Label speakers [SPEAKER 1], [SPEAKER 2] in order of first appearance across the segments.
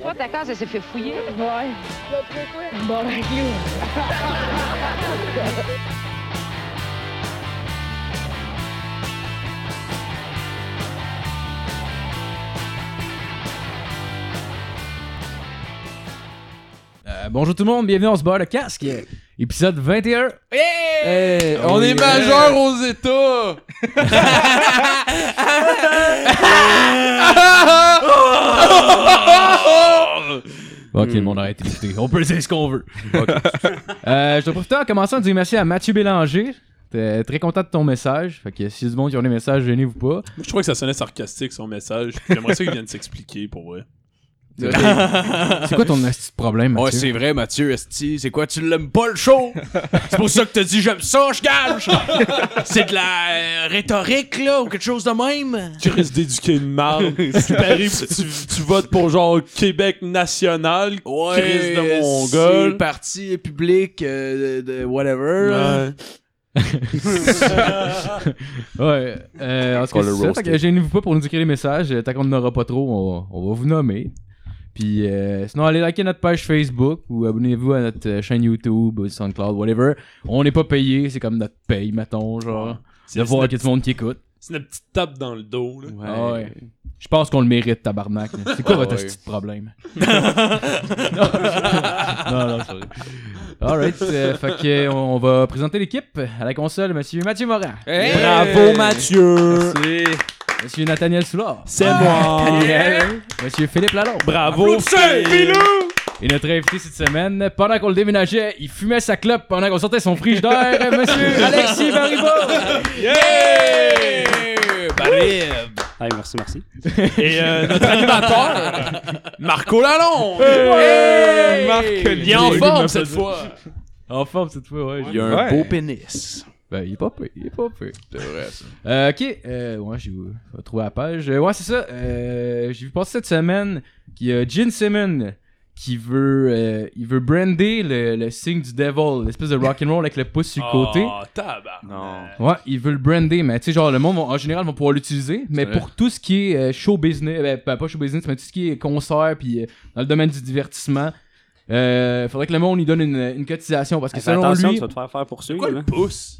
[SPEAKER 1] Toi, ta case, elle s'est fait fouiller.
[SPEAKER 2] Ouais. Bon, ben, clou.
[SPEAKER 3] Euh, bonjour tout le monde, bienvenue, on se barre le casque. Épisode 21. Hey,
[SPEAKER 4] On
[SPEAKER 3] oui.
[SPEAKER 4] est majeur aux États!
[SPEAKER 3] Ok, le monde arrête d'écouter. On peut dire ce qu'on veut. Euh, je dois profiter en commençant de dire merci à Mathieu Bélanger. T'es très content de ton message. Fait que si du monde qui ont des messages, gênez-vous pas.
[SPEAKER 4] Moi, je trouvais que ça sonnait sarcastique son message. puis J'aimerais ça qu'il vienne s'expliquer pour vrai.
[SPEAKER 3] C'est quoi ton esti de problème, Mathieu?
[SPEAKER 4] Ouais, c'est vrai, Mathieu, Esti. C'est quoi, tu l'aimes pas le show? c'est pour ça que t'as dit j'aime ça, je gage! c'est de la euh, rhétorique, là, ou quelque chose de même? Tu risques d'éduquer une marde. tu paries, tu, votes pour genre Québec national. Ouais,
[SPEAKER 5] Chris de Mongol. le parti public euh, de, de whatever. là.
[SPEAKER 3] Ouais, euh, en tout cas, c'est ça.
[SPEAKER 4] On l'a
[SPEAKER 3] Fait
[SPEAKER 4] roasté.
[SPEAKER 3] que gênez-vous pas pour nous écrire les messages. Euh, Tant qu'on n'en aura pas trop, on, on va vous nommer. Puis euh, sinon, allez liker notre page Facebook ou abonnez-vous à notre euh, chaîne YouTube, ou SoundCloud, whatever. On n'est pas payé, c'est comme notre paye, mettons, genre.
[SPEAKER 4] C'est
[SPEAKER 3] De voir
[SPEAKER 4] notre,
[SPEAKER 3] qu'il y a du monde qui écoute.
[SPEAKER 4] c'est notre petite tape dans le dos, là.
[SPEAKER 3] Ah ouais. Je pense qu'on le mérite, tabarnak. là. C'est quoi votre petit problème? non, non, non, sorry. Alright, euh, fait que, on va présenter l'équipe à la console, monsieur Mathieu Morin.
[SPEAKER 5] Hey!
[SPEAKER 4] Bravo, Mathieu!
[SPEAKER 3] Monsieur Nathaniel Soulard.
[SPEAKER 4] C'est moi!
[SPEAKER 3] Monsieur Philippe Lalonde.
[SPEAKER 4] Bravo, Phil!
[SPEAKER 3] Et notre invité cette semaine, pendant qu'on le déménageait, il fumait sa clope pendant qu'on sortait son frigidaire, monsieur Alexis Baribot.
[SPEAKER 4] Yeah!
[SPEAKER 6] Ah, merci, merci.
[SPEAKER 4] Et euh, notre animateur, Marco Lalonde!
[SPEAKER 3] Hey!
[SPEAKER 4] Il est en forme cette fois!
[SPEAKER 3] En forme cette fois, ouais.
[SPEAKER 5] Il y a un
[SPEAKER 7] Ouais.
[SPEAKER 5] beau pénis.
[SPEAKER 3] Ben, il est pas peu, il est pas peu. C'est vrai, ça. Euh, ok, euh, ouais, j'ai j'ai trouvé la page. Euh, ouais, c'est ça. Euh, j'ai vu passer cette semaine qu'il y a Gene Simmons qui veut, euh, il veut brander le, le signe du devil, l'espèce de rock'n'roll avec le pouce sur le côté.
[SPEAKER 4] Oh, tabarnak.
[SPEAKER 6] Non.
[SPEAKER 3] Ouais, ils veulent le brander, mais tu sais, genre, le monde, vont- en général, vont pouvoir l'utiliser, mais
[SPEAKER 5] vrai.
[SPEAKER 3] pour tout ce qui est euh, show business, ben, pas pas show business, mais tout ce qui est concert, puis euh, dans le domaine du divertissement, euh, faudrait que le monde lui donne une, une cotisation, parce que
[SPEAKER 6] Fais
[SPEAKER 3] selon
[SPEAKER 6] attention,
[SPEAKER 3] lui,
[SPEAKER 6] tu vas te faire faire poursuivre.
[SPEAKER 4] Pourquoi le
[SPEAKER 6] là.
[SPEAKER 4] pouce?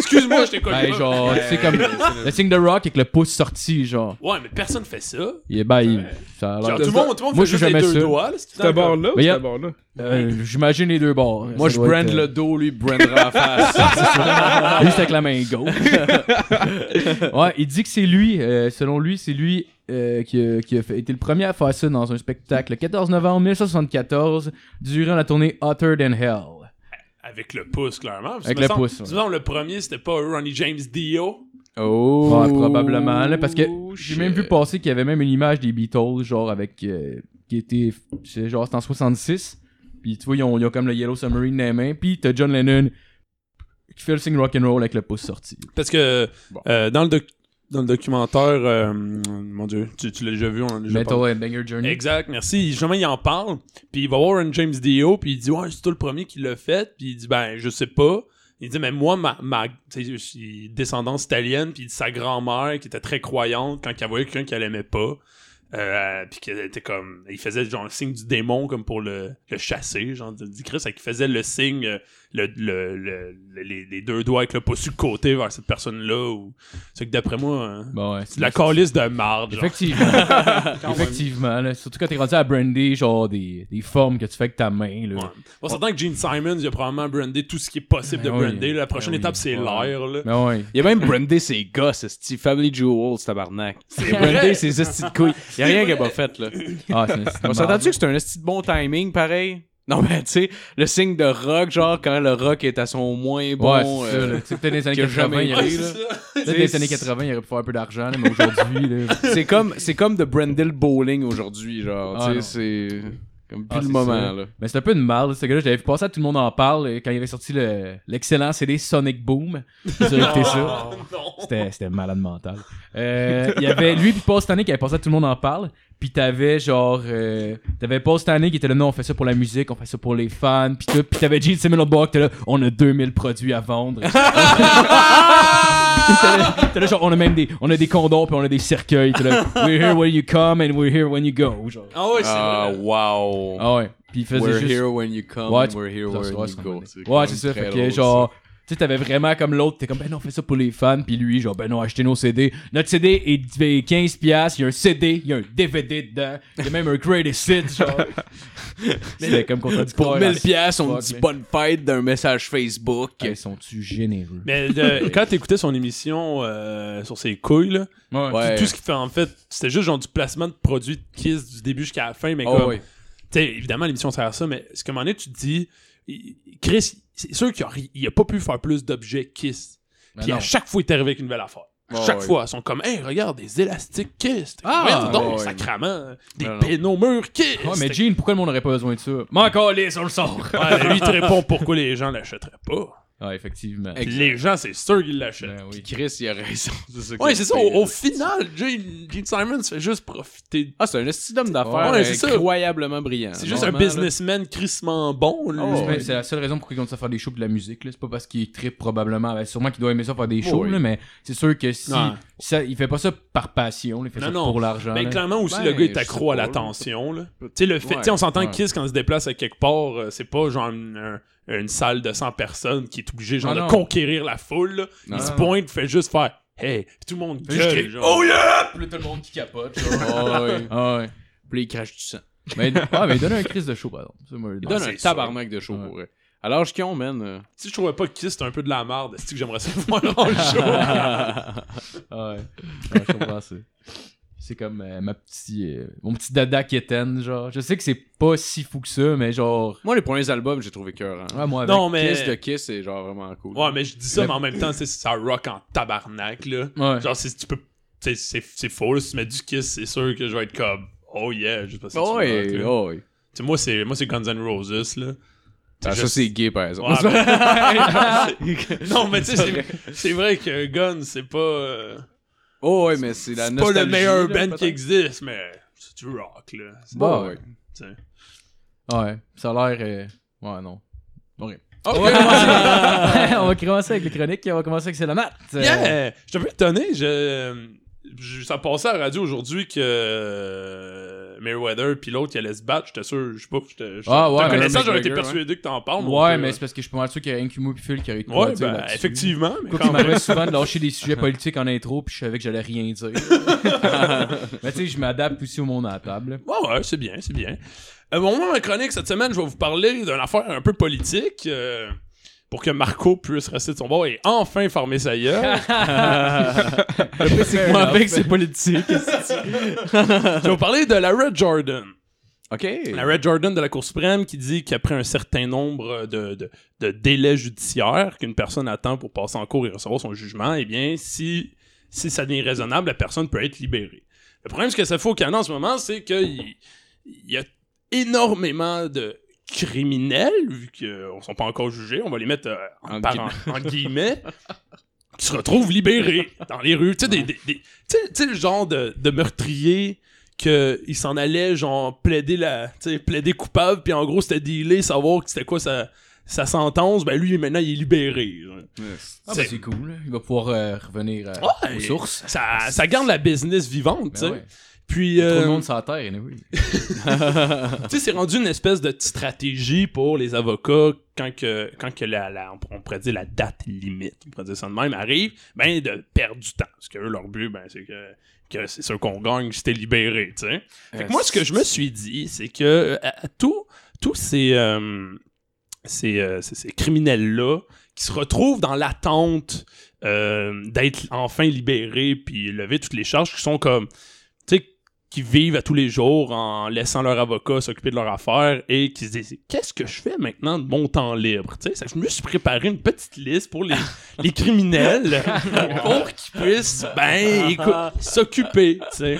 [SPEAKER 4] Excuse-moi, je t'ai connu.
[SPEAKER 3] ben, genre, tu sais, comme le signe de rock avec le pouce sorti, genre,
[SPEAKER 4] Ouais, mais personne fait ça. Genre,
[SPEAKER 3] il est ben, il- ça a l'air-
[SPEAKER 4] tout le monde, tout le monde
[SPEAKER 3] Moi,
[SPEAKER 4] fait
[SPEAKER 3] je
[SPEAKER 4] juste
[SPEAKER 3] fais
[SPEAKER 4] les
[SPEAKER 3] jamais
[SPEAKER 4] deux
[SPEAKER 3] ça.
[SPEAKER 4] doigts. Là, c'est tout le
[SPEAKER 7] Ce
[SPEAKER 4] temps comme-
[SPEAKER 7] bord-là ou
[SPEAKER 3] Mais y a-
[SPEAKER 7] ce bord-là?
[SPEAKER 3] Euh, J'imagine les deux bords.
[SPEAKER 5] Moi,
[SPEAKER 3] Ça
[SPEAKER 5] je
[SPEAKER 3] doit
[SPEAKER 5] brand
[SPEAKER 3] être,
[SPEAKER 5] le
[SPEAKER 3] euh,
[SPEAKER 5] dos, lui, il brandera la face.
[SPEAKER 3] Juste avec la main gauche. ouais, il dit que c'est lui, euh, selon lui, c'est lui euh, qui, a, qui a fait- été le premier à faire ça dans un spectacle le 14 novembre 1974 durant la tournée Hotter Than Hell.
[SPEAKER 4] Avec le pouce, clairement. Parce que
[SPEAKER 3] Avec
[SPEAKER 4] me
[SPEAKER 3] le
[SPEAKER 4] semble-
[SPEAKER 3] pouce, ouais.
[SPEAKER 4] me semble le premier, c'était pas Ronnie James Dio.
[SPEAKER 5] Oh.
[SPEAKER 3] Ouais, probablement, là, parce que j'ai
[SPEAKER 5] shit.
[SPEAKER 3] même vu passer qu'il y avait même une image des Beatles, genre avec. euh, qui était. c'est Genre, c'était en 66. Puis tu vois, ils ont, ils ont comme le Yellow Submarine dans les mains. Puis t'as John Lennon qui fait le sing rock'n'roll avec le pouce sorti.
[SPEAKER 4] Parce que
[SPEAKER 3] Bon.
[SPEAKER 4] euh, dans, le doc- dans le documentaire, euh, mon dieu, tu, tu l'as déjà vu, on en a déjà parlé.
[SPEAKER 3] Metal and Banger Journey.
[SPEAKER 4] Exact, merci. Justement, il en parle, puis il va voir un James Dio, puis il dit Ouais, c'est toi le premier qui l'a fait, puis il dit Ben, je sais pas. Il dit Mais moi, ma, ma tu sais, je suis descendance italienne, puis il dit, sa grand-mère, qui était très croyante, quand elle voyait quelqu'un qu'elle aimait pas, euh, puis qu'elle était comme. Il faisait genre le signe du démon, comme pour le, le chasser, genre, il dit Chris, qu'il faisait le signe, euh, le, le- le- le- les, les deux doigts avec le pas sur le côté vers cette personne-là, ou. C'est que d'après moi, hein,
[SPEAKER 3] Bon, ouais,
[SPEAKER 4] c'est de la calice de marde, genre.
[SPEAKER 3] Effectivement.
[SPEAKER 5] Ah,
[SPEAKER 3] Effectivement, là, surtout quand t'es rendu à brandy, genre des, des formes que tu fais avec ta main. Là.
[SPEAKER 4] Ouais. On s'entend que Gene Simons, il a probablement brandé tout ce qui est possible
[SPEAKER 3] Ben
[SPEAKER 4] de
[SPEAKER 3] oui.
[SPEAKER 4] brander. là. La prochaine
[SPEAKER 3] Ben oui.
[SPEAKER 4] étape, c'est
[SPEAKER 3] Ouais.
[SPEAKER 4] l'air. là.
[SPEAKER 3] Mais ouais.
[SPEAKER 5] Il a même brandé ses gosses, esti. Family Jewels, tabarnak. Il a
[SPEAKER 4] vrai.
[SPEAKER 5] brandé ses esti de couilles. Il a rien qu'il a pas fait, là.
[SPEAKER 3] Ah, c'est- c'est
[SPEAKER 5] On
[SPEAKER 3] une
[SPEAKER 5] s'entend-tu que
[SPEAKER 3] marde.
[SPEAKER 5] c'est un esti de bon timing, pareil? Non, mais tu sais, le signe de rock, genre, quand le rock est à son moins bon...
[SPEAKER 3] Ouais, c'est ça,
[SPEAKER 5] euh,
[SPEAKER 3] là. Tu sais, peut-être dans les années
[SPEAKER 5] qu'il a
[SPEAKER 3] 80,
[SPEAKER 5] jamais
[SPEAKER 3] il
[SPEAKER 5] été,
[SPEAKER 3] aurait,
[SPEAKER 5] là.
[SPEAKER 3] peut-être dans les années 80, il aurait pu faire un peu d'argent, là, mais aujourd'hui, là.
[SPEAKER 5] c'est comme c'est comme de Brendel Bowling aujourd'hui genre
[SPEAKER 3] Ah,
[SPEAKER 5] tu sais c'est comme plus
[SPEAKER 3] Ah,
[SPEAKER 5] le
[SPEAKER 3] c'est
[SPEAKER 5] moment
[SPEAKER 3] ça.
[SPEAKER 5] là
[SPEAKER 3] Mais c'est un peu une marde, ce gars-là. J'avais vu passer à tout le monde en parle euh, quand il avait sorti le- l'excellent CD Sonic Boom. J'ai écouté ça. C'était c'était malade mental. Euh, il y avait lui puis Paul Stanley qui avait passé à tout le monde en parle. Puis t'avais genre. Euh, t'avais Paul Stanley qui était là, non, on fait ça pour la musique, on fait ça pour les fans. Puis tout. Puis t'avais Gene Simmons au bord qui était là, on a 2000 produits à vendre. T'as là- t'as là, genre, on a même des, on a des condoms puis on a des cercueils. T'es là, we're here when you come and we're here when you go. Genre.
[SPEAKER 4] Ah ouais, c'est
[SPEAKER 5] Ah,
[SPEAKER 4] vrai.
[SPEAKER 5] wow.
[SPEAKER 3] Ah ouais. Puis il faisait
[SPEAKER 5] We're
[SPEAKER 3] juste.
[SPEAKER 5] here when you come,
[SPEAKER 3] Ouais, tu-
[SPEAKER 5] we're here
[SPEAKER 3] Ça,
[SPEAKER 5] when
[SPEAKER 3] c'est-
[SPEAKER 5] you
[SPEAKER 3] ouais, c'est un moment
[SPEAKER 5] go.
[SPEAKER 3] donné.
[SPEAKER 5] C'est quand
[SPEAKER 3] Ouais,
[SPEAKER 5] même
[SPEAKER 3] c'est ça.
[SPEAKER 5] très
[SPEAKER 3] Fait
[SPEAKER 5] drôle,
[SPEAKER 3] que genre, tu sais, t'avais vraiment comme l'autre, t'es comme, ben non, fais ça pour les fans. Puis lui, genre, ben non, achetez nos CD. Notre CD est dix- est 15$, piastres, il y a un CD, il y a un DVD dedans, il y a même un greatest hits, genre. C'était comme
[SPEAKER 5] Pour
[SPEAKER 3] contradictoire.
[SPEAKER 5] 1000 pièces, on
[SPEAKER 3] Fuck,
[SPEAKER 5] dit
[SPEAKER 3] mais-
[SPEAKER 5] bonne fête d'un message Facebook.
[SPEAKER 3] Ils sont-tu généreux?
[SPEAKER 4] Mais euh, quand t'écoutais son émission euh, sur ses couilles, là,
[SPEAKER 5] Ouais.
[SPEAKER 4] tout ce qu'il fait en fait, c'était juste genre du placement de produits de Kiss du début jusqu'à la fin, mais
[SPEAKER 5] Oh,
[SPEAKER 4] comme,
[SPEAKER 5] ouais.
[SPEAKER 4] tu sais, évidemment, l'émission sert à ça, mais ce que un moment donné, tu te dis, il- Chris, c'est sûr qu'il a, ri- il a pas pu faire plus d'objets Kiss.
[SPEAKER 3] Ben
[SPEAKER 4] Puis à
[SPEAKER 3] non.
[SPEAKER 4] chaque fois, il est arrivé avec une nouvelle affaire. À
[SPEAKER 5] Ouais,
[SPEAKER 4] chaque
[SPEAKER 5] ouais.
[SPEAKER 4] fois, ils sont comme, hey, regarde, des élastiques Kiss.
[SPEAKER 3] Ah,
[SPEAKER 4] Ah, donc,
[SPEAKER 5] ouais, ouais.
[SPEAKER 4] sacrament. Des
[SPEAKER 5] Non, non.
[SPEAKER 4] pénaux murs Kiss.
[SPEAKER 3] Ouais, mais Gene, pourquoi le monde aurait pas besoin de ça? Mon calice, on le sort!
[SPEAKER 4] Ouais, mais lui, il te répond pourquoi les gens l'achèteraient pas.
[SPEAKER 3] ouais, effectivement.
[SPEAKER 4] Puis les gens, c'est sûr qu'ils l'achètent.
[SPEAKER 3] Ben oui.
[SPEAKER 5] Chris, il a raison. C'est ça
[SPEAKER 4] Ouais,
[SPEAKER 5] que
[SPEAKER 4] c'est
[SPEAKER 5] je
[SPEAKER 4] ça.
[SPEAKER 5] fais,
[SPEAKER 4] Au, au
[SPEAKER 5] là.
[SPEAKER 4] final, Gene, Gene Simon se fait juste profiter. de-
[SPEAKER 5] Ah, c'est un esti d'homme d'affaires
[SPEAKER 4] Ouais, c'est ça.
[SPEAKER 5] incroyablement brillant.
[SPEAKER 4] C'est juste un
[SPEAKER 5] Vraiment, Ah, là.
[SPEAKER 4] businessman crissement bon. lui.
[SPEAKER 5] Oh,
[SPEAKER 3] Mais
[SPEAKER 5] ouais.
[SPEAKER 3] C'est la seule raison pourquoi il continue à faire des shows puis de la musique. là. C'est pas parce qu'il trippe probablement. Ben, sûrement qu'il doit aimer ça faire des shows,
[SPEAKER 5] Oui.
[SPEAKER 3] là, mais c'est sûr que si
[SPEAKER 4] Ouais.
[SPEAKER 3] ça, il fait pas ça par passion, il fait
[SPEAKER 4] Non,
[SPEAKER 3] ça
[SPEAKER 4] non.
[SPEAKER 3] pour l'argent.
[SPEAKER 4] Ben,
[SPEAKER 3] là.
[SPEAKER 4] clairement aussi,
[SPEAKER 5] Ben,
[SPEAKER 4] le gars est
[SPEAKER 5] je
[SPEAKER 4] accro
[SPEAKER 5] sais
[SPEAKER 4] à
[SPEAKER 5] pas,
[SPEAKER 4] la
[SPEAKER 5] là.
[SPEAKER 4] tension. Là. Tu sais, le fait,
[SPEAKER 5] Ouais.
[SPEAKER 4] tu sais, on s'entend
[SPEAKER 3] Ouais.
[SPEAKER 4] que Kiss, quand il se déplace à quelque part, euh, c'est pas genre une, un- une salle de 100 personnes qui est obligée genre,
[SPEAKER 3] Non,
[SPEAKER 4] de
[SPEAKER 3] non.
[SPEAKER 4] conquérir la foule. là.
[SPEAKER 5] Ah, Non.
[SPEAKER 4] Il se pointe, fait juste faire Hey, Puis tout le monde
[SPEAKER 3] Juste
[SPEAKER 4] gueule.
[SPEAKER 3] crier,
[SPEAKER 4] genre.
[SPEAKER 3] Oh yeah! Puis là, tout le monde qui capote. genre.
[SPEAKER 5] Ah, ouais.
[SPEAKER 3] ah ouais.
[SPEAKER 5] Puis là, il crache du sang.
[SPEAKER 3] Mais, ah, mais donne un crise de show, par exemple. Ça, moi, je
[SPEAKER 5] Il
[SPEAKER 3] dis.
[SPEAKER 5] donne un
[SPEAKER 4] c'est
[SPEAKER 5] tabarnak de show
[SPEAKER 3] Ouais.
[SPEAKER 5] pour eux. À l'âge qu'ils ont, man. euh,
[SPEAKER 4] Si je trouvais pas que Kiss, c'était un peu de la merde. C'est que j'aimerais ça voir en show.
[SPEAKER 3] Ah ouais. Ouais, je comprends ça. C'est comme euh, ma petite, euh, mon petit dada qui éteigne, genre. Je sais que c'est pas si fou que ça, mais genre.
[SPEAKER 5] Moi, les premiers albums, j'ai trouvé cœur. hein.
[SPEAKER 3] Ouais, moi, avec-
[SPEAKER 4] non, mais.
[SPEAKER 5] Kiss de Kiss, c'est genre vraiment cool.
[SPEAKER 4] Ouais, mais je dis ça, mais en même temps, c'est ça rock en tabarnak, là.
[SPEAKER 3] Ouais.
[SPEAKER 4] Genre, si tu peux. t'sais, C'est c'est faux, là, si tu mets du kiss, c'est sûr que je vais être comme. Oh yeah, je sais pas si
[SPEAKER 5] Oh,
[SPEAKER 4] tu rock,
[SPEAKER 5] ouais,
[SPEAKER 4] là.
[SPEAKER 5] oh, ouais.
[SPEAKER 4] T'sais, moi, c'est moi, c'est Guns N' Roses, là.
[SPEAKER 5] Ah,
[SPEAKER 4] T'sais,
[SPEAKER 5] ça,
[SPEAKER 4] je-
[SPEAKER 5] c'est gay, par exemple.
[SPEAKER 4] Ouais, mais- non, mais tu sais, c'est- c'est vrai que Guns, c'est pas. euh,
[SPEAKER 5] oh, ouais, mais c'est la
[SPEAKER 4] c'est pas
[SPEAKER 5] nostalgie.
[SPEAKER 4] le meilleur
[SPEAKER 5] là,
[SPEAKER 4] band qui
[SPEAKER 5] peut-être.
[SPEAKER 4] existe, mais c'est du rock, là. C'est-
[SPEAKER 5] Bon, Bah, ouais.
[SPEAKER 4] t'sais.
[SPEAKER 3] Ah, Ouais, ça a l'air. euh, Ouais, non. Ok.
[SPEAKER 5] Ok.
[SPEAKER 3] On, va commencer... on va commencer avec les chroniques et on va commencer avec C'est la mat. Euh,
[SPEAKER 4] Yeah! Je suis un peu étonné. Je... je- Ça passait à la radio aujourd'hui que euh, Mayweather puis l'autre, il allait se battre. J'étais sûr, je sais pas. J'étais, j'étais-
[SPEAKER 3] Ah, ouais,
[SPEAKER 4] te
[SPEAKER 3] mais
[SPEAKER 4] connaissant,
[SPEAKER 5] McGregor,
[SPEAKER 4] j'aurais été
[SPEAKER 5] ouais.
[SPEAKER 4] persuadé que t'en parles. mon
[SPEAKER 3] Ouais,
[SPEAKER 4] Dieu.
[SPEAKER 3] mais c'est parce que je suis pas mal sûr qu'il y a Nkumu puis Phil qui aurait quoi
[SPEAKER 4] Ouais,
[SPEAKER 3] dire
[SPEAKER 4] ben,
[SPEAKER 3] là-dessus.
[SPEAKER 4] effectivement. Mais
[SPEAKER 3] Quoi
[SPEAKER 4] quand
[SPEAKER 3] qu'il
[SPEAKER 4] même.
[SPEAKER 3] m'arrivait souvent de lâcher des sujets politiques en intro, puis je savais que j'allais rien dire. mais tu sais, je m'adapte aussi au monde à la table.
[SPEAKER 4] Ouais, ouais, c'est bien, c'est bien. Euh, bon, moi, ma chronique cette semaine, je vais vous parler d'une affaire un peu politique. euh, Pour que Marco puisse rester de son bord et enfin former sa gueule.
[SPEAKER 5] Fair
[SPEAKER 3] Moi,
[SPEAKER 5] enough.
[SPEAKER 3] avec, c'est politique.
[SPEAKER 4] je vais vous parler de la Red Jordan.
[SPEAKER 5] Ok.
[SPEAKER 4] La Red Jordan de la Cour suprême qui dit qu'après un certain nombre euh, de, de- de délais judiciaires qu'une personne attend pour passer en cours et recevoir son jugement, eh bien, si, si ça devient raisonnable, la personne peut être libérée. Le problème, ce que ça fait au Canada en ce moment, c'est qu'il il y a énormément de criminels, vu qu'on ne sont pas encore jugés, on va les mettre euh, en,
[SPEAKER 5] En
[SPEAKER 4] parenthèse en guillemets, qui se retrouvent libérés dans les rues. Tu sais, des- des- des- tu sais- tu sais, le genre de, de meurtrier qu'il s'en allait, genre, plaider, la, tu sais, plaider coupable, puis en gros, c'était dealé, savoir que c'était quoi sa, sa sentence. Ben lui, maintenant, il est libéré. genre.
[SPEAKER 3] Ah, ben, c'est cool. Il va pouvoir euh, revenir euh,
[SPEAKER 4] Ouais.
[SPEAKER 3] aux sources.
[SPEAKER 4] Ça, ça garde la business vivante, Ah, tu sais.
[SPEAKER 3] Ben ouais.
[SPEAKER 4] Puis,
[SPEAKER 3] Trop de
[SPEAKER 4] euh,
[SPEAKER 3] monde sur la terre, anyway.
[SPEAKER 4] tu sais, c'est rendu une espèce de petite stratégie pour les avocats quand que, quand que la, la- on pourrait dire la date limite, on pourrait dire ça de même, arrive, ben, de perdre du temps. Parce que eux, leur but, ben, c'est que, que c'est sûr qu'on gagne, c'était libéré, tu sais. Fait que moi, ce que je me suis dit, c'est que euh, à- à tous tous ces, euh, ces, euh, ces- ces criminels-là qui se retrouvent dans l'attente euh, d'être enfin libérés puis lever toutes les charges qui sont comme, tu sais, qui vivent à tous les jours en laissant leur avocat s'occuper de leur affaire et qui se disent qu'est-ce que je fais maintenant de mon temps libre tu sais ça, je me suis préparé une petite liste pour les, les criminels pour qu'ils puissent ben écoute s'occuper tu sais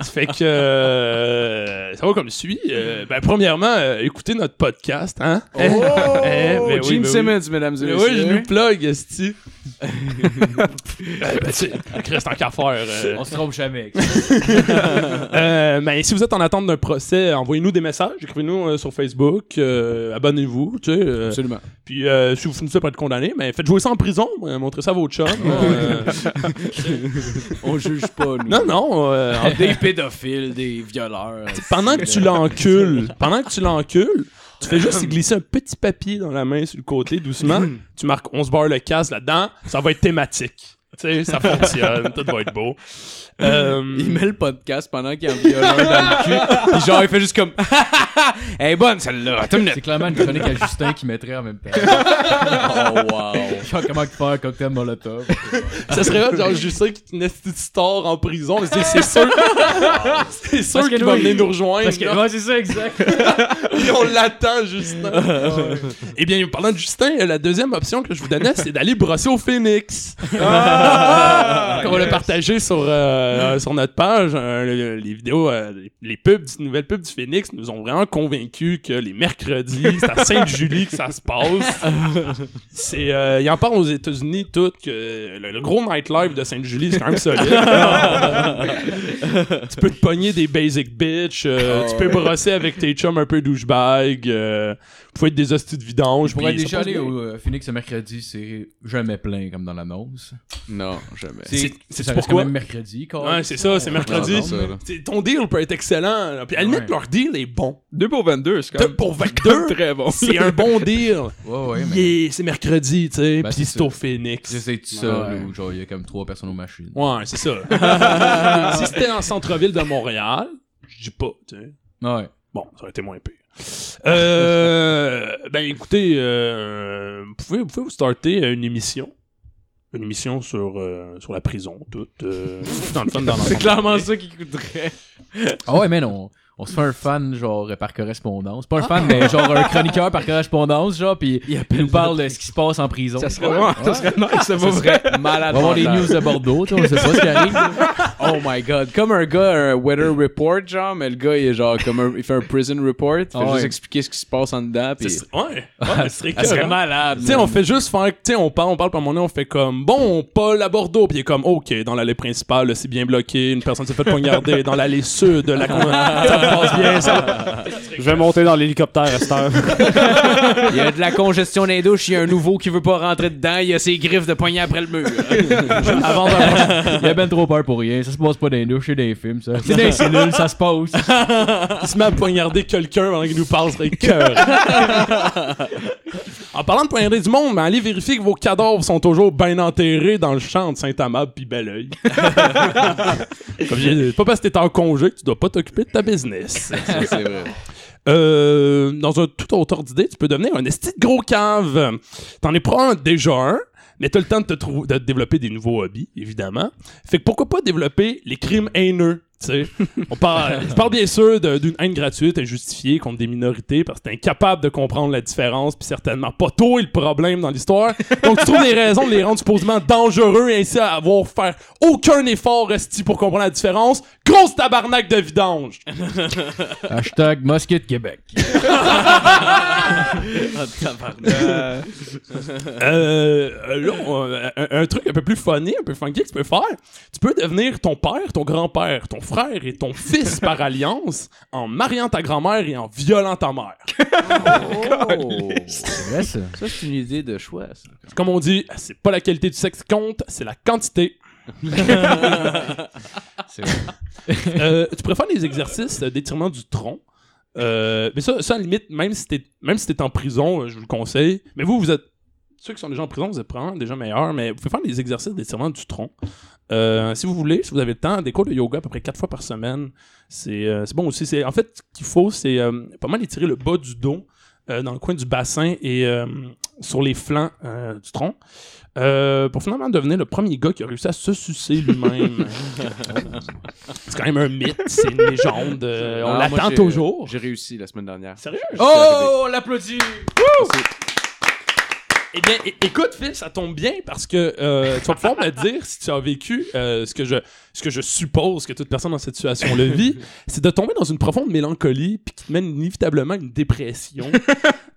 [SPEAKER 4] ça fait que euh, ça va comme suit Euh, ben premièrement euh, écoutez notre podcast hein
[SPEAKER 5] Oh,
[SPEAKER 4] Eh, ben oui, ben
[SPEAKER 5] Gene
[SPEAKER 4] oui.
[SPEAKER 5] Simmons, mesdames et
[SPEAKER 4] Mais oui, je
[SPEAKER 5] messieurs.
[SPEAKER 4] nous plug, Esti. Euh, ben, tu- il reste tant qu'à faire. euh.
[SPEAKER 3] On se trompe jamais.
[SPEAKER 4] Euh, ben, si vous êtes en attente d'un procès, envoyez-nous des messages, écrivez-nous euh, sur Facebook, euh, abonnez-vous, tu sais. euh,
[SPEAKER 5] Absolument.
[SPEAKER 4] puis euh, si vous finissez par être condamné, ben, faites jouer ça en prison, euh, montrez ça à vos chums. euh,
[SPEAKER 5] On juge pas, nous.
[SPEAKER 4] non, non. euh, en-
[SPEAKER 5] Des pédophiles, des violeurs.
[SPEAKER 4] pendant que tu l'encules, pendant que tu l'encules, tu fais juste glisser un petit papier dans la main sur le côté doucement, tu marques 11 barres le casse là-dedans, ça va être thématique. Tu sais, ça fonctionne, tout va être beau. Euh,
[SPEAKER 5] Il met le podcast pendant qu'il y a un violeur dans le cul. Puis genre, il fait juste comme. Elle est bonne celle-là. Attends une
[SPEAKER 3] C'est
[SPEAKER 5] minute.
[SPEAKER 3] clairement une chronique à Justin qui mettrait en même temps.
[SPEAKER 5] Oh, wow.
[SPEAKER 3] Genre, comment faire un cocktail molotov.
[SPEAKER 4] Ça serait hot, genre Justin qui est une petite star en prison. mais C'est c'est sûr, c'est sûr
[SPEAKER 3] Parce que
[SPEAKER 4] qu'il va
[SPEAKER 3] nous,
[SPEAKER 4] venir
[SPEAKER 3] il-
[SPEAKER 4] nous rejoindre.
[SPEAKER 3] Parce que,
[SPEAKER 4] là.
[SPEAKER 3] ouais, c'est ça, exact.
[SPEAKER 4] Puis on l'attend, Justin. Eh bien, parlant de Justin, la deuxième option que je vous donnais, c'est d'aller brosser au Phoenix.
[SPEAKER 3] Ah!
[SPEAKER 4] on l'a partagé sur, euh, sur notre page. euh, le- les vidéos, euh, les- les pubs, les nouvelles pubs du Phoenix nous ont vraiment convaincus que les mercredis, c'est à Sainte-Julie que ça se passe. C'est, euh, il en parle aux États-Unis tout que le, le gros nightlife de Sainte-Julie, c'est quand même solide. tu peux te pogner des basic bitch,
[SPEAKER 3] Ah,
[SPEAKER 4] euh, tu peux brosser avec tes chums un peu douchebag, euh, faut être des hosties de vidange.
[SPEAKER 3] Je pourrais
[SPEAKER 4] puis ça
[SPEAKER 3] déjà
[SPEAKER 4] passe
[SPEAKER 3] aller
[SPEAKER 4] bien.
[SPEAKER 3] au euh, Phoenix ce mercredi, c'est jamais plein comme dans l'annonce.
[SPEAKER 5] Non, jamais.
[SPEAKER 4] C'est- c'est
[SPEAKER 3] ça reste
[SPEAKER 4] pourquoi?
[SPEAKER 3] quand même mercredi. quoi.
[SPEAKER 4] Ouais, c'est ça, c'est mercredi.
[SPEAKER 5] Non, non, ça, là.
[SPEAKER 4] C'est- ton deal peut être excellent. là. Puis à la limite,
[SPEAKER 3] Ouais. Ben,
[SPEAKER 4] leur deal est bon.
[SPEAKER 6] 2 pour 22, c'est quand
[SPEAKER 4] T'as
[SPEAKER 6] même
[SPEAKER 4] pour 22,
[SPEAKER 6] très bon.
[SPEAKER 4] c'est un bon deal.
[SPEAKER 3] Ouais, ouais, mais.
[SPEAKER 4] Yeah, c'est mercredi, tu sais,
[SPEAKER 3] Ben,
[SPEAKER 4] pis
[SPEAKER 3] c'est
[SPEAKER 4] c'est
[SPEAKER 3] ça.
[SPEAKER 4] au Phoenix.
[SPEAKER 3] Tu sais, C'est tout seul,
[SPEAKER 5] Ouais.
[SPEAKER 3] ou genre, il y a comme trois personnes aux machines.
[SPEAKER 4] Ouais, c'est ça. si c'était en centre-ville de Montréal, je dis pas, tu sais.
[SPEAKER 3] Ouais.
[SPEAKER 4] Bon, ça aurait été moins pire. Euh, ben écoutez, euh, vous, pouvez, vous pouvez vous starter une émission. Une émission sur, euh, sur la prison, toute. euh, dans le fun, dans
[SPEAKER 5] C'est
[SPEAKER 4] l'ensemble.
[SPEAKER 5] clairement ça qui coûterait.
[SPEAKER 3] Ah ouais, man, on, on se fait un fan, genre, euh, par correspondance. Pas un fan, mais genre un chroniqueur par correspondance, genre, pis il, nous parle de ce qui se passe en prison.
[SPEAKER 6] Ça serait vraiment, ça serait nice, ça va vrai.
[SPEAKER 5] Malade.
[SPEAKER 3] On va voir les
[SPEAKER 5] mental.
[SPEAKER 3] news de Bordeaux, tu sais, on sait pas ce qui arrive.
[SPEAKER 5] Oh my god. Comme un gars, un weather report, genre, mais le gars, il est genre comme un- il fait un prison report. Il fait
[SPEAKER 3] Ah
[SPEAKER 5] juste
[SPEAKER 3] ouais.
[SPEAKER 5] expliquer ce qui se passe en dedans.
[SPEAKER 4] C'est-
[SPEAKER 5] Puis...
[SPEAKER 4] Ouais, ouais, ce serait,
[SPEAKER 5] Ça serait
[SPEAKER 4] écœurant.
[SPEAKER 5] malade.
[SPEAKER 4] Tu sais, on fait juste faire. Tu sais, on parle, on parle, par moment donné, on fait comme bon, Paul à Bordeaux, puis il est comme ok, dans l'allée principale, là, c'est bien bloqué, une personne s'est fait poignarder, dans l'allée sud, la con- ça passe bien, ça. va.
[SPEAKER 6] Je vais monter dans l'hélicoptère à cette heure.
[SPEAKER 5] Il y a de la congestion dans les douches, il y a un nouveau qui veut pas rentrer dedans, il y a ses griffes de poignet après le mur.
[SPEAKER 3] Avant de- Il y a ben trop peur pour rien. Ça se passe pas dans les douches, c'est dans les films, ça. C'est dans les cellules, ça se passe.
[SPEAKER 4] Il se met à poignarder quelqu'un pendant qu'il nous parle, c'est cœur. en parlant de poignarder du monde, mais allez vérifier que vos cadavres sont toujours bien enterrés dans le champ de Saint-Amable puis Belleuil. Comme j'ai dit, c'est pas parce que t'es en congé que tu dois pas t'occuper de ta business.
[SPEAKER 5] c'est vrai.
[SPEAKER 4] Euh, dans un tout autre ordre d'idée, tu peux devenir un esti de gros cave. T'en es probablement déjà un, mais t'as le temps de te, trou- de te développer des nouveaux hobbies, évidemment. Fait que pourquoi pas développer les crimes haineux, tu sais. On parle, je parle bien sûr de- d'une haine gratuite, injustifiée contre des minorités parce que t'es incapable de comprendre la différence, puis certainement pas toi le problème dans l'histoire. Donc tu trouves des raisons de les rendre supposément dangereux et ainsi à avoir faire aucun effort esti pour comprendre la différence. Grosse tabarnak de vidange!
[SPEAKER 3] Hashtag Mosquée de Québec.
[SPEAKER 5] Ah,
[SPEAKER 4] Euh, euh, là, on- euh, un, un truc un peu plus funny, un peu funky que tu peux faire, tu peux devenir ton père, ton grand-père, ton frère et ton fils par alliance en mariant ta grand-mère et en violant ta mère.
[SPEAKER 5] Oh.
[SPEAKER 3] C'est vrai, ça.
[SPEAKER 5] Ça, c'est une idée de choix, ça.
[SPEAKER 4] Comme on dit, c'est pas la qualité du sexe qui compte, c'est la quantité.
[SPEAKER 3] C'est vrai.
[SPEAKER 4] Euh, tu préfères les exercices euh, d'étirement du tronc. Euh, mais ça, ça, à la limite, même si t'es, même si t'es en prison, euh, je vous le conseille. Mais vous, vous êtes. Ceux qui sont déjà en prison, vous êtes probablement déjà meilleurs, mais vous pouvez faire des exercices d'étirement du tronc. Euh, si vous voulez, si vous avez le temps, des cours de yoga à peu près 4 fois par semaine. C'est, euh, c'est bon aussi. C'est, en fait, ce qu'il faut, c'est euh, pas mal étirer le bas du dos, euh, dans le coin du bassin et euh, sur les flancs euh, du tronc. Euh, pour finalement devenir le premier gars qui a réussi à se sucer lui-même. c'est quand même un mythe, c'est une légende. euh, on
[SPEAKER 5] Ah, moi,
[SPEAKER 4] l'attend
[SPEAKER 5] j'ai-
[SPEAKER 4] toujours.
[SPEAKER 5] J'ai réussi la semaine dernière.
[SPEAKER 4] Sérieux?
[SPEAKER 5] Oh,
[SPEAKER 3] on l'applaudit!
[SPEAKER 4] Eh bien, é- écoute, Phil, ça tombe bien parce que euh, tu vas pouvoir me dire si tu as vécu euh, ce, que je, ce que je suppose que toute personne dans cette situation le vit, c'est de tomber dans une profonde mélancolie puis qui te mène inévitablement à une dépression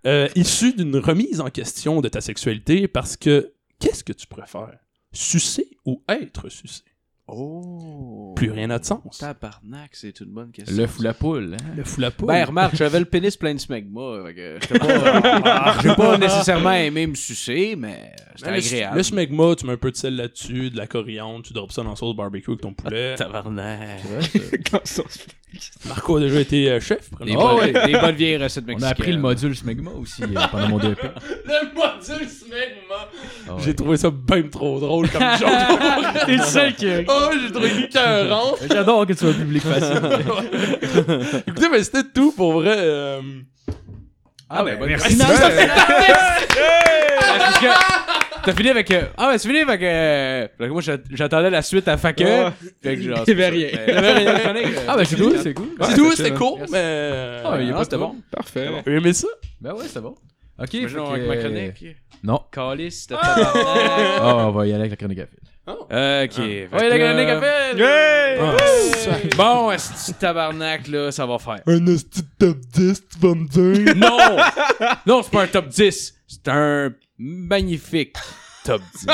[SPEAKER 4] euh, issue d'une remise en question de ta sexualité parce que Qu'est-ce que tu préfères Sucer ou être sucé
[SPEAKER 5] Oh.
[SPEAKER 4] Plus rien n'a de sens.
[SPEAKER 5] Tabarnak, c'est une bonne question.
[SPEAKER 3] L'œuf ou la poule. hein?
[SPEAKER 4] Le fou la poule.
[SPEAKER 5] Ben, remarque, j'avais le pénis plein de smegma. fait que j'étais
[SPEAKER 4] Oh.
[SPEAKER 5] pas- J'ai pas nécessairement aimé me sucer, mais c'était
[SPEAKER 4] Ben, le-
[SPEAKER 5] Ah, agréable.
[SPEAKER 4] Le smegma, tu mets un peu de sel là-dessus, de la coriandre, tu drops ça dans la sauce barbecue avec ton poulet.
[SPEAKER 5] Tabarnak.
[SPEAKER 4] Marco a déjà été euh, chef. prenez-
[SPEAKER 5] Des, bonnes, des bonnes vieilles recettes
[SPEAKER 3] On
[SPEAKER 5] mexicaines.
[SPEAKER 3] a appris le module smegma aussi euh, pendant mon
[SPEAKER 5] E
[SPEAKER 3] DEP.
[SPEAKER 4] Le module smegma.
[SPEAKER 3] Ah ouais.
[SPEAKER 4] J'ai trouvé ça bien trop drôle comme joke.
[SPEAKER 6] Il sait que.
[SPEAKER 4] oh, j'ai trouvé écœurant.
[SPEAKER 3] J'adore que tu sois un public facile.
[SPEAKER 4] Écoutez, mais c'était tout pour vrai. euh,
[SPEAKER 5] Ah, ben, bonne
[SPEAKER 6] merci.
[SPEAKER 5] question.
[SPEAKER 6] Ça
[SPEAKER 5] Ah, parce que T'as fini avec. euh, Ah, ben, c'est fini avec. euh, fait que Moi, j'a- j'attendais la suite à fac.
[SPEAKER 6] Ouais.
[SPEAKER 5] Fait que genre.
[SPEAKER 6] Il y avait rien.
[SPEAKER 5] Il y avait rien. Chronique, euh,
[SPEAKER 3] Ah, ben c'est cool, c'est cool.
[SPEAKER 4] C'est
[SPEAKER 6] Ouais,
[SPEAKER 4] tout,
[SPEAKER 6] c'est
[SPEAKER 4] c'était
[SPEAKER 6] chill,
[SPEAKER 4] court,
[SPEAKER 3] Yes.
[SPEAKER 4] mais. euh,
[SPEAKER 3] Ah, il y a
[SPEAKER 5] non,
[SPEAKER 3] pas de
[SPEAKER 5] c'était
[SPEAKER 3] trouble.
[SPEAKER 5] bon.
[SPEAKER 6] Parfait.
[SPEAKER 4] Vous aimez ça?
[SPEAKER 3] Ben ouais, c'est bon. Ok, fait
[SPEAKER 5] Imaginons
[SPEAKER 3] que-
[SPEAKER 5] avec ma chronique.
[SPEAKER 3] Non.
[SPEAKER 5] Calice, t'as tabarnak.
[SPEAKER 3] Ah, on va y aller avec la chronique à fil.
[SPEAKER 5] Ok. fait
[SPEAKER 3] Ouais,
[SPEAKER 5] que,
[SPEAKER 3] la chronique à fil!
[SPEAKER 4] Ah,
[SPEAKER 6] Yeah!
[SPEAKER 5] euh, Bon, est-ce que tabarnak, là, ça va faire.
[SPEAKER 4] Un esti top 10, tu vas me dire?
[SPEAKER 5] Non! Non, c'est pas un top 10. C'est un magnifique top 10.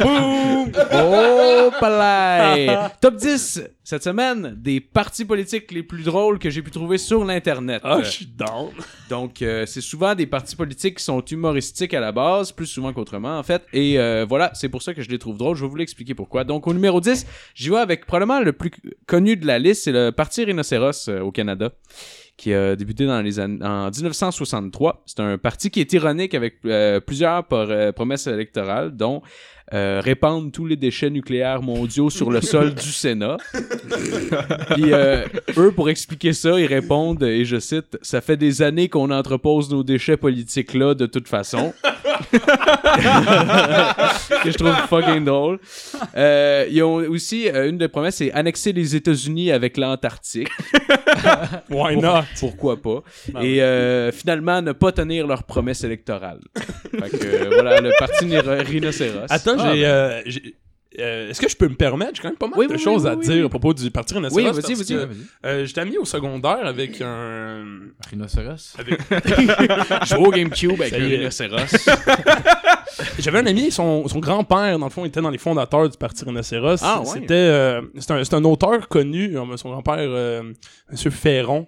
[SPEAKER 5] Boum! Oh, palais! top 10, cette semaine, des partis politiques les plus drôles que j'ai pu trouver sur l'Internet.
[SPEAKER 4] Ah, je suis down.
[SPEAKER 5] Donc, euh, c'est souvent des partis politiques qui sont humoristiques à la base, plus souvent qu'autrement, en fait. Et euh, voilà, c'est pour ça que je les trouve drôles. Je vais vous l'expliquer pourquoi. Donc, au numéro 10, j'y vais avec probablement le plus connu de la liste, c'est le Parti Rhinocéros euh, au Canada, qui a débuté dans les années, en 1963. C'est un parti qui est ironique avec euh, plusieurs por- euh, promesses électorales, dont euh, répandre tous les déchets nucléaires mondiaux sur le sol du Sénat. Puis euh, eux, pour expliquer ça, ils répondent, et je cite, Ça fait des années qu'on entrepose nos déchets politiques-là de toute façon. que je trouve fucking drôle. Euh, ils ont aussi, euh, une des promesses, c'est annexer les États-Unis avec l'Antarctique.
[SPEAKER 4] Why
[SPEAKER 5] Pour-
[SPEAKER 4] not?
[SPEAKER 5] Pourquoi pas?
[SPEAKER 4] Ah
[SPEAKER 5] Et euh, finalement, ne pas tenir leurs promesses électorales. fait que euh, voilà, le parti rhino- rhinocéros.
[SPEAKER 4] Attends,
[SPEAKER 3] Ah,
[SPEAKER 4] j'ai. euh, j'ai- euh, Est-ce que je peux me permettre? J'ai quand même pas mal
[SPEAKER 5] ben. Oui,
[SPEAKER 4] de
[SPEAKER 5] oui,
[SPEAKER 4] choses
[SPEAKER 5] oui,
[SPEAKER 4] à
[SPEAKER 5] oui,
[SPEAKER 4] dire
[SPEAKER 5] oui.
[SPEAKER 4] à propos du Parti Renaissance.
[SPEAKER 5] Oui, vas-y,
[SPEAKER 4] parce
[SPEAKER 5] vas-y.
[SPEAKER 4] que,
[SPEAKER 3] Ouais, Ah, vas-y.
[SPEAKER 4] euh, J'étais ami au secondaire avec un.
[SPEAKER 3] Rhinocéros.
[SPEAKER 4] avec-
[SPEAKER 5] Joue au GameCube avec
[SPEAKER 4] Ça
[SPEAKER 5] le
[SPEAKER 4] y est.
[SPEAKER 5] rhinocéros.
[SPEAKER 4] J'avais un ami, son, son grand-père, dans le fond, était dans les fondateurs du Parti Rhinocéros.
[SPEAKER 5] Ah, ouais.
[SPEAKER 4] C'était euh, c'est un, c'est un auteur connu, euh, son grand-père, euh, M. Ferron.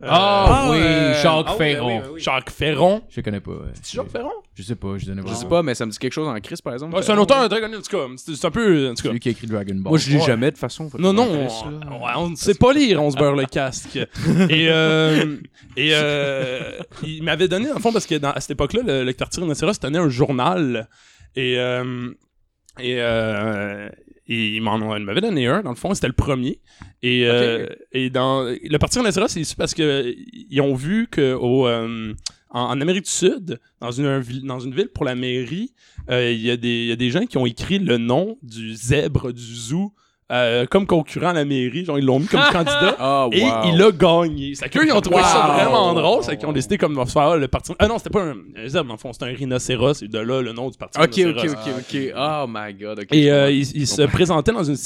[SPEAKER 4] Euh,
[SPEAKER 3] Ah, oui,
[SPEAKER 4] euh,
[SPEAKER 3] Jacques
[SPEAKER 4] ah oui,
[SPEAKER 3] Ferron.
[SPEAKER 4] oui, oui, oui. Jacques Ferron.
[SPEAKER 3] Je connais pas. ouais.
[SPEAKER 4] C'est Jacques Ferron?
[SPEAKER 3] Je sais pas, je donnais
[SPEAKER 5] Je sais pas, mais ça me dit quelque chose en crise, par exemple.
[SPEAKER 4] Ouais, c'est un auteur très connu, en tout cas. C'est c'est un peu. En tout
[SPEAKER 3] C'est
[SPEAKER 4] cas.
[SPEAKER 3] lui qui a écrit Dragon Ball.
[SPEAKER 5] Moi, je lis
[SPEAKER 4] Ouais.
[SPEAKER 5] jamais, de toute façon.
[SPEAKER 4] Non, non, on, ouais, on ne sait pas lire, on se beurre le casque. Et, euh, et euh, il m'avait donné, en fond, parce que dans- à cette époque-là, le, le quartier Rhinocéros tenait un journal. Et, euh, et, euh, et il m'en il m'avait donné un, dans le fond, c'était le premier. Et, euh, et dans le parti Rhinocéros, c'est issu parce que ils ont vu que au, euh, en, en Amérique du Sud, dans une, un vil- dans une ville pour la mairie, euh, il y, a des- il y a des gens qui ont écrit le nom du zèbre du zoo euh, comme concurrent à la mairie. Genre, ils l'ont mis comme candidat.
[SPEAKER 5] Ah, wow.
[SPEAKER 4] Et il a gagné. C'est qu'eux, ils ont trouvé ça
[SPEAKER 5] Wow.
[SPEAKER 4] vraiment drôle. C'est qu'ils ont décidé comme de faire le parti. Ah non, c'était pas un, un zèbre, dans le fond, c'était un rhinocéros. Et de là, le nom du parti.
[SPEAKER 5] Ok, ok,
[SPEAKER 4] rhinocéros.
[SPEAKER 5] ok, ok. Oh my god, ok.
[SPEAKER 4] Ah, Et
[SPEAKER 5] je
[SPEAKER 4] euh,
[SPEAKER 5] comprends.
[SPEAKER 4] il, il se présentait dans une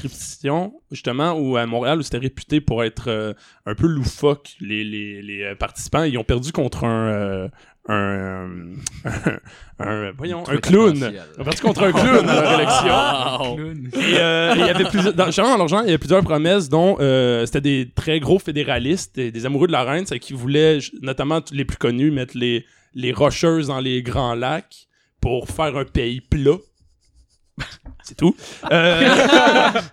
[SPEAKER 4] circonscription, justement, où à Montréal, où c'était réputé pour être euh, un peu loufoque. Les, les, les, euh, participants, ils ont perdu contre un. euh, un, un, un- voyons, un clown. Ils ont perdu contre un clown à leur élection.
[SPEAKER 3] Ah,
[SPEAKER 4] Et euh, il y avait plusieurs, dans, justement, dans leur genre, il y avait plusieurs promesses, dont euh, c'était des très gros fédéralistes, et des amoureux de la reine, c'est qui voulaient, j- notamment tous les plus connus, mettre les, les rocheuses dans les grands lacs pour faire un pays plat. C'est tout. Euh,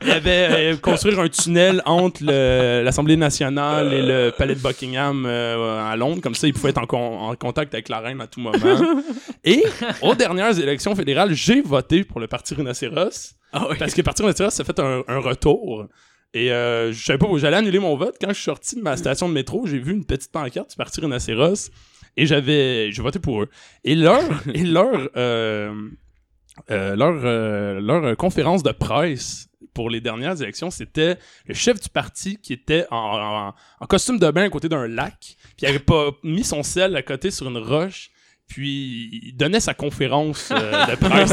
[SPEAKER 4] il y avait euh, construire un tunnel entre le- l'Assemblée nationale et le palais de Buckingham euh, à Londres. Comme ça, ils pouvaient être en, con- en contact avec la reine à tout moment. Et aux dernières élections fédérales, j'ai voté pour le parti rhinocéros.
[SPEAKER 5] Ah oui.
[SPEAKER 4] Parce que partir de ça fait un, un retour. Et euh, je savais pas où j'allais annuler mon vote. Quand je suis sorti de ma station de métro, j'ai vu une petite pancarte du Parti Rhinocéros et j'avais j'ai voté pour eux. Et leur et leur euh, euh, leur, euh, leur euh, conférence de presse pour les dernières élections, c'était le chef du parti qui était en, en- en costume de bain à côté d'un lac, puis il avait pas mis son sel à côté sur une roche, puis il donnait sa conférence euh, de presse.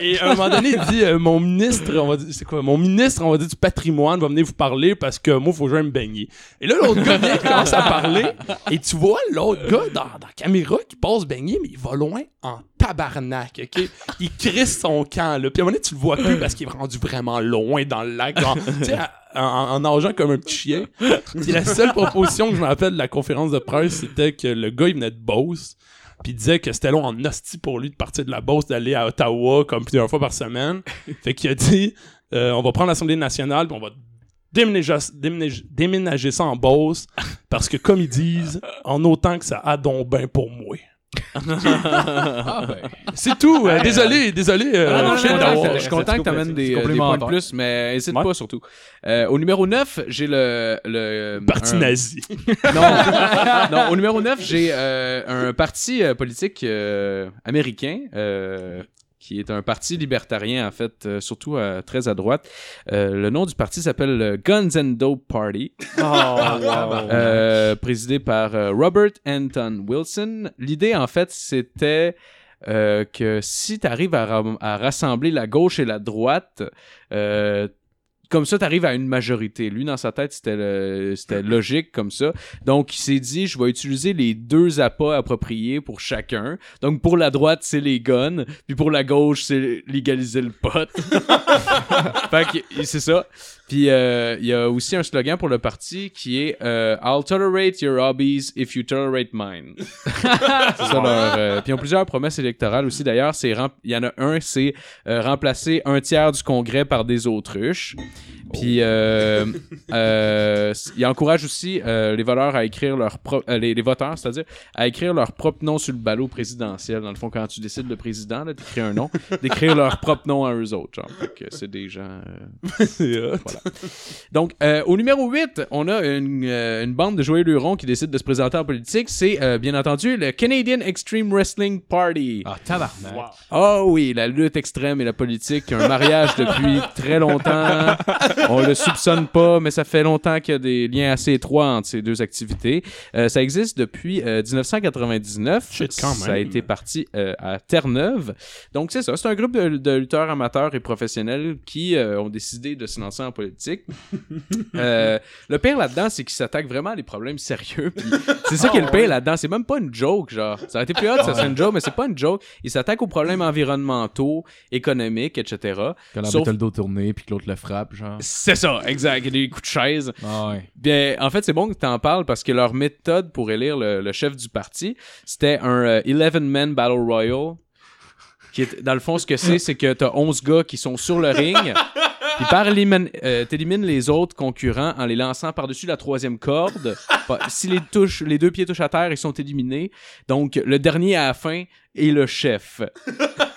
[SPEAKER 4] Et à un moment donné, il dit euh, Mon ministre, on va dire, c'est quoi Mon ministre, on va dire, du patrimoine va venir vous parler parce que moi, faut que j'aille me baigner. Et là, l'autre gars vient, il commence à parler. Et tu vois l'autre gars dans, dans la caméra qui passe baigner, mais il va loin en tabarnak, OK? Il crisse son camp, là. Puis à un moment donné, tu le vois plus parce qu'il est rendu vraiment loin dans le lac, genre, tu sais, à- en, en nageant comme un petit chien. Puis la seule proposition que je me rappelle de la conférence de presse, c'était que le gars, il venait de Beauce, puis il disait que c'était long en hostie pour lui de partir de la Beauce, d'aller à Ottawa comme plusieurs fois par semaine. Fait qu'il a dit, euh, on va prendre l'Assemblée nationale, puis on va déménager, déménager- déménager ça en Beauce, parce que comme ils disent, en autant que ça a donc ben pour moi.
[SPEAKER 3] Ah, ben.
[SPEAKER 4] C'est tout. euh, désolé, désolé. euh,
[SPEAKER 5] Ah non, je suis
[SPEAKER 4] Shane
[SPEAKER 5] content
[SPEAKER 4] Dawar.
[SPEAKER 5] que- je suis content que tu amènes des, euh, des points de plus, mais hésite
[SPEAKER 4] Ouais.
[SPEAKER 5] pas surtout. Euh, au numéro 9, j'ai le. le
[SPEAKER 4] Parti
[SPEAKER 5] un-
[SPEAKER 4] nazi.
[SPEAKER 5] Non, non, au numéro 9, j'ai euh, un parti euh, politique euh, américain. euh, qui est un parti libertarien, en fait, euh, surtout euh, très à droite. Euh, le nom du parti s'appelle euh, Guns and Dope Party. Euh, présidé par euh, Robert Anton Wilson. L'idée, en fait, c'était euh, que si tu arrives à, ra- à rassembler la gauche et la droite, euh, comme ça, tu arrives à une majorité. Lui, dans sa tête, c'était le- c'était logique comme ça. Donc, il s'est dit, je vais utiliser les deux appâts appropriés pour chacun. Donc, pour la droite, c'est les guns. Puis pour la gauche, c'est légaliser le pot. fait que, c'est ça. Puis euh, il y a aussi un slogan pour le parti qui est euh, I'll tolerate your hobbies if you tolerate mine. c'est ça leur. euh, puis ils ont plusieurs promesses électorales aussi. D'ailleurs, c'est rem- il y en a un, c'est euh, remplacer un tiers du Congrès par des autruches. Puis euh, euh, s- il encourage aussi euh, les valeurs à écrire leur pro- euh, les, les voteurs, c'est-à-dire à écrire leur propre nom sur le ballot présidentiel. Dans le fond, quand tu décides le président, là, d'écrire un nom, d'écrire leur propre nom à eux autres. Genre, Fait que c'est des gens. euh, donc, euh, au numéro 8, on a une, euh, une bande de joyeux lurons qui décide de se présenter en politique. C'est, euh, bien entendu, le Canadian Extreme Wrestling Party.
[SPEAKER 3] Ah, tabarnak.
[SPEAKER 5] Oh oui, la lutte extrême et la politique, un mariage depuis très longtemps. On le soupçonne pas, mais ça fait longtemps qu'il y a des liens assez étroits entre ces deux activités. Euh, ça existe depuis euh, 1999.
[SPEAKER 4] Shit, quand
[SPEAKER 5] Ça
[SPEAKER 4] même.
[SPEAKER 5] a été parti euh, à Terre-Neuve. Donc c'est ça, c'est un groupe de, de lutteurs amateurs et professionnels qui euh, ont décidé de se lancer en politique. Euh, le pire là-dedans, c'est qu'ils s'attaquent vraiment à des problèmes sérieux. puis C'est ça qui
[SPEAKER 4] Ah
[SPEAKER 5] est le pire là-dedans. C'est même pas une joke, genre. Ça aurait été plus hot, ça serait une joke, mais c'est pas une joke. Ils s'attaquent aux problèmes environnementaux, économiques, etc.
[SPEAKER 3] Quand la
[SPEAKER 5] Sauf-
[SPEAKER 3] met le dos tourné, puis que l'autre le frappe, genre.
[SPEAKER 5] C'est ça, exact. Des coups de chaise.
[SPEAKER 3] Ah, ouais.
[SPEAKER 5] Bien, en fait, c'est bon que tu en parles parce que leur méthode pour élire le, le chef du parti, c'était un euh, 11-man battle royal. Qui est, dans le fond, ce que c'est, c'est que tu as 11 gars qui sont sur le ring. Puis par élimin- euh, t'élimines les autres concurrents en les lançant par-dessus la troisième corde. Pas- si les, touches, les deux pieds touchent à terre, ils sont éliminés. Donc, le dernier à la fin est le chef.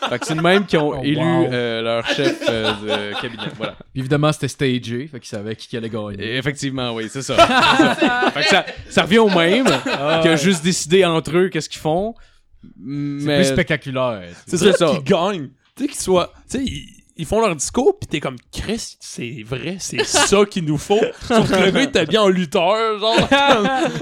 [SPEAKER 5] Fait que c'est le même qui ont
[SPEAKER 3] Oh,
[SPEAKER 5] élu
[SPEAKER 3] wow.
[SPEAKER 5] euh, leur chef euh, de cabinet. Voilà.
[SPEAKER 3] Puis évidemment, c'était stagé, fait qu'il savait qui, qui allait gagner.
[SPEAKER 5] Effectivement, oui, c'est ça. C'est ça. Fait que ça, ça revient au même que juste décider entre eux qu'est-ce qu'ils font.
[SPEAKER 3] Ah, C'est
[SPEAKER 5] Mais
[SPEAKER 3] plus spectaculaire.
[SPEAKER 4] C'est
[SPEAKER 5] C'est
[SPEAKER 4] ça,
[SPEAKER 5] ça.
[SPEAKER 4] qu'ils gagnent. Tu sais, qu'ils soient. Tu sais, ils, ils font leur discours, pis t'es comme, Chris, c'est vrai, c'est ça qu'il nous faut. Sauf que le gars, il était bien en lutteur, genre. avec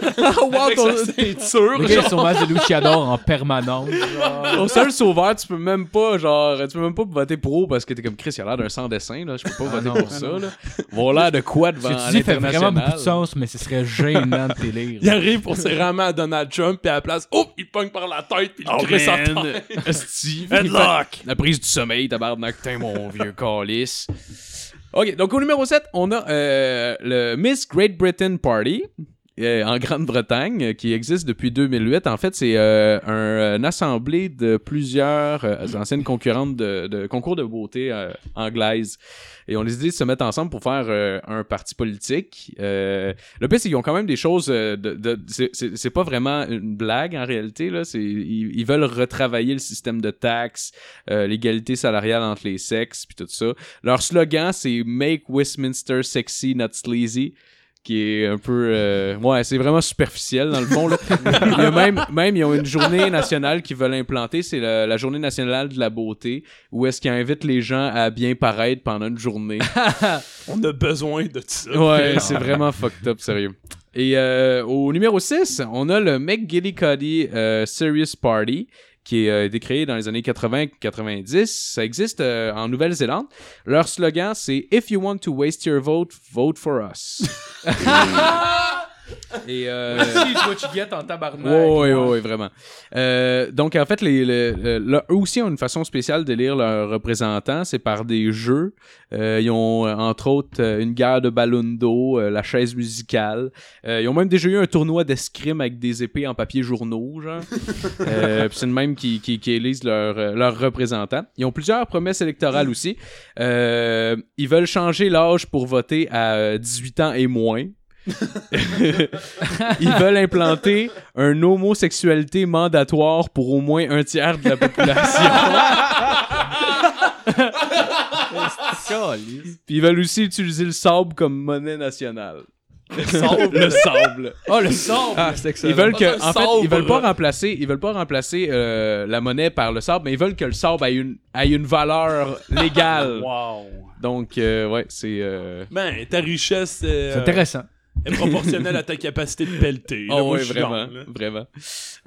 [SPEAKER 4] sa ceinture,
[SPEAKER 3] Le gars, il son masque de luchador en permanence.
[SPEAKER 5] ton seul sauveur, tu peux même pas genre, tu peux même pas voter pro parce que t'es comme Chris, il a l'air d'un sans dessin là. Je peux pas voter
[SPEAKER 3] Ah, non,
[SPEAKER 5] pour ça là. Voilà de quoi
[SPEAKER 3] Ce
[SPEAKER 5] devant
[SPEAKER 3] que tu dis fait vraiment
[SPEAKER 5] l'international.
[SPEAKER 3] beaucoup de sens, mais ce serait gênant de t'élire.
[SPEAKER 4] Il arrive pour se ramer à Donald Trump, pis à la place, oh, il pogne par la tête, pis il
[SPEAKER 5] Oh,
[SPEAKER 4] le crisse en
[SPEAKER 5] man.
[SPEAKER 4] terre.
[SPEAKER 5] Esti,
[SPEAKER 4] Headlock!
[SPEAKER 5] La prise du sommeil, tabarnak, putain, mon vieux calice. OK, donc au numéro 7, on a euh, le Miss Great Britain Party. euh, en Grande-Bretagne, euh, qui existe depuis 2008. En fait, c'est euh, un- une assemblée de plusieurs euh, anciennes concurrentes de, de concours de beauté euh, anglaises. Et on les a dit de se mettre ensemble pour faire euh, un parti politique. Euh, le pire, c'est qu'ils ont quand même des choses. euh, de, de- c'est- c'est c'est pas vraiment une blague en réalité. Là. C'est- Ils, ils veulent retravailler le système de taxes, euh, l'égalité salariale entre les sexes, puis tout ça. Leur slogan, c'est Make Westminster sexy, not sleazy. Qui est un peu. euh, ouais, c'est vraiment superficiel dans le fond. Là. Il y a même, même, ils ont une journée nationale qu'ils veulent implanter. C'est la, la journée nationale de la beauté, où est-ce qu'ils invitent les gens à bien paraître pendant une journée.
[SPEAKER 4] On a besoin de ça.
[SPEAKER 5] Ouais, c'est vraiment fucked up, sérieux. Et euh, au numéro 6, on a le McGillicuddy euh, Serious Party qui a été créé dans les années 80-90. Ça existe euh, en Nouvelle-Zélande. Leur slogan, c'est « If you want to waste your vote, vote for us ». Et euh,
[SPEAKER 3] Si, Twitch guette en tabarnak.
[SPEAKER 5] Oui, oui, oui, vraiment. Euh, donc, en fait, les, les- le- le- eux aussi ont une façon spéciale d'élire leurs représentants. C'est par des jeux. Euh, ils ont, euh, entre autres, euh, une guerre de ballon d'eau, euh, la chaise musicale. Euh, ils ont même déjà eu un tournoi d'escrime avec des épées en papier journaux, genre. Euh, puis c'est de même qui, qui, qui élisent leurs euh, leurs représentants. Ils ont plusieurs promesses électorales aussi. Euh, ils veulent changer l'âge pour voter à euh, 18 ans et moins. Ils veulent implanter un homosexualité mandatoire pour au moins un tiers de la population. Puis ils veulent aussi utiliser le sable comme monnaie nationale. Le sable.
[SPEAKER 3] Oh, le sable!
[SPEAKER 5] Ah, c'est excellent. Ils veulent
[SPEAKER 4] Pas
[SPEAKER 5] que,
[SPEAKER 4] un
[SPEAKER 5] en fait, ils veulent pas
[SPEAKER 4] sabre.
[SPEAKER 5] remplacer, ils veulent pas remplacer euh, la monnaie par le sable, mais ils veulent que le sable ait une, ait une valeur légale.
[SPEAKER 4] Wow.
[SPEAKER 5] Donc, euh, ouais, c'est. euh,
[SPEAKER 4] Ben, ta richesse
[SPEAKER 3] C'est
[SPEAKER 4] euh,
[SPEAKER 3] intéressant.
[SPEAKER 4] est proportionnelle à ta capacité de pelleter. là.
[SPEAKER 5] Oh,
[SPEAKER 4] Moi,
[SPEAKER 5] ouais,
[SPEAKER 4] je suis
[SPEAKER 5] vraiment,
[SPEAKER 4] down, là.
[SPEAKER 5] vraiment.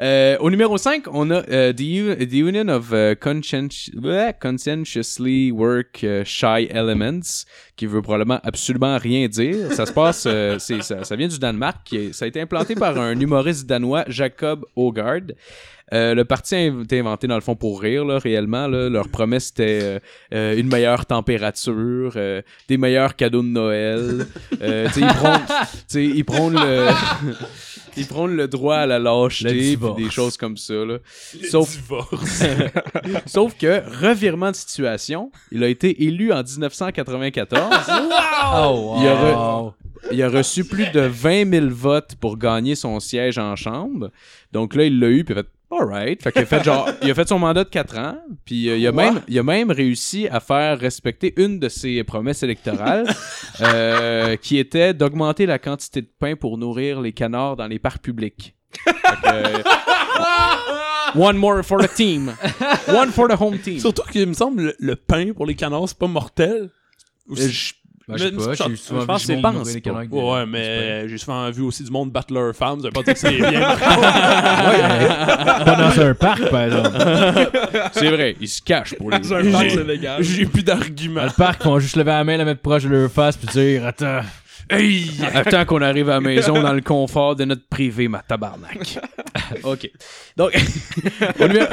[SPEAKER 5] Euh, au numéro 5, on a euh, the, U- the Union of euh, Conscienti- bleh, Conscientiously Work euh, Shy Elements, qui veut probablement absolument rien dire. Ça se passe, euh, c'est- ça, ça vient du Danemark. qui est- ça a été implanté par un humoriste danois, Jacob Ogard. Euh, le parti a été inventé dans le fond pour rire, là, réellement. Là. Leur promesse c'était euh, euh, une meilleure température, euh, des meilleurs cadeaux de Noël. Euh, tu sais, ils prônent- tu sais, ils prônent le, ils prônent le droit à la
[SPEAKER 3] Le
[SPEAKER 5] lâcheté, puis
[SPEAKER 3] divorce.
[SPEAKER 5] des choses comme ça. Là.
[SPEAKER 4] Le
[SPEAKER 5] Sauf-
[SPEAKER 4] divorce.
[SPEAKER 5] Sauf que, revirement de situation, il a été élu en 1994.
[SPEAKER 3] Oh, wow.
[SPEAKER 5] Il y aura- Il a reçu plus de 20 000 votes pour gagner son siège en chambre. Donc là, il l'a eu, puis il a fait « alright ». Fait qu'il a fait genre, il a fait son mandat de 4 ans, puis euh, il, a même, il a même réussi à faire respecter une de ses promesses électorales, euh, qui était d'augmenter la quantité de pain pour nourrir les canards dans les parcs publics. Fait que- one more for the team. One for the home team.
[SPEAKER 4] Surtout qu'il me semble le, le pain pour les canards, c'est pas mortel. Ou c'est-
[SPEAKER 5] Je-
[SPEAKER 3] Ben, je sais
[SPEAKER 4] Mais-
[SPEAKER 3] pas, j'ai eu souvent
[SPEAKER 5] je pense
[SPEAKER 3] vu
[SPEAKER 5] que
[SPEAKER 3] du
[SPEAKER 5] c'est
[SPEAKER 3] monde nourrir
[SPEAKER 5] pense
[SPEAKER 3] les
[SPEAKER 5] pas.
[SPEAKER 3] canards avec des-
[SPEAKER 4] Ouais, mais j'ai souvent vu aussi du monde battre leurs femmes. Ça veut pas dire que c'est bien.
[SPEAKER 3] Pas dans un parc, par exemple.
[SPEAKER 5] C'est vrai, il se cache pour les...
[SPEAKER 4] J'ai- J'ai plus
[SPEAKER 3] Dans
[SPEAKER 4] d'arguments.
[SPEAKER 3] le parc, ils vont juste lever la main, la mettre proche de leur face, puis dire Attends.
[SPEAKER 4] Hey!
[SPEAKER 5] Attends qu'on arrive à la maison dans le confort de notre privé, ma tabarnak. OK. Donc, au numéro...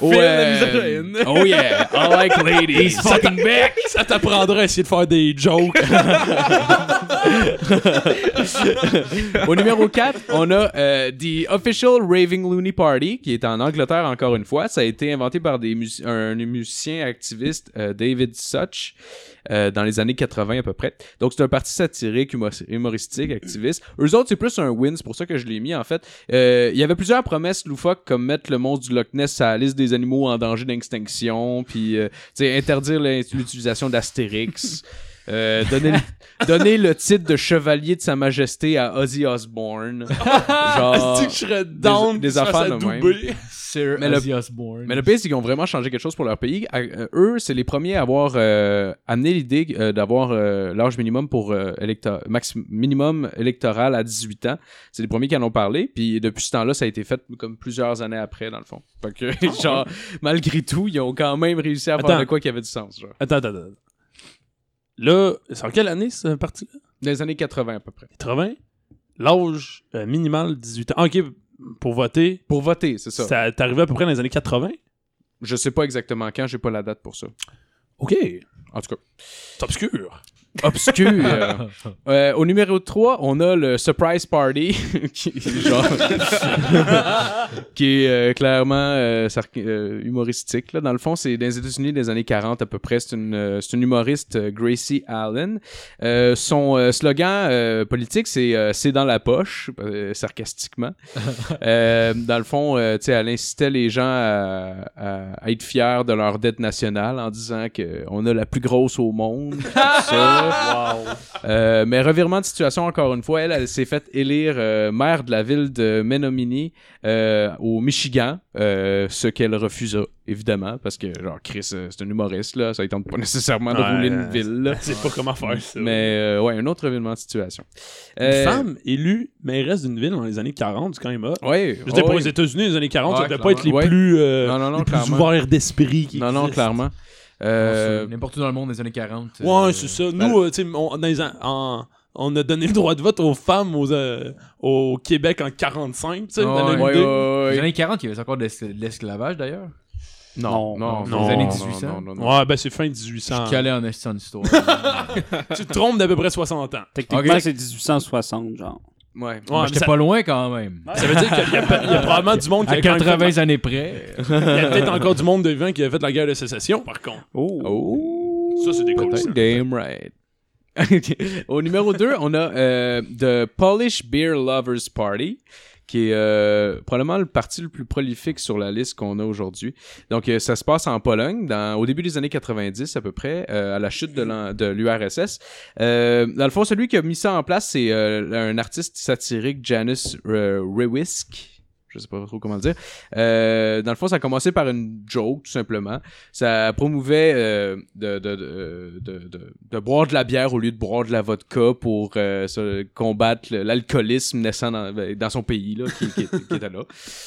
[SPEAKER 5] au, euh, oh yeah, I like ladies.
[SPEAKER 4] fucking back! Ça t'apprendra à essayer de faire des jokes.
[SPEAKER 5] au numéro 4, on a euh, The Official Raving Looney Party, qui est en Angleterre encore une fois. Ça a été inventé par des mus- un musicien activiste, euh, David Such, euh, dans les années 80 à peu près. Donc, c'est un parti satirique, humor- humoristique, activiste. Eux autres, c'est plus un win, c'est pour ça que je l'ai mis, en fait. Euh, Il y avait plusieurs promesses loufoques, comme mettre le monstre du Loch Ness à la liste des animaux en danger d'extinction, puis euh, tu sais, interdire l'in- l'utilisation d'Astérix. Euh, donner, le, donner le titre de chevalier de sa majesté à Ozzy Osbourne. Genre,
[SPEAKER 4] Est-ce que je serais down
[SPEAKER 5] des
[SPEAKER 4] que tu te fasses
[SPEAKER 5] affaires de même.
[SPEAKER 4] adouber?
[SPEAKER 3] Sir
[SPEAKER 5] Mais le-
[SPEAKER 3] Ozzy Osbourne.
[SPEAKER 5] mais le pire, c'est qu'ils ont vraiment changé quelque chose pour leur pays. À- euh, eux, c'est les premiers à avoir euh, amené l'idée euh, d'avoir euh, l'âge minimum pour euh, électo- maxi- minimum électoral à 18 ans. C'est les premiers qui en ont parlé. Puis depuis ce temps-là, ça a été fait comme plusieurs années après, dans le fond. Fait que, genre, malgré tout, ils ont quand même réussi à faire
[SPEAKER 4] Attends.
[SPEAKER 5] de quoi qui avait du sens. Genre.
[SPEAKER 4] Attends, attends, attends. Là, c'est en quelle année ce parti-là?
[SPEAKER 5] Dans les années 80 à peu près.
[SPEAKER 4] 80? L'âge euh, minimal, 18 ans. Ah, ok, pour voter,
[SPEAKER 5] Pour voter, c'est ça.
[SPEAKER 4] ça t'arrivait à peu près dans les années 80?
[SPEAKER 5] Je sais pas exactement quand, j'ai pas la date pour ça.
[SPEAKER 4] Ok,
[SPEAKER 5] En tout cas,
[SPEAKER 4] c'est obscur.
[SPEAKER 5] obscur. euh. Euh, au numéro 3, on a le Surprise Party, qui, genre- qui est euh, clairement euh, sarc- euh, humoristique. Là. Dans le fond, c'est dans les États-Unis des années 40 à peu près. C'est une, euh, c'est une humoriste, euh, Gracie Allen. Euh, son euh, slogan euh, politique, c'est euh, C'est dans la poche euh, sarcastiquement. Euh, dans le fond, euh, tu sais, elle incitait les gens à, à- à être fiers de leur dette nationale en disant qu'on a la plus grosse au monde. tout ça. Euh, mais revirement de situation encore une fois, elle, elle s'est faite élire euh, maire de la ville de Menominee euh, au Michigan, euh, ce qu'elle refusa évidemment parce que genre Chris euh, c'est un humoriste là, ça ne tente pas nécessairement de
[SPEAKER 4] Ouais,
[SPEAKER 5] rouler une
[SPEAKER 4] euh,
[SPEAKER 5] ville. là.
[SPEAKER 4] Je sais pas comment faire ça.
[SPEAKER 5] Mais euh, ouais, un autre revirement de situation.
[SPEAKER 4] Une
[SPEAKER 5] Euh,
[SPEAKER 4] femme élue mairesse d'une ville dans les années 40, c'est quand même hot.
[SPEAKER 5] Ouais.
[SPEAKER 4] Je veux dire,
[SPEAKER 5] ouais,
[SPEAKER 4] pour
[SPEAKER 5] ouais.
[SPEAKER 4] les États-Unis, les années 40, ça
[SPEAKER 3] Ouais,
[SPEAKER 4] devait pas être les
[SPEAKER 5] clairement.
[SPEAKER 4] plus, euh,
[SPEAKER 5] Non, non, non,
[SPEAKER 4] les plus
[SPEAKER 5] clairement.
[SPEAKER 4] ouverts d'esprit qui
[SPEAKER 5] Non non
[SPEAKER 4] existent.
[SPEAKER 5] clairement.
[SPEAKER 3] Non,
[SPEAKER 5] Euh,
[SPEAKER 3] c'est N'importe où dans le monde des années 40.
[SPEAKER 4] Ouais,
[SPEAKER 3] euh,
[SPEAKER 5] Ben,
[SPEAKER 4] c'est ça. Nous, euh, tu sais, on- dans les an- en, on a donné le droit de vote aux femmes aux, euh, au Québec en 45, tu sais,
[SPEAKER 3] Ouais,
[SPEAKER 4] dans la
[SPEAKER 5] Ouais,
[SPEAKER 4] même
[SPEAKER 5] ouais,
[SPEAKER 4] idée.
[SPEAKER 3] Dans les
[SPEAKER 5] ouais.
[SPEAKER 3] années 40, il y avait encore de l'es- de l'esclavage d'ailleurs.
[SPEAKER 5] Non, non,
[SPEAKER 4] non,
[SPEAKER 5] non.
[SPEAKER 4] les années
[SPEAKER 3] 1800.
[SPEAKER 5] non, non, non.
[SPEAKER 4] Ouais, ben c'est fin
[SPEAKER 3] Je suis
[SPEAKER 4] 1800.
[SPEAKER 3] calé en instant histoire.
[SPEAKER 4] Tu te trompes d'à peu près 60 ans.
[SPEAKER 3] Ok.
[SPEAKER 1] Techniquement, c'est 1860, genre.
[SPEAKER 5] Ouais.
[SPEAKER 4] Ouais,
[SPEAKER 3] Moi,
[SPEAKER 4] mais
[SPEAKER 3] J'étais
[SPEAKER 4] ça-
[SPEAKER 3] pas loin quand même.
[SPEAKER 4] Ça veut dire qu'il y, a pe- il y a probablement du monde qui
[SPEAKER 3] À
[SPEAKER 4] a quand même fait
[SPEAKER 3] 80 années près.
[SPEAKER 4] la- Il y a peut-être encore du monde de vivant qui a fait la guerre de sécession, par contre.
[SPEAKER 1] Oh.
[SPEAKER 5] Oh.
[SPEAKER 4] Ça, c'est des
[SPEAKER 5] Oh,
[SPEAKER 4] cochons.
[SPEAKER 5] Damn right. Ok. Au numéro 2, on a euh, The Polish Beer Lovers Party, qui est euh, probablement le parti le plus prolifique sur la liste qu'on a aujourd'hui. Donc, euh, ça se passe en Pologne, dans- au début des années 90 à peu près, euh, à la chute de l'an- de l'URSS. Euh, dans le fond, celui qui a mis ça en place, c'est euh, un artiste satirique, Janusz euh, Rewisk. Je sais pas trop comment le dire. Euh, dans le fond, ça a commencé par une joke, tout simplement ça promouvait euh, de, de, de, de- de- de boire de la bière au lieu de boire de la vodka pour euh, se combattre le- l'alcoolisme naissant dans, ben, dans son pays là, qui, qui est- qui était là.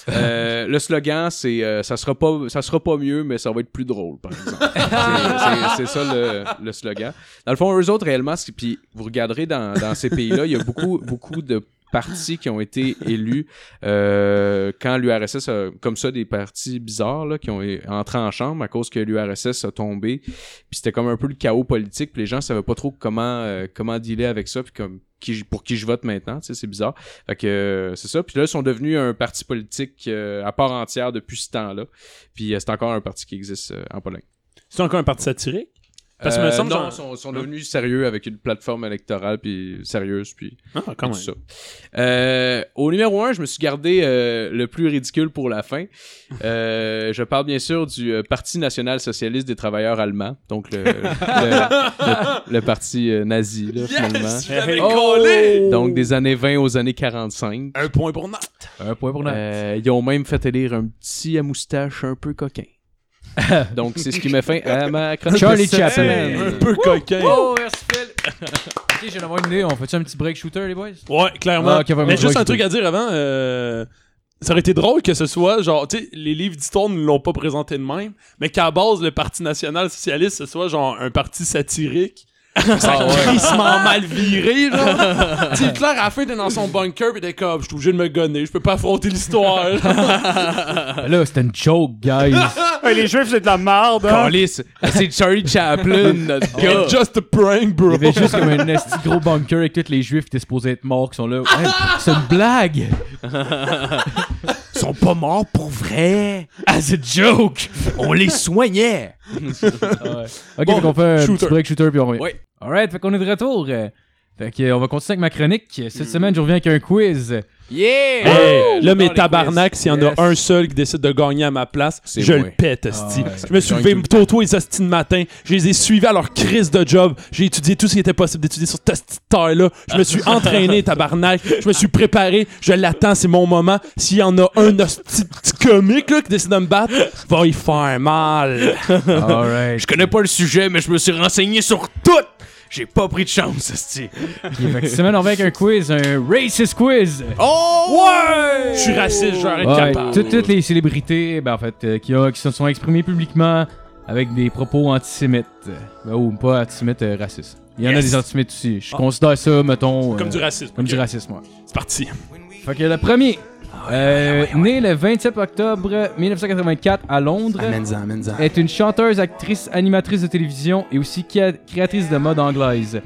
[SPEAKER 5] Euh, le slogan, c'est euh, ça sera pas ça sera pas mieux, mais ça va être plus drôle, par exemple. C'est- c'est c'est ça le, le slogan. Dans le fond, eux autres, réellement, c'est- puis vous regarderez dans, dans ces pays-là, il y a beaucoup, beaucoup de partis qui ont été élus euh, quand l'URSS a, comme ça, des partis bizarres là, qui ont é- entré en chambre à cause que l'URSS a tombé. Puis c'était comme un peu le chaos politique. Puis les gens savaient pas trop comment, euh, comment dealer avec ça. Puis comme, qui, je- pour qui je vote maintenant, tu sais, c'est bizarre. Fait que euh, c'est ça. Puis là, ils sont devenus un parti politique euh, à part entière depuis ce temps-là. Puis euh, c'est encore un parti qui existe euh, en Pologne.
[SPEAKER 4] C'est encore un parti satirique? Parce que Hein? me
[SPEAKER 5] Euh,
[SPEAKER 4] semble
[SPEAKER 5] non,
[SPEAKER 4] genre-
[SPEAKER 5] ils sont, sont devenus sérieux avec une plateforme électorale puis sérieuse puis
[SPEAKER 4] Ah, quand
[SPEAKER 5] tout ça. Euh, au numéro 1, je me suis gardé euh, le plus ridicule pour la fin. Euh, je parle bien sûr du euh, Parti national socialiste des travailleurs allemands, donc le, le- le- le parti euh, nazi là, finalement.
[SPEAKER 4] Yes! Je l'avais
[SPEAKER 5] Oh!
[SPEAKER 4] collé!
[SPEAKER 5] Donc des années 20 aux années 45.
[SPEAKER 4] Un point pour Nat.
[SPEAKER 3] Un point pour nous.
[SPEAKER 5] Euh, ils ont même fait élire un petit à moustache un peu coquin. donc c'est ce qui met fin à ma chronique. de
[SPEAKER 3] Charlie
[SPEAKER 5] cette
[SPEAKER 3] Chaplin.
[SPEAKER 5] semaine.
[SPEAKER 4] Un peu coquin.
[SPEAKER 3] Oh, merci Phil. ok, j'ai une idée. On fait-tu un petit break shooter, les boys?
[SPEAKER 4] Ouais, clairement.
[SPEAKER 3] Ah, ok, vraiment,
[SPEAKER 4] Mais
[SPEAKER 3] je vois
[SPEAKER 4] juste un
[SPEAKER 3] que
[SPEAKER 4] truc à dire avant. euh, Ça aurait été drôle que ce soit, genre, tu sais, les livres d'histoire ne l'ont pas présenté de même, mais qu'à base, le Parti national socialiste, ce soit, genre, un parti satirique. Ça
[SPEAKER 5] Ah
[SPEAKER 4] a crissement mal viré, genre. tu sais, Hitler, à la fin, était dans son bunker, pis était comme, je suis obligé de me gonner, je peux pas affronter l'histoire.
[SPEAKER 3] Là, c'était une joke, guys.
[SPEAKER 1] Ouais, les Juifs, c'est de la merde. hein.
[SPEAKER 5] Calisse, c'est Charlie Chaplin, notre gars.
[SPEAKER 4] It's just a prank, bro.
[SPEAKER 3] Il y avait juste comme un esti gros bunker avec tous les juifs qui étaient supposés être morts qui sont là. Hey, c'est une blague!
[SPEAKER 5] Ils sont pas morts pour vrai. As a joke. On les soignait.
[SPEAKER 3] Ok,
[SPEAKER 4] Bon,
[SPEAKER 3] donc on fait un
[SPEAKER 4] shooter.
[SPEAKER 3] petit break shooter puis on revient.
[SPEAKER 5] Ouais.
[SPEAKER 3] Alright, fait qu'on est de retour. Euh, Fait que, euh, on va continuer avec ma chronique.
[SPEAKER 4] Mm.
[SPEAKER 3] Cette semaine, je reviens avec un quiz.
[SPEAKER 5] Yeah.
[SPEAKER 4] Hey, là, mes
[SPEAKER 5] Dans les
[SPEAKER 4] tabarnak, s'il y en
[SPEAKER 3] Yes.
[SPEAKER 4] a un seul qui décide de gagner à ma place,
[SPEAKER 5] C'est
[SPEAKER 4] je
[SPEAKER 5] moi.
[SPEAKER 4] le pète, esti.
[SPEAKER 3] Ah ouais.
[SPEAKER 4] je me suis
[SPEAKER 5] Gagne
[SPEAKER 4] levé
[SPEAKER 5] tout le
[SPEAKER 4] tôt tôt les hosties de matin, je les ai suivis à leur crise de job, j'ai étudié tout ce qui était possible d'étudier sur cette taille-là, je me suis entraîné, tabarnak, je me suis préparé, je l'attends, c'est mon moment. S'il y en a un hostie de petit comique là, qui décide de me battre, va y faire mal.
[SPEAKER 3] Alright.
[SPEAKER 5] Je connais pas le sujet, mais je me suis renseigné sur tout. J'ai pas pris de chance, esti.
[SPEAKER 3] Ok, fait que cette semaine, on revient avec un quiz, un racist quiz.
[SPEAKER 5] Oh
[SPEAKER 4] Je suis raciste, j'aurais
[SPEAKER 3] Ouais,
[SPEAKER 4] capable.
[SPEAKER 3] toutes, toutes les célébrités, ben, en fait, euh, qui, a- qui se sont exprimées publiquement avec des propos antisémites. Ben, ou pas antisémites, euh, racistes. Il y en a
[SPEAKER 4] Yes.
[SPEAKER 3] des antisémites aussi. Je considère ça, mettons. euh,
[SPEAKER 4] Comme du racisme.
[SPEAKER 3] Comme du
[SPEAKER 4] ok.
[SPEAKER 3] racisme, ouais.
[SPEAKER 4] C'est parti.
[SPEAKER 3] Fait que le premier, euh, né le 27 octobre 1984 à Londres, est une chanteuse, actrice, animatrice de télévision et aussi créa- créatrice de mode anglaise.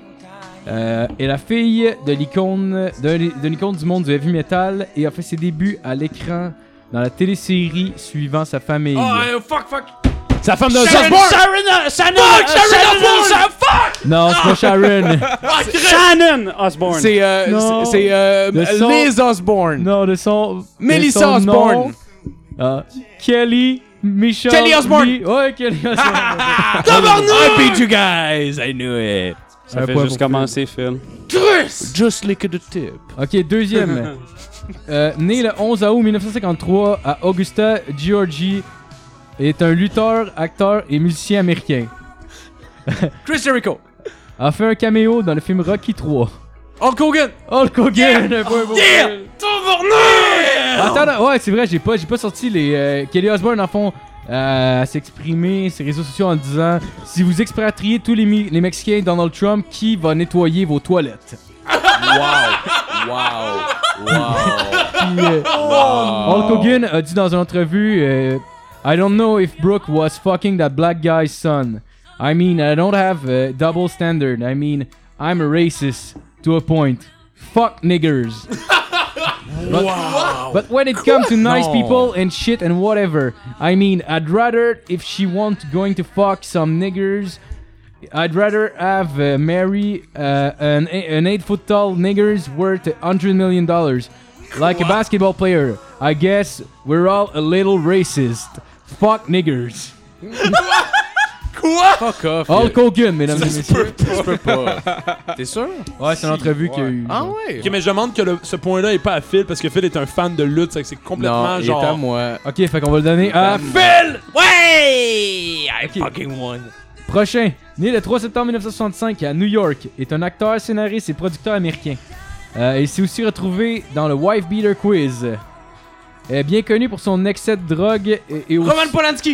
[SPEAKER 3] Euh, est la fille de l'icône de l'i- de l'icône du monde du heavy metal et a fait ses débuts à l'écran dans la télésérie suivant sa famille.
[SPEAKER 4] C'est la femme d'un
[SPEAKER 1] Sharon,
[SPEAKER 4] Osbourne!
[SPEAKER 1] Sharon,
[SPEAKER 5] Ah,
[SPEAKER 1] Sharon, Sharon,
[SPEAKER 3] Non, c'est pas Sharon.
[SPEAKER 1] Shannon Osborne.
[SPEAKER 5] C'est euh,
[SPEAKER 3] Non.
[SPEAKER 5] c'est c'est, euh,
[SPEAKER 3] Le son-
[SPEAKER 5] Liz Osborne.
[SPEAKER 3] non, de son. de
[SPEAKER 5] Melissa
[SPEAKER 3] son nom.
[SPEAKER 5] Osborne.
[SPEAKER 3] Ah, Kelly Michelle.
[SPEAKER 5] Kelly Osbourne.
[SPEAKER 3] Lee- Ouais, Kelly Osborne.
[SPEAKER 5] I beat you guys. I knew it.
[SPEAKER 1] Ça
[SPEAKER 3] Un
[SPEAKER 1] fait
[SPEAKER 3] point
[SPEAKER 1] juste
[SPEAKER 3] pour
[SPEAKER 1] commencer, Phil.
[SPEAKER 5] Just lick the tip.
[SPEAKER 3] Ok, deuxième. Euh, né le 11 août 1953 à Augusta, Georgie, est un lutteur, acteur et musicien américain.
[SPEAKER 5] Chris Jericho.
[SPEAKER 3] A fait un caméo dans le film Rocky 3.
[SPEAKER 5] Hulk Hogan.
[SPEAKER 3] Hulk Hogan! un point pour Phil. Attends, non, ouais, c'est vrai, j'ai pas, j'ai pas sorti les. euh, Kelly Osbourne, en fond, euh, s'exprimer ses réseaux sociaux en disant Si vous expatriez tous les, Mi- les Mexicains et Donald Trump, qui va nettoyer vos toilettes
[SPEAKER 5] Wow! Wow! Wow!
[SPEAKER 3] Puis, euh,
[SPEAKER 5] Oh.
[SPEAKER 3] Hulk Hogan a dit dans une entrevue euh, I don't know if Brooke was fucking that black guy's son. I mean, I don't have a double standard. I mean, I'm a racist to a point. Fuck niggers. But, but when it comes to nice
[SPEAKER 5] Non.
[SPEAKER 3] people and shit and whatever, I mean, I'd rather if she want going to fuck some niggers, I'd rather have uh, marry uh, an an eight foot tall niggers worth a hundred million dollars, like a basketball player. I guess we're all a little racist. Fuck niggers.
[SPEAKER 5] Fuck off!
[SPEAKER 3] Hulk Hogan, mesdames et messieurs.
[SPEAKER 5] Je peux pas. T'es sûr?
[SPEAKER 3] Ouais, c'est l'entrevue qu'il y a eu.
[SPEAKER 5] Ah ouais?
[SPEAKER 4] Ok, mais je demande que le- ce point-là est pas à Phil parce que Phil est un fan de lutte, c'est que c'est complètement
[SPEAKER 5] non, il est à
[SPEAKER 4] genre.
[SPEAKER 5] moi.
[SPEAKER 3] Ok, fait qu'on va le donner
[SPEAKER 5] Ah,
[SPEAKER 3] à
[SPEAKER 5] Phil!
[SPEAKER 3] Prochain. Né le 3 septembre 1965 à New York, est un acteur, scénariste et producteur américain. Euh, il s'est aussi retrouvé dans le Wife Beater Quiz. Euh, bien connu pour son excès de drogue et, et au,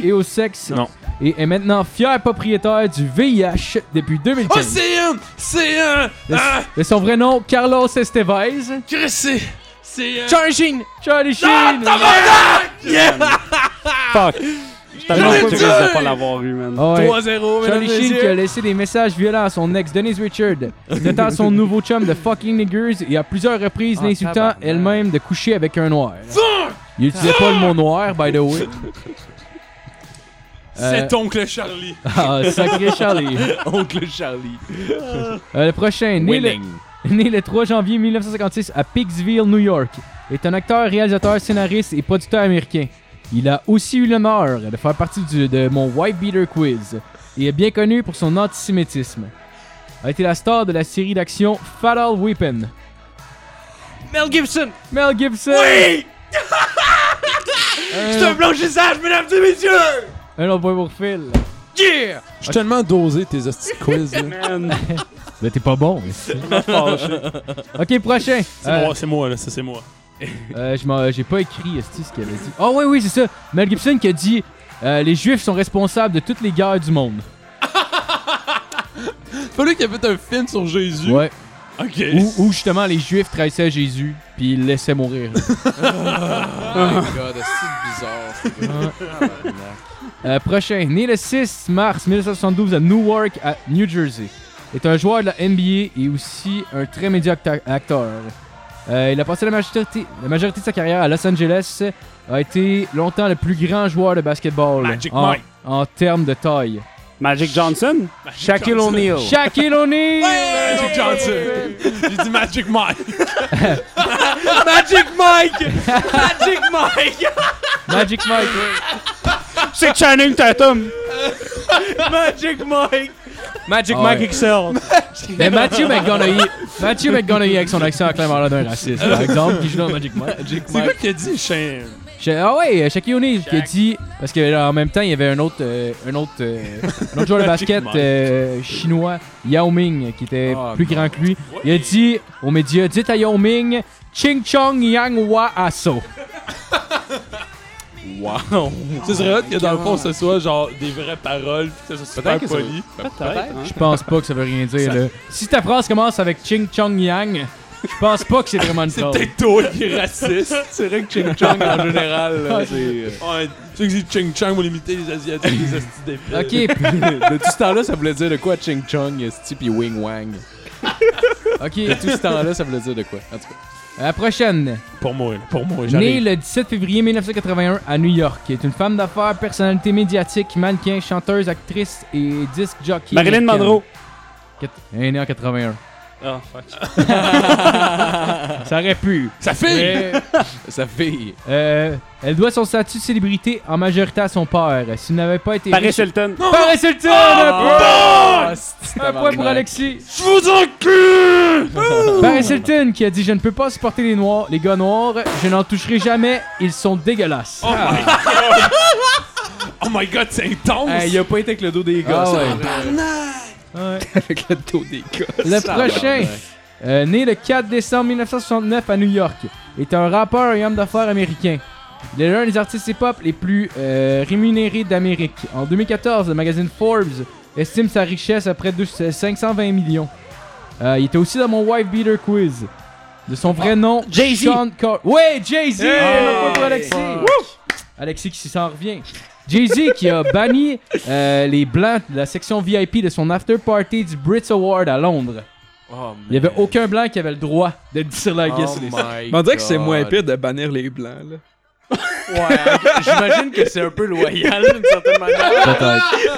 [SPEAKER 3] et au sexe.
[SPEAKER 1] Non.
[SPEAKER 3] Et est maintenant fier propriétaire du VIH depuis 2015.
[SPEAKER 4] Oh, c'est un! C'est un!
[SPEAKER 3] de,
[SPEAKER 4] Ah!
[SPEAKER 3] de son vrai nom, Carlos Estevez.
[SPEAKER 4] Chris, c'est. C'est un.
[SPEAKER 5] Charging!
[SPEAKER 3] Charlie Sheen.
[SPEAKER 1] Fuck. Je suis tellement
[SPEAKER 4] Je l'ai
[SPEAKER 1] pas
[SPEAKER 4] dit!
[SPEAKER 1] triste de pas l'avoir eu, man.
[SPEAKER 3] Ah ouais.
[SPEAKER 5] 3-0, mesdames
[SPEAKER 3] Charlie Sheen
[SPEAKER 5] et
[SPEAKER 3] qui a
[SPEAKER 5] messieurs.
[SPEAKER 3] laissé des messages violents à son ex Denise Richard, traitant son nouveau chum de fucking niggers et à plusieurs reprises
[SPEAKER 5] Ah,
[SPEAKER 3] l'insultant
[SPEAKER 5] tabarnak.
[SPEAKER 3] elle-même de coucher avec un noir. Il utilisait pas le mot noir, by the way. Euh,
[SPEAKER 4] C'est oncle Charlie.
[SPEAKER 3] Ah, sacré Charlie.
[SPEAKER 5] Oncle Charlie.
[SPEAKER 3] Euh, le prochain, né le,
[SPEAKER 5] Winning.
[SPEAKER 3] né le 3 janvier 1956 à Pikesville, New York, est un acteur, réalisateur, scénariste et producteur américain. Il a aussi eu l'honneur de faire partie du- de mon White Beater Quiz et est bien connu pour son antisémitisme. A été la star de la série d'action Fatal Weapon.
[SPEAKER 6] Mel Gibson.
[SPEAKER 3] Mel Gibson!
[SPEAKER 6] C'est un
[SPEAKER 3] un,
[SPEAKER 6] blanchissage, mesdames et messieurs.
[SPEAKER 3] un autre point pour Phil.
[SPEAKER 6] Yeah.
[SPEAKER 4] Je suis tellement dosé tes hosties de quiz. là.
[SPEAKER 1] Man,
[SPEAKER 3] Mais t'es pas bon. ok, prochain.
[SPEAKER 4] C'est
[SPEAKER 3] Euh,
[SPEAKER 4] moi, c'est moi, là, ça c'est moi.
[SPEAKER 3] Euh, je m'en- j'ai pas écrit esti, ce qu'il avait dit. Oh oui, oui, c'est ça. Mel Gibson qui a dit euh, Les Juifs sont responsables de toutes les guerres du monde.
[SPEAKER 4] C'est pas lui qui a fait un film sur Jésus.
[SPEAKER 3] Ouais.
[SPEAKER 4] Ok.
[SPEAKER 3] Où, où, justement les Juifs trahissaient Jésus puis ils le laissaient mourir. Ah.
[SPEAKER 5] Oh my god, c'est bizarre. Ah,
[SPEAKER 3] Euh, prochain. Né le 6 mars 1972 à Newark, à New Jersey. Est un joueur de la NBA et aussi un très médiocre acta- acteur. Euh, il a passé la majorité, la majorité de sa carrière à Los Angeles. A été longtemps le plus grand joueur de basketball
[SPEAKER 4] Magic
[SPEAKER 3] en-
[SPEAKER 4] Mike.
[SPEAKER 3] en termes de taille.
[SPEAKER 1] Magic Johnson?
[SPEAKER 6] Shaquille
[SPEAKER 4] Oh.
[SPEAKER 6] O'Neal.
[SPEAKER 3] Shaquille O'Neal!
[SPEAKER 4] Magic Johnson. J'ai dit Magic Mike.
[SPEAKER 6] Magic Mike. Magic Mike.
[SPEAKER 3] Magic Mike!
[SPEAKER 1] C'est Channing Tatum!
[SPEAKER 6] Magic Mike. Magic
[SPEAKER 3] Ah
[SPEAKER 6] Mike
[SPEAKER 3] ouais.
[SPEAKER 6] XL.
[SPEAKER 3] Mais Matthew McGonaghy, Matthew McGonaghy avec son accent a clairement l'air d'un raciste, par exemple, qui joue dans Magic Mike.
[SPEAKER 4] C'est quoi qui a dit chien?
[SPEAKER 3] Sha- Ah ouais, euh, Shaquille O'Neal qui a dit, parce que là, en même temps, il y avait un autre, euh, un autre, euh, un autre joueur de basket
[SPEAKER 4] Mike.
[SPEAKER 3] euh, chinois, Yao Ming, qui était
[SPEAKER 5] Ah,
[SPEAKER 3] plus grand que lui. Il a dit aux médias, dites à Yao Ming, Ching Chong Yang Wa Aso.
[SPEAKER 5] Wow.
[SPEAKER 4] Ce serait hot que dans le fond ce soit genre des vraies paroles pis que ça soit super
[SPEAKER 5] Peut-être que ça-
[SPEAKER 4] poli.
[SPEAKER 1] Peut-être.
[SPEAKER 3] Je pense pas que ça veut rien dire, là. Si ta phrase commence avec Ching Chong Yang, je pense pas que c'est vraiment une phrase.
[SPEAKER 4] Peut-être toi qui est raciste.
[SPEAKER 5] C'est vrai que Ching Chong en général, là, Ah, c'est.
[SPEAKER 4] Ouais, tu sais que c'est Ching Chang pour limiter les Asiatiques, les hosties d'épées.
[SPEAKER 3] Ok, puis-
[SPEAKER 5] de tout ce temps-là, ça voulait dire de quoi Ching Chong, Esti pis Wing Wang. De
[SPEAKER 3] ok.
[SPEAKER 5] tout ce temps-là, ça voulait dire de quoi. En tout cas.
[SPEAKER 3] À la prochaine.
[SPEAKER 4] Pour moi, là, pour moi,
[SPEAKER 3] Née
[SPEAKER 4] j'arrive.
[SPEAKER 3] le 17 février 1981 à New York, est une femme d'affaires, personnalité médiatique, mannequin, chanteuse, actrice et disque jockey.
[SPEAKER 1] Marilyn
[SPEAKER 3] américaine.
[SPEAKER 1] Monroe.
[SPEAKER 3] Quat- Elle est née en 81.
[SPEAKER 1] Ah, fuck.
[SPEAKER 3] Ça aurait pu.
[SPEAKER 4] Ça fait!
[SPEAKER 3] Mais,
[SPEAKER 5] Sa fille.
[SPEAKER 3] euh, elle doit son statut de célébrité en majorité à son père. S'il n'avait pas été.
[SPEAKER 1] Paris
[SPEAKER 3] riche-
[SPEAKER 1] Hilton.
[SPEAKER 3] Paris Hilton,
[SPEAKER 5] Ah,
[SPEAKER 3] un point! Un point pour Alexis.
[SPEAKER 4] Je vous encule!
[SPEAKER 3] Paris Hilton qui a dit Je ne peux pas supporter les noirs, les gars noirs, je n'en toucherai jamais, ils sont dégueulasses.
[SPEAKER 4] Oh my god! Oh my god, c'est intense!
[SPEAKER 5] Hey, il a pas été avec le dos des gars,
[SPEAKER 3] Ah
[SPEAKER 5] ça.
[SPEAKER 3] ouais. Ouais.
[SPEAKER 5] Avec le dos des gars.
[SPEAKER 3] Le prochain, euh, né le 4 décembre 1969 à New York, est un rappeur et homme d'affaires américain. Il est l'un des artistes hip-hop les plus euh, rémunérés d'Amérique. En 2014, le magazine Forbes estime sa richesse à près de 520 millions. Euh, il était aussi dans mon Wife Beater Quiz. De son vrai nom,
[SPEAKER 1] Jay-Z.
[SPEAKER 3] Sean Car- Ouais, Jay-Z!
[SPEAKER 6] Hey!
[SPEAKER 3] Un point pour Alexis. Woo! Alexis qui s'en revient. Jay-Z qui a banni euh, les blancs de la section VIP de son after party du Brits Award à Londres.
[SPEAKER 5] Oh,
[SPEAKER 3] Il n'y avait aucun blanc qui avait le droit de dire la guess list.
[SPEAKER 5] my
[SPEAKER 7] Mais on dirait que c'est moins pire de bannir les blancs, là.
[SPEAKER 5] J'imagine que c'est un peu loyal d'une certaine manière.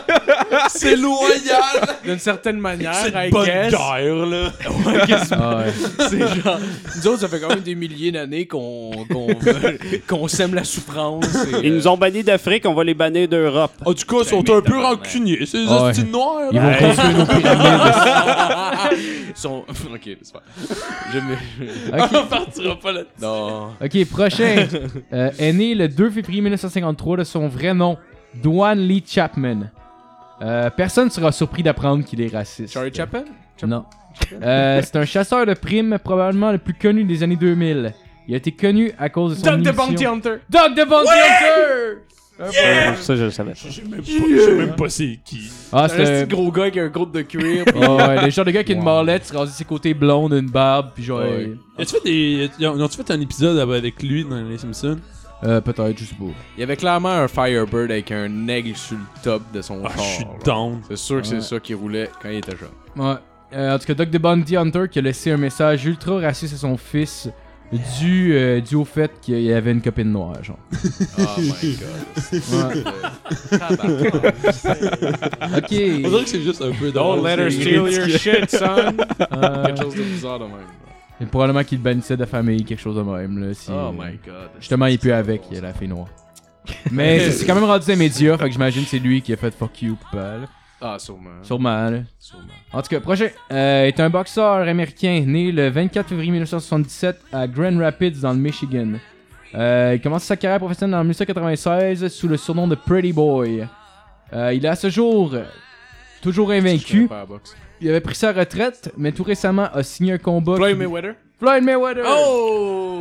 [SPEAKER 3] Peut-être.
[SPEAKER 4] C'est loyal!
[SPEAKER 5] D'une certaine manière,
[SPEAKER 4] C'est
[SPEAKER 5] I
[SPEAKER 4] une bonne
[SPEAKER 5] guess.
[SPEAKER 4] guerre, là.
[SPEAKER 3] Ah ouais.
[SPEAKER 5] C'est genre. Nous autres, ça fait quand même des milliers d'années qu'on qu'on qu'on sème la souffrance. et, euh,
[SPEAKER 1] Ils nous ont bannis d'Afrique, on va les bannir d'Europe.
[SPEAKER 4] En tout cas, ils sont un peu rancuniers. C'est des
[SPEAKER 3] Ah ouais.
[SPEAKER 4] hosties de noirs,
[SPEAKER 3] Ils
[SPEAKER 4] là.
[SPEAKER 3] vont construire nos pyramides.
[SPEAKER 5] Ils sont. ok, c'est pas. Je me.
[SPEAKER 3] Ok.
[SPEAKER 4] On partira pas là-dessus.
[SPEAKER 5] Non.
[SPEAKER 3] Ok, prochain. Euh, est né le 2 février 1953 de son vrai nom, Dwan Lee Chapman. Euh, personne sera surpris d'apprendre qu'il est raciste.
[SPEAKER 5] Charlie Chaplin?
[SPEAKER 3] Non. Euh, c'est un chasseur de primes, probablement le plus connu des années 2000. Il a été connu à cause de son
[SPEAKER 6] Doug the
[SPEAKER 3] émission-
[SPEAKER 6] Bounty Hunter.
[SPEAKER 3] Doug the Bounty Hunter!
[SPEAKER 1] Euh, Ça, je le savais.
[SPEAKER 4] Je sais même pas- je sais même pas c'est qui.
[SPEAKER 3] Ah,
[SPEAKER 5] C'est un
[SPEAKER 3] c'est
[SPEAKER 5] petit
[SPEAKER 3] un...
[SPEAKER 5] gros gars qui a un groupe de cuir.
[SPEAKER 3] Oh, ouais, le genre de gars qui a une
[SPEAKER 1] Wow.
[SPEAKER 3] marlette, se rasait ses côtés blondes, une barbe, puis genre...
[SPEAKER 5] Ouais.
[SPEAKER 4] As-tu fait des. As-tu fait un épisode avec lui dans Les Simpsons?
[SPEAKER 3] Euh, peut-être, je sais pas.
[SPEAKER 5] Il y avait clairement un Firebird avec un aigle sur le top de son
[SPEAKER 4] Ah, je suis
[SPEAKER 5] corps. là.
[SPEAKER 4] down.
[SPEAKER 5] C'est sûr que
[SPEAKER 3] Ouais.
[SPEAKER 5] c'est ça qui roulait quand il était jeune.
[SPEAKER 3] Ouais. Euh, en tout cas, Doc de Bounty Hunter qui a laissé un message ultra raciste à son fils dû, euh, dû au fait qu'il avait une copine noire, genre.
[SPEAKER 5] Oh my god.
[SPEAKER 3] Ouais.
[SPEAKER 4] On dirait
[SPEAKER 3] ok.
[SPEAKER 4] que c'est juste un peu
[SPEAKER 5] Don't
[SPEAKER 4] drôle.
[SPEAKER 5] let her
[SPEAKER 4] c'est-
[SPEAKER 5] steal your shit, son.
[SPEAKER 3] Euh,
[SPEAKER 5] Quelque chose de bizarre de même.
[SPEAKER 3] et probablement qu'il le bannissait de la famille, quelque chose de même, là. Si, euh,
[SPEAKER 5] Oh my god.
[SPEAKER 3] Justement, il est plus avec il y a la fille noire. Mais c'est quand même rendu des médias, fait que j'imagine que c'est lui qui a fait fuck you, papa, là.
[SPEAKER 5] Ah, sûrement.
[SPEAKER 3] Sûrement, là.
[SPEAKER 5] Sûrement.
[SPEAKER 3] En tout cas, prochain euh, est un boxeur américain né le 24 février 1977 à Grand Rapids dans le Michigan. Euh, il commence sa carrière professionnelle en 1996 sous le surnom de Pretty Boy. Euh, il est à ce jour euh, toujours invaincu. Il avait pris sa retraite, mais tout récemment a signé un combat.
[SPEAKER 5] Floyd Mayweather.
[SPEAKER 3] Floyd Mayweather.
[SPEAKER 5] Oh!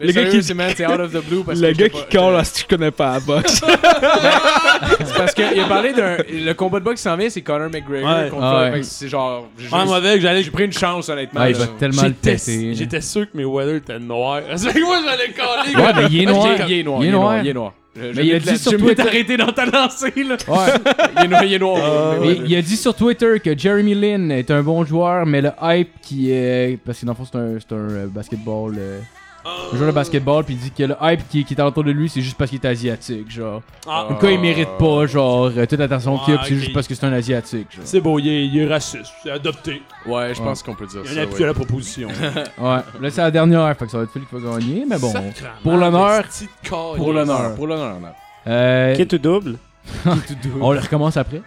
[SPEAKER 7] Le gars qui-
[SPEAKER 5] c'est man, c'est out of the blue parce que
[SPEAKER 7] Le gars
[SPEAKER 5] j'étais
[SPEAKER 7] qui
[SPEAKER 5] pas- euh,
[SPEAKER 7] colle, si je connais pas la boxe.
[SPEAKER 5] C'est parce qu'il a parlé d'un. Le combat de boxe qui s'en vient, c'est Conor McGregor
[SPEAKER 4] Ouais.
[SPEAKER 5] contre Floyd.
[SPEAKER 3] Ouais.
[SPEAKER 5] Fait que C'est genre. j'ai
[SPEAKER 4] Ah,
[SPEAKER 5] juste-
[SPEAKER 4] mauvais, que j'allais.
[SPEAKER 5] J'ai pris une chance, honnêtement.
[SPEAKER 3] Ah, il
[SPEAKER 5] là.
[SPEAKER 3] va tellement le
[SPEAKER 4] J'étais
[SPEAKER 3] péter.
[SPEAKER 4] j'étais sûr que mes weather étaient noirs. C'est que moi, j'allais caler.
[SPEAKER 3] Ouais, mais il est noir.
[SPEAKER 5] Il est noir.
[SPEAKER 3] Il est noir.
[SPEAKER 5] Il est noir. Je- je
[SPEAKER 3] il a
[SPEAKER 5] vais
[SPEAKER 3] dit
[SPEAKER 5] te la-
[SPEAKER 3] sur
[SPEAKER 5] je vais
[SPEAKER 3] Twitter-
[SPEAKER 5] t'arrêter dans ta lancée, là.
[SPEAKER 3] Ouais.
[SPEAKER 5] Il est noir. Il est noir.
[SPEAKER 3] Et il a dit sur Twitter que Jeremy Lin est un bon joueur, mais le hype qui est. Parce que dans le fond, c'est un, c'est un euh, basketball. euh, un joueur de basketball, puis il dit que le hype qui, qui est autour de lui, c'est juste parce qu'il est asiatique, genre.
[SPEAKER 4] Ah,
[SPEAKER 3] Le cas, il mérite pas, genre, euh, toute l'attention qu'il a,
[SPEAKER 4] Ouais,
[SPEAKER 3] puis c'est
[SPEAKER 4] ok.
[SPEAKER 3] juste parce que c'est un asiatique, genre.
[SPEAKER 4] C'est beau, il est, il est raciste. C'est adopté.
[SPEAKER 5] Ouais, je pense qu'on peut dire
[SPEAKER 4] Il
[SPEAKER 5] ça.
[SPEAKER 4] y a un appui à
[SPEAKER 5] ouais.
[SPEAKER 4] la proposition.
[SPEAKER 3] Ouais, là, c'est la dernière, fait que ça va être Phil qui va gagner, mais Ah, bon. Pour l'honneur,
[SPEAKER 5] Pour l'honneur. Pour l'honneur, on a-
[SPEAKER 3] euh,
[SPEAKER 1] Qui tout double?
[SPEAKER 3] on le recommence après.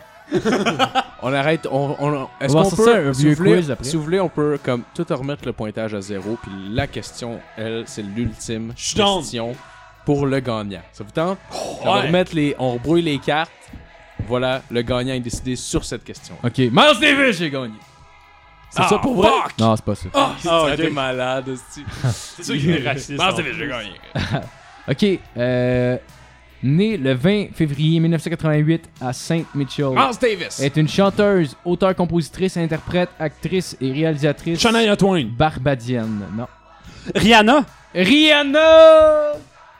[SPEAKER 5] On arrête. On, on- Est-ce
[SPEAKER 3] On va
[SPEAKER 5] qu'on
[SPEAKER 3] sortir un
[SPEAKER 5] peut, si
[SPEAKER 3] vieux
[SPEAKER 5] vous,
[SPEAKER 3] quiz
[SPEAKER 5] voulez,
[SPEAKER 3] après.
[SPEAKER 5] si vous voulez, on peut comme tout remettre le pointage à zéro. Puis la question, elle, c'est l'ultime
[SPEAKER 4] Je suis down. Oh,
[SPEAKER 5] question pour le gagnant. Ça vous tente On va
[SPEAKER 4] Ouais.
[SPEAKER 5] remettre les, on rebrouille les cartes. Voilà, le gagnant est décidé sur cette question.
[SPEAKER 3] Ok, Miles Davis, j'ai gagné.
[SPEAKER 4] C'est ça pour vrai?
[SPEAKER 3] Non, c'est pas ça.
[SPEAKER 5] Ah, t'es malade,
[SPEAKER 4] C'est sûr qu'il est raciste.
[SPEAKER 5] Ah, c'est vrai, j'ai gagné.
[SPEAKER 3] Ok, euh, né le 20 février 1988 à Saint-Mitchell.
[SPEAKER 4] Ah,
[SPEAKER 5] Miles Davis.
[SPEAKER 3] est une chanteuse, auteure-compositrice, interprète, actrice et réalisatrice
[SPEAKER 4] Shania Twain.
[SPEAKER 3] barbadienne. Non.
[SPEAKER 1] Rihanna!
[SPEAKER 3] Rihanna!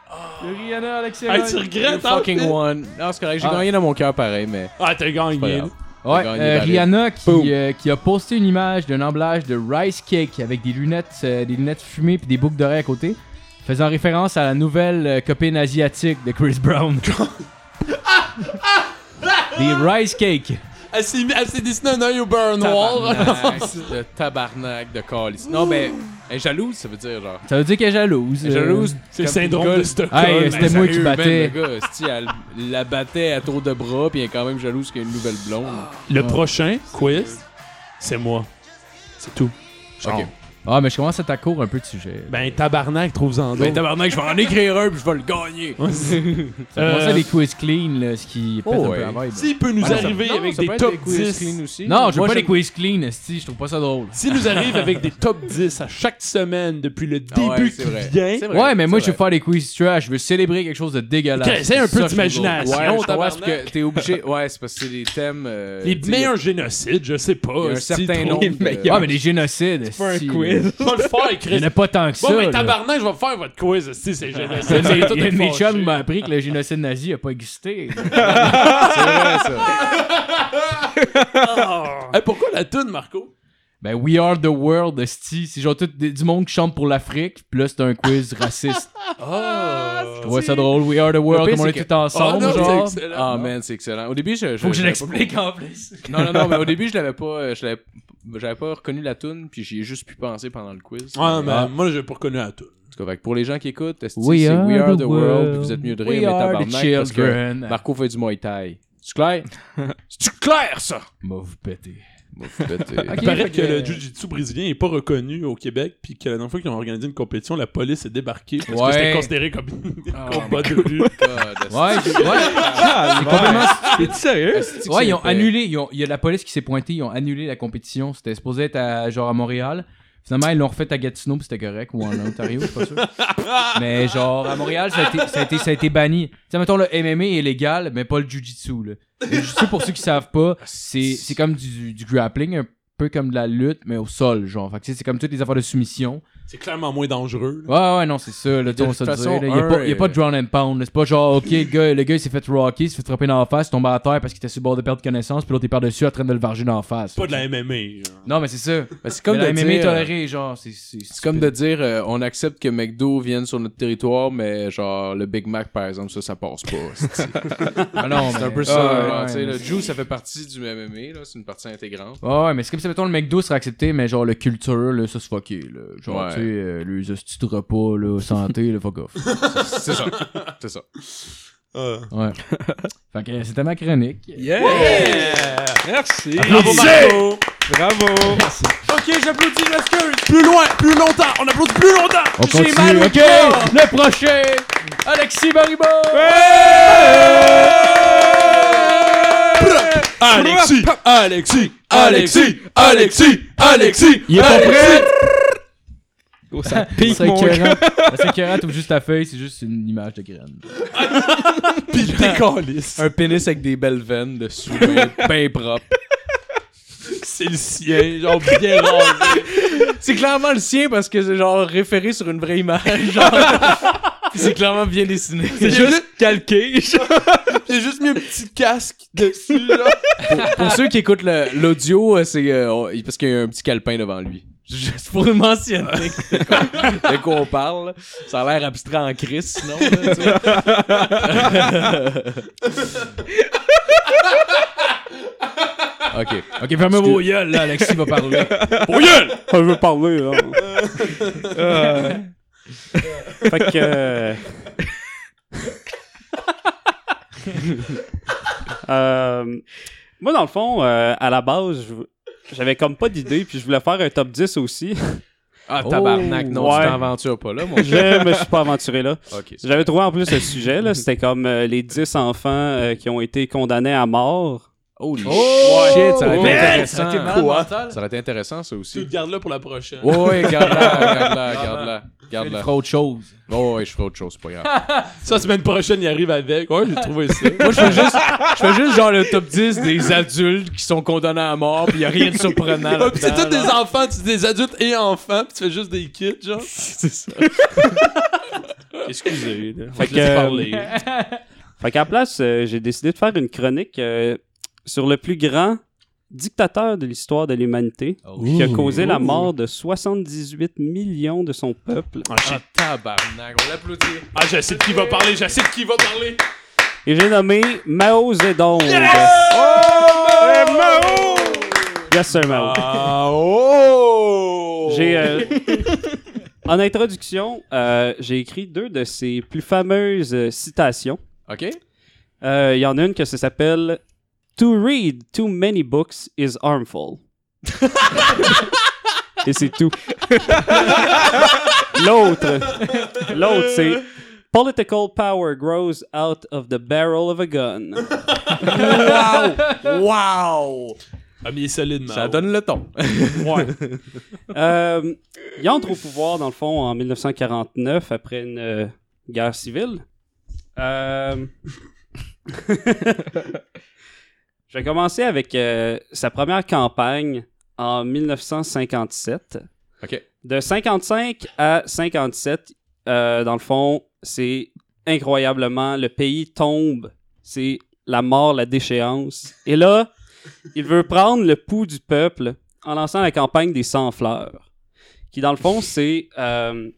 [SPEAKER 3] Oh. Rihanna, Alexis.
[SPEAKER 4] Hey, tu
[SPEAKER 5] You
[SPEAKER 4] regrettes, hein?
[SPEAKER 5] fucking one. Non, c'est correct, j'ai
[SPEAKER 3] Ah.
[SPEAKER 5] gagné dans mon cœur pareil, mais.
[SPEAKER 4] Ah, t'as
[SPEAKER 5] pas
[SPEAKER 4] gagné.
[SPEAKER 5] grave.
[SPEAKER 3] Ouais,
[SPEAKER 5] gagné,
[SPEAKER 3] euh,
[SPEAKER 5] Valérie.
[SPEAKER 3] Rihanna qui,
[SPEAKER 7] Boom.
[SPEAKER 3] euh, qui a posté une image d'un emballage de rice cake avec des lunettes, euh, des lunettes fumées puis des boucles d'oreilles à côté, faisant référence à la nouvelle euh, copine asiatique de Chris Brown. des rice cake.
[SPEAKER 4] Elle s'est mis- elle s'est dessinée un œil au beurre noir.
[SPEAKER 5] Tabarnak, de tabarnak de calice. Non, mais. Elle est jalouse, ça veut dire, genre.
[SPEAKER 3] Ça veut dire qu'elle est jalouse.
[SPEAKER 5] Elle est jalouse.
[SPEAKER 4] C'est le
[SPEAKER 5] comme
[SPEAKER 4] syndrome
[SPEAKER 5] Google.
[SPEAKER 4] de Stockholm.
[SPEAKER 3] Hey,
[SPEAKER 4] mais
[SPEAKER 3] c'était
[SPEAKER 4] ça-
[SPEAKER 3] moi qui
[SPEAKER 5] Sérieux,
[SPEAKER 3] battais.
[SPEAKER 5] man, Le gars, hostie, elle elle la battait à tour de bras, puis elle est quand même jalouse qu'il y a une nouvelle
[SPEAKER 4] Ah.
[SPEAKER 5] blonde. Ah
[SPEAKER 4] Le prochain quiz, c'est moi. C'est tout.
[SPEAKER 5] Ok.
[SPEAKER 3] Ah, mais je commence à t'accour un peu de sujet.
[SPEAKER 4] Ben, tabarnak, trouve-en d'autres.
[SPEAKER 5] Mais Ben, tabarnak, je vais en écrire un puis je vais le gagner.
[SPEAKER 3] ça commence
[SPEAKER 4] euh,
[SPEAKER 3] à des quiz clean, là, ce qui pète
[SPEAKER 5] Oh,
[SPEAKER 3] un
[SPEAKER 5] ouais.
[SPEAKER 3] peu la vibe.
[SPEAKER 4] S'il peut nous
[SPEAKER 5] Ah,
[SPEAKER 4] arriver avec des top 10.
[SPEAKER 3] Non, je veux
[SPEAKER 4] Moi,
[SPEAKER 3] pas les
[SPEAKER 4] j'aime-
[SPEAKER 3] quiz clean, si je trouve pas ça drôle.
[SPEAKER 4] S'il nous arrive avec des top 10 à chaque semaine depuis le
[SPEAKER 5] Ah ouais,
[SPEAKER 4] début
[SPEAKER 5] c'est
[SPEAKER 4] qui
[SPEAKER 5] vrai.
[SPEAKER 4] vient,
[SPEAKER 5] C'est vrai,
[SPEAKER 3] Ouais, mais moi,
[SPEAKER 5] c'est
[SPEAKER 3] je veux
[SPEAKER 5] vrai.
[SPEAKER 3] faire les quiz trash. Je veux célébrer quelque chose de dégueulasse.
[SPEAKER 4] Ok, essaye un peu
[SPEAKER 3] Ça, je trouve
[SPEAKER 4] d'imagination.
[SPEAKER 3] drôle.
[SPEAKER 5] Ouais,
[SPEAKER 4] Sinon,
[SPEAKER 5] je comprends, parce
[SPEAKER 4] tabarnak.
[SPEAKER 5] que t'es obligé. Ouais, c'est parce que c'est des thèmes. euh,
[SPEAKER 4] les
[SPEAKER 5] tu sais,
[SPEAKER 4] meilleurs génocides, je sais pas.
[SPEAKER 5] Il y a un
[SPEAKER 4] hostie,
[SPEAKER 5] certain
[SPEAKER 4] trop-
[SPEAKER 5] nombre.
[SPEAKER 3] Ouais,
[SPEAKER 5] de-
[SPEAKER 3] mais les génocides.
[SPEAKER 7] Pas un
[SPEAKER 3] si,
[SPEAKER 7] quiz.
[SPEAKER 4] Je vais le faire,
[SPEAKER 3] Il y en
[SPEAKER 4] Chris.
[SPEAKER 3] a pas tant que ça.
[SPEAKER 4] Bon, mais
[SPEAKER 3] là.
[SPEAKER 4] tabarnak, je vais faire votre quiz, hostie, c'est
[SPEAKER 3] Il y a
[SPEAKER 4] génocide.
[SPEAKER 3] de mes- il y a de mes
[SPEAKER 4] Fâché.
[SPEAKER 3] chums qui m'ont appris que le génocide nazi a pas existé.
[SPEAKER 5] C'est vrai, ça.
[SPEAKER 4] Hey, Pourquoi la toune, Marco?
[SPEAKER 3] Ben, We Are the World, sti. C'est genre tout des- du monde qui chante pour l'Afrique, puis là, c'est un quiz raciste.
[SPEAKER 5] Ah,
[SPEAKER 4] Ah,
[SPEAKER 3] Je trouvais ça drôle. We Are the World,
[SPEAKER 5] pire,
[SPEAKER 3] comme on
[SPEAKER 5] c'est
[SPEAKER 3] est
[SPEAKER 5] que-
[SPEAKER 3] tous ensemble,
[SPEAKER 4] non,
[SPEAKER 3] genre.
[SPEAKER 4] c'est excellent.
[SPEAKER 5] Ah, man, c'est excellent. Au début, je.
[SPEAKER 3] Faut que je
[SPEAKER 5] j'avais
[SPEAKER 3] l'explique en plus.
[SPEAKER 5] pas- Non, non, non, mais au début, je l'avais pas. euh, Je l'avais j'avais pas reconnu la toune, puis j'y ai juste pu penser pendant le quiz.
[SPEAKER 4] Ah,
[SPEAKER 5] En
[SPEAKER 4] mais moi, j'ai pas reconnu la toune.
[SPEAKER 5] tout cas, fait que pour les gens qui écoutent, esti, c'est
[SPEAKER 3] We are
[SPEAKER 5] We Are
[SPEAKER 3] the
[SPEAKER 5] the World,
[SPEAKER 3] world.
[SPEAKER 5] puis vous êtes mieux de
[SPEAKER 3] We
[SPEAKER 5] rire, mais
[SPEAKER 3] are the
[SPEAKER 5] tabarnak, parce que
[SPEAKER 3] children.
[SPEAKER 5] Marco fait du Muay Thai. C'est clair? C'est-tu clair, ça?
[SPEAKER 3] M'a vous pété.
[SPEAKER 4] Il paraît que le jiu-jitsu brésilien est pas reconnu au Québec, puis que la dernière fois qu'ils ont organisé une compétition, la police est débarquée parce
[SPEAKER 3] Ouais.
[SPEAKER 4] que c'était considéré comme un combat de rue.
[SPEAKER 3] Ouais, ouais.
[SPEAKER 7] Ah, complètement. T'es sérieux?
[SPEAKER 3] Ouais, ils ont annulé. ils ont- Il y a de la police qui s'est pointée. Ils ont annulé la compétition. C'était supposé être à, genre à Montréal. Finalement, ils l'ont refait à Gatineau, puis c'était correct, ou en Ontario, je suis pas sûr. Mais genre, à Montréal, ça a été, ça a été, ça a été banni. Tu sais, mettons, le MMA est légal, mais pas le Jiu-Jitsu. là. Le Jiu-Jitsu, pour ceux qui savent pas, c'est c'est comme du, du grappling, un peu comme de la lutte, mais au sol, genre. Fait que tu sais, c'est comme toutes les affaires de soumission.
[SPEAKER 4] C'est clairement moins dangereux. là.
[SPEAKER 3] Ouais, ouais, non, c'est ça, le ton,
[SPEAKER 5] toute
[SPEAKER 3] ça le
[SPEAKER 5] façon,
[SPEAKER 3] dire, là. Il y a
[SPEAKER 5] un
[SPEAKER 3] pas- Il n'y a, pas
[SPEAKER 5] est-
[SPEAKER 3] de drown and pound. là. C'est pas genre, ok, le gars, le gars il s'est fait rocker, il s'est fait frapper dans la face, il tombe à terre parce qu'il était sur le bord de perdre connaissance, puis l'autre est par-dessus en train de le varger dans la face.
[SPEAKER 4] C'est pas de la MMA. genre.
[SPEAKER 3] Non, mais c'est ça.
[SPEAKER 5] c'est comme
[SPEAKER 3] Mais la
[SPEAKER 5] de
[SPEAKER 3] MMA est
[SPEAKER 5] dire,
[SPEAKER 3] tolérée, genre. C'est, c'est,
[SPEAKER 5] C'est comme de dire euh, on accepte que McDo vienne sur notre territoire, mais genre le Big Mac par exemple, ça, ça passe pas. C'est
[SPEAKER 3] Ah non, c'est
[SPEAKER 5] un peu ça.
[SPEAKER 3] ouais,
[SPEAKER 5] tu sais,
[SPEAKER 3] mais-
[SPEAKER 5] le Jew, ça fait partie du MMA, là, c'est une partie intégrante.
[SPEAKER 3] Ouais, ouais, mais c'est comme si, mettons, le McDo serait accepté, mais genre, le culture, là, ça se fucké, là. Genre,
[SPEAKER 5] Ouais.
[SPEAKER 3] tu sais, euh, les hosties de repas, là, santé, le fuck off.
[SPEAKER 5] C'est ça. C'est ça.
[SPEAKER 4] Euh.
[SPEAKER 3] Ouais. fait que euh, c'était ma chronique.
[SPEAKER 7] Yeah! Merci!
[SPEAKER 4] Bravo, Ah, Marco!
[SPEAKER 7] Bravo!
[SPEAKER 6] Ok, j'applaudis, je m'excuse.
[SPEAKER 4] Plus loin, plus longtemps, on applaudit plus longtemps.
[SPEAKER 3] On continue. ok, le prochain, Alexis Baribot!
[SPEAKER 4] Alexis, Alexis, Alexis, Alexis, Alexis.
[SPEAKER 1] Il est pas prêt?
[SPEAKER 7] Oh, ça pique
[SPEAKER 3] C'est
[SPEAKER 7] mon gars.
[SPEAKER 3] écœurant. C'est écœurant, t'ouvres juste ta feuille, c'est juste une image de graine.
[SPEAKER 4] Puis il décalisse.
[SPEAKER 5] Un pénis avec des belles veines dessus, bien propre.
[SPEAKER 4] C'est le sien, genre bien rangé.
[SPEAKER 5] C'est clairement le sien parce que c'est genre référé sur une vraie image. genre. Puis c'est clairement bien dessiné.
[SPEAKER 7] C'est juste calqué.
[SPEAKER 4] Il y a juste mis un petit casque dessus, là.
[SPEAKER 5] Pour ceux qui écoutent le- l'audio, euh, c'est euh, on- parce qu'il y a un petit calepin devant lui. Juste pour le mentionner. de quoi- de quoi on parle. là. Ça a l'air abstrait en crise, sinon. là, tu sais. ok.
[SPEAKER 3] Ok, fermez vos gueules, là, Alexis va parler.
[SPEAKER 1] Je veux parler, là. fait que... euh, Euh, Moi, dans le fond, euh, à la base, je- j'avais comme pas d'idée, puis je voulais faire un top 10 aussi.
[SPEAKER 5] Ah, tabarnak, non,
[SPEAKER 4] Oh,
[SPEAKER 1] ouais.
[SPEAKER 5] tu t'aventures pas là, mon
[SPEAKER 1] je me suis pas aventuré là.
[SPEAKER 5] Ok. c'est-
[SPEAKER 1] J'avais trouvé en plus le sujet, là. C'était comme euh, les 10 enfants euh, qui ont été condamnés à mort.
[SPEAKER 5] Holy
[SPEAKER 3] Oh,
[SPEAKER 5] shit, ça aurait été
[SPEAKER 3] man,
[SPEAKER 5] intéressant.
[SPEAKER 3] Quoi?
[SPEAKER 5] Ça aurait été intéressant, ça
[SPEAKER 4] Tu le
[SPEAKER 5] aussi.
[SPEAKER 4] gardes là pour la prochaine.
[SPEAKER 5] Ouais, ouais, garde-la, garde-la, garde-la. Garde-la.
[SPEAKER 3] Fais autre chose.
[SPEAKER 5] Oh, ouais, je ferai autre chose, c'est pas grave.
[SPEAKER 4] Ça, semaine prochaine, il arrive avec. Ouais, j'ai trouvé ça.
[SPEAKER 5] Moi, je fais juste, je fais juste genre le top 10 des adultes qui sont condamnés à mort, pis y a rien de surprenant.
[SPEAKER 4] Ah, puis c'est
[SPEAKER 5] là-dedans,
[SPEAKER 4] tous des
[SPEAKER 5] là.
[SPEAKER 4] enfants, tu des adultes et enfants, puis tu fais juste des kids, genre.
[SPEAKER 5] C'est ça.
[SPEAKER 4] Excusez, là.
[SPEAKER 1] Fait que,
[SPEAKER 5] euh,
[SPEAKER 1] Fait qu'à la place, euh, j'ai décidé de faire une chronique euh, sur le plus grand dictateur de l'histoire de l'humanité qui a causé la mort de 78 millions de son peuple.
[SPEAKER 5] Ah, tabarnak, on l'applaudit.
[SPEAKER 4] Ah, je sais de qui va parler, je sais de qui va parler.
[SPEAKER 1] Et j'ai nommé Mao Zedong.
[SPEAKER 5] Oh!
[SPEAKER 1] Yes, sir, Mao.
[SPEAKER 4] Ah, oh!
[SPEAKER 1] J'ai, euh, en introduction, euh, j'ai écrit deux de ses plus fameuses euh, citations.
[SPEAKER 5] OK?
[SPEAKER 1] Euh, Il y en a une que ça s'appelle To read too many books is harmful. Et c'est tout. L'autre, l'autre, c'est Political power grows out of the barrel of a gun.
[SPEAKER 5] Wow!
[SPEAKER 4] Ah, mais il est solide, Mao.
[SPEAKER 5] Ça donne le ton.
[SPEAKER 1] Euh, il entre au pouvoir, dans le fond, en 1949, après une euh, guerre civile. Euh, Je vais commencer avec euh, sa première campagne en 1957.
[SPEAKER 5] OK.
[SPEAKER 1] De 55 à 57, euh, dans le fond, c'est incroyablement, le pays tombe. C'est la mort, la déchéance. Et là, il veut prendre le pouls du peuple en lançant la campagne des 100 fleurs, qui dans le fond, c'est... euh,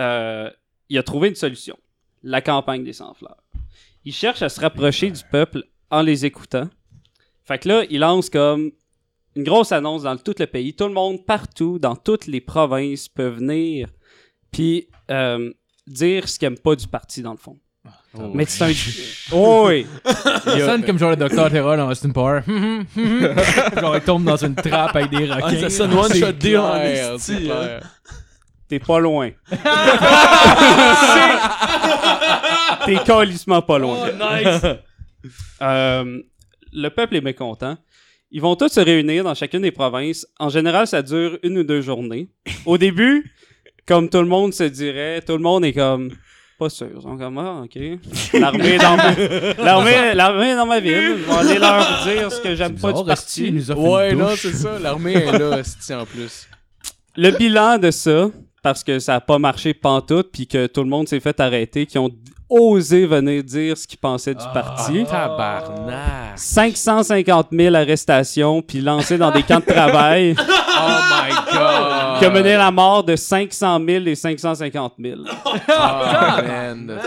[SPEAKER 1] euh, il a trouvé une solution, la campagne des 100 fleurs. Il cherche à se rapprocher du peuple en les écoutant. Fait que là, il lance comme une grosse annonce dans tout le pays. Tout le monde, partout, dans toutes les provinces, peut venir puis euh, dire ce qu'il aime pas du parti, dans le fond. Mais c'est un... Oh oui!
[SPEAKER 3] Ça sonne comme genre le docteur Terrell en Austin Power. genre, il tombe dans une trappe avec des requins.
[SPEAKER 4] Ah, ça sonne one shot deal en
[SPEAKER 5] clair,
[SPEAKER 4] esti,
[SPEAKER 5] c'est
[SPEAKER 4] hein.
[SPEAKER 5] clair.
[SPEAKER 1] T'es pas loin. C'est- T'es calissement pas loin. Euh, le peuple est mécontent. Ils vont tous se réunir dans chacune des provinces. En général, ça dure une ou deux journées. Au début, comme tout le monde se dirait, tout le monde est comme pas sûr. Ils sont comme ah, ok. L'armée est dans ma l'armée, l'armée est dans ma ville. Je vais aller leur dire ce que j'aime pas du
[SPEAKER 3] Il
[SPEAKER 1] parti.
[SPEAKER 3] nous offre
[SPEAKER 5] Ouais,
[SPEAKER 3] une
[SPEAKER 5] non,
[SPEAKER 3] douche.
[SPEAKER 5] c'est ça. L'armée est là, c'est en plus.
[SPEAKER 1] Le bilan de ça, parce que ça a pas marché pantoute, puis que tout le monde s'est fait arrêter, qui ont osé venir dire ce qu'ils pensaient
[SPEAKER 5] Ah.
[SPEAKER 1] du parti.
[SPEAKER 5] Tabarnak.
[SPEAKER 1] 550 000 arrestations, puis lancées dans des camps de travail,
[SPEAKER 5] Oh my god.
[SPEAKER 1] qui a mené à la mort de 500 000 et 550 000.
[SPEAKER 5] Ah, man.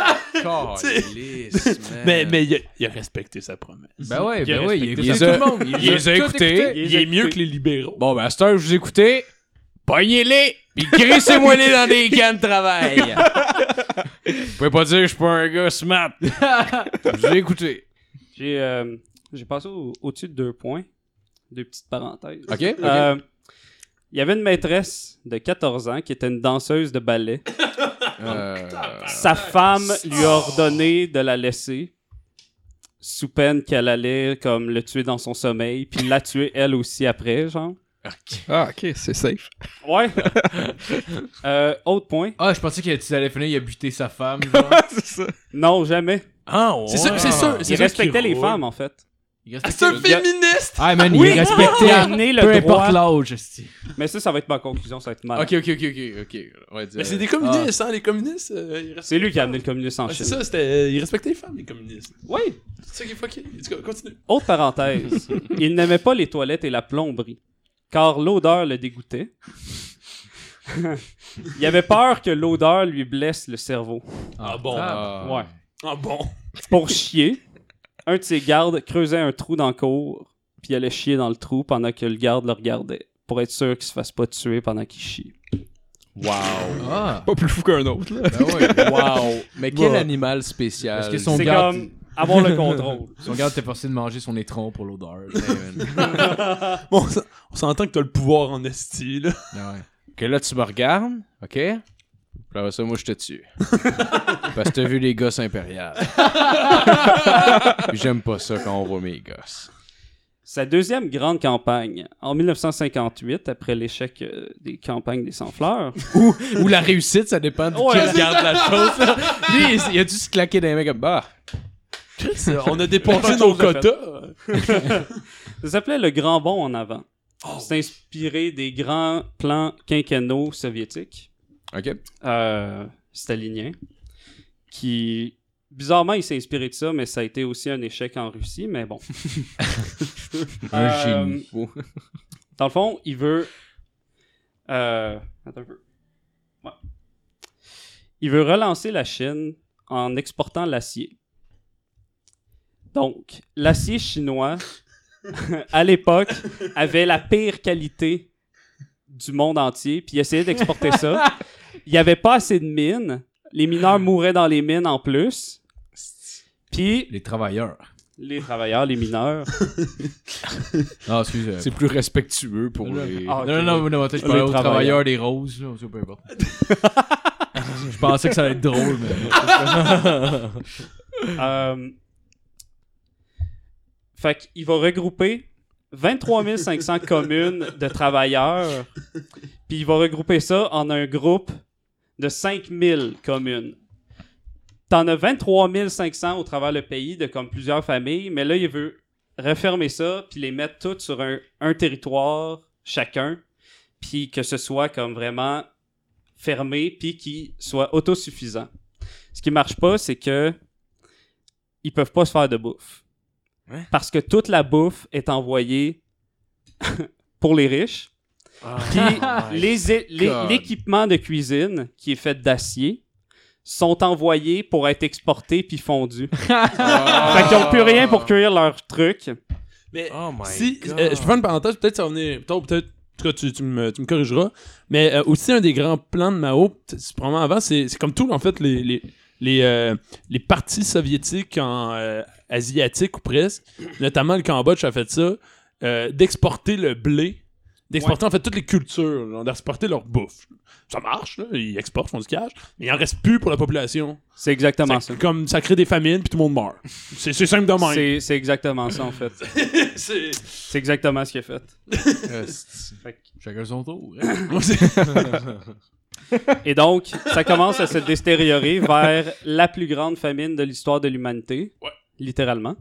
[SPEAKER 5] Calisse, man.
[SPEAKER 4] Mais, mais il, a, il a respecté sa promesse.
[SPEAKER 3] Ben ouais,
[SPEAKER 1] Il a
[SPEAKER 3] ben ouais, il
[SPEAKER 1] respecté
[SPEAKER 3] écoute
[SPEAKER 5] ça.
[SPEAKER 3] tout le monde.
[SPEAKER 5] Il les a
[SPEAKER 3] tout
[SPEAKER 5] écoutés.
[SPEAKER 4] Il,
[SPEAKER 1] Il
[SPEAKER 4] est
[SPEAKER 1] les a
[SPEAKER 4] mieux
[SPEAKER 1] écoutés.
[SPEAKER 4] que les libéraux.
[SPEAKER 5] Bon, ben, à cette heure, je vous écoutez. Pognez-les, pis grissez-moi-les dans des cannes de travail. vous pouvez pas dire que je suis pas un gars smart. je vous ai écouté.
[SPEAKER 1] J'ai euh, j'ai passé au- au-dessus de deux points, deux petites parenthèses.
[SPEAKER 5] OK?
[SPEAKER 1] Euh, Il y avait une maîtresse de 14 ans qui était une danseuse de ballet.
[SPEAKER 5] Euh,
[SPEAKER 1] Sa femme lui a ordonné de la laisser sous peine qu'elle allait comme le tuer dans son sommeil puis la tuer elle aussi après genre.
[SPEAKER 7] Ah, ok, c'est safe.
[SPEAKER 1] Ouais. Euh, autre point.
[SPEAKER 3] Ah, je pensais que tu allais finir, il a buté sa femme. genre.
[SPEAKER 7] c'est ça.
[SPEAKER 1] Non, jamais.
[SPEAKER 5] Ah, ouais.
[SPEAKER 4] C'est sûr, c'est sûr. c'est
[SPEAKER 1] Il
[SPEAKER 4] sûr qu'il
[SPEAKER 1] respectait les
[SPEAKER 4] roule.
[SPEAKER 1] femmes en fait.
[SPEAKER 3] Il
[SPEAKER 4] Ah,
[SPEAKER 3] respecte-
[SPEAKER 4] C'est un féministe!
[SPEAKER 3] Ah, man,
[SPEAKER 1] Oui,
[SPEAKER 3] il est respecté.
[SPEAKER 1] Il a
[SPEAKER 3] à-
[SPEAKER 1] amené
[SPEAKER 3] Peu
[SPEAKER 1] le droit.
[SPEAKER 3] importe l'âge, esti.
[SPEAKER 1] Mais ça ça va être ma conclusion, ça va être mal.
[SPEAKER 5] Ok, ok, ok, ok, ok. Ouais,
[SPEAKER 4] Mais
[SPEAKER 5] dire-
[SPEAKER 4] c'est des communistes, hein, les communistes. euh, ils
[SPEAKER 1] C'est
[SPEAKER 4] respectent-
[SPEAKER 1] lui qui a amené le communisme en
[SPEAKER 4] Ah, c'est
[SPEAKER 1] Chine.
[SPEAKER 4] ça, c'était. euh, ils respectaient les femmes, les communistes.
[SPEAKER 1] Oui.
[SPEAKER 4] C'est ça qui est fucké. En tout cas, Continue.
[SPEAKER 1] Autre parenthèse. Il n'aimait pas les toilettes et la plomberie car l'odeur le dégoûtait. Il avait peur que l'odeur lui blesse le cerveau.
[SPEAKER 4] Ah bon. Ah,
[SPEAKER 5] Ah.
[SPEAKER 1] Ouais.
[SPEAKER 4] bon.
[SPEAKER 1] pour chier, un de ses gardes creusait un trou dans le cour, puis allait chier dans le trou pendant que le garde le regardait, pour être sûr qu'il se fasse pas tuer pendant qu'il chie.
[SPEAKER 3] Ah,
[SPEAKER 7] Pas plus fou qu'un autre, là.
[SPEAKER 5] Ben ouais. Wow. Mais quel
[SPEAKER 3] Bon.
[SPEAKER 5] animal spécial.
[SPEAKER 3] Est-ce que son-
[SPEAKER 1] C'est
[SPEAKER 3] garde-
[SPEAKER 1] comme avoir le contrôle.
[SPEAKER 3] son garde t'es forcé de manger son étron pour l'odeur.
[SPEAKER 4] Bon, on s'en- on s'entend que t'as le pouvoir en esti, là.
[SPEAKER 3] Ah ouais.
[SPEAKER 5] Que là, tu me regardes, ok? Puis après ça, moi, je te tue. Parce que t'as vu les gosses impériales. Puis j'aime pas ça quand on voit mes gosses.
[SPEAKER 1] Sa deuxième grande campagne, en 1958, après l'échec euh, des campagnes des sans-fleurs,
[SPEAKER 5] Ou la réussite, ça dépend de
[SPEAKER 1] Ouais,
[SPEAKER 5] qui
[SPEAKER 1] c'est
[SPEAKER 5] regarde la chose. là. Lui, il, il a dû se claquer des mains comme bah.
[SPEAKER 4] euh, On a dépassé nos quotas. Oh
[SPEAKER 1] ça s'appelait le Grand Bond en avant. C'est inspiré des grands plans quinquennaux soviétiques.
[SPEAKER 5] Ok.
[SPEAKER 1] euh, stalinien, qui, bizarrement, il s'est inspiré de ça, mais ça a été aussi un échec en Russie, mais bon.
[SPEAKER 3] Un
[SPEAKER 1] Euh,
[SPEAKER 3] génie.
[SPEAKER 1] Dans le fond, il veut... euh, attends un peu. Ouais. Il veut relancer la Chine en exportant l'acier. Donc, l'acier chinois, à l'époque, avait la pire qualité du monde entier, puis il essayait d'exporter ça. Il n'y avait pas assez de mines. Les mineurs mouraient dans les mines en plus. Puis,
[SPEAKER 3] Les travailleurs.
[SPEAKER 1] les travailleurs, les mineurs.
[SPEAKER 3] Non, excuse. euh,
[SPEAKER 5] C'est plus respectueux pour les.
[SPEAKER 1] Ah, ok.
[SPEAKER 3] Non, non, non, non, attends, je parlais aux
[SPEAKER 1] travailleurs.
[SPEAKER 3] travailleurs des roses, là, peu importe. je pensais que ça allait être drôle, mais.
[SPEAKER 1] Euh, Fait qu'il va regrouper 23 500 communes de travailleurs, puis il va regrouper ça en un groupe de 5000 communes. T'en as 23 500 au travers le pays, de comme plusieurs familles, mais là, il veut refermer ça, puis les mettre toutes sur un, un territoire chacun, puis que ce soit comme vraiment fermé, puis qu'il soit autosuffisant. Ce qui marche pas, c'est que ils peuvent pas se faire de bouffe. Parce que toute la bouffe est envoyée pour les riches. Puis les é- les-
[SPEAKER 5] God.
[SPEAKER 1] l'équipement de cuisine, qui est fait d'acier, sont envoyés pour être exportés puis fondus.
[SPEAKER 5] Ah.
[SPEAKER 1] Fait qu'ils ont plus rien pour cuire leurs trucs.
[SPEAKER 4] Mais
[SPEAKER 6] Oh my
[SPEAKER 4] si,
[SPEAKER 6] God.
[SPEAKER 4] euh, je fais une parenthèse, peut-être ça va venir, peut-être, peut-être, en tout cas, tu, tu me, tu me corrigeras, mais euh, aussi un des grands plans de Mao, t- c'est probablement avant, c'est, c'est comme tout, en fait, les, les, les, euh, les partis soviétiques en euh, asiatique ou presque, notamment le Cambodge a fait ça, euh, d'exporter le blé, d'exporter en fait toutes les cultures, genre, d'exporter leur bouffe. Ça marche, là, ils exportent, font du cash, mais il en reste plus pour la population.
[SPEAKER 1] C'est exactement ça.
[SPEAKER 4] Ça- comme ça crée des famines, puis tout le monde meurt. C'est, c'est simple de même.
[SPEAKER 1] C'est c'est exactement ça, en fait.
[SPEAKER 4] C'est-
[SPEAKER 1] C'est exactement ce qu'il a fait.
[SPEAKER 3] Chacun son tour.
[SPEAKER 1] Et donc, ça commence à se détériorer vers la plus grande famine de l'histoire de l'humanité.
[SPEAKER 4] Ouais.
[SPEAKER 1] Littéralement.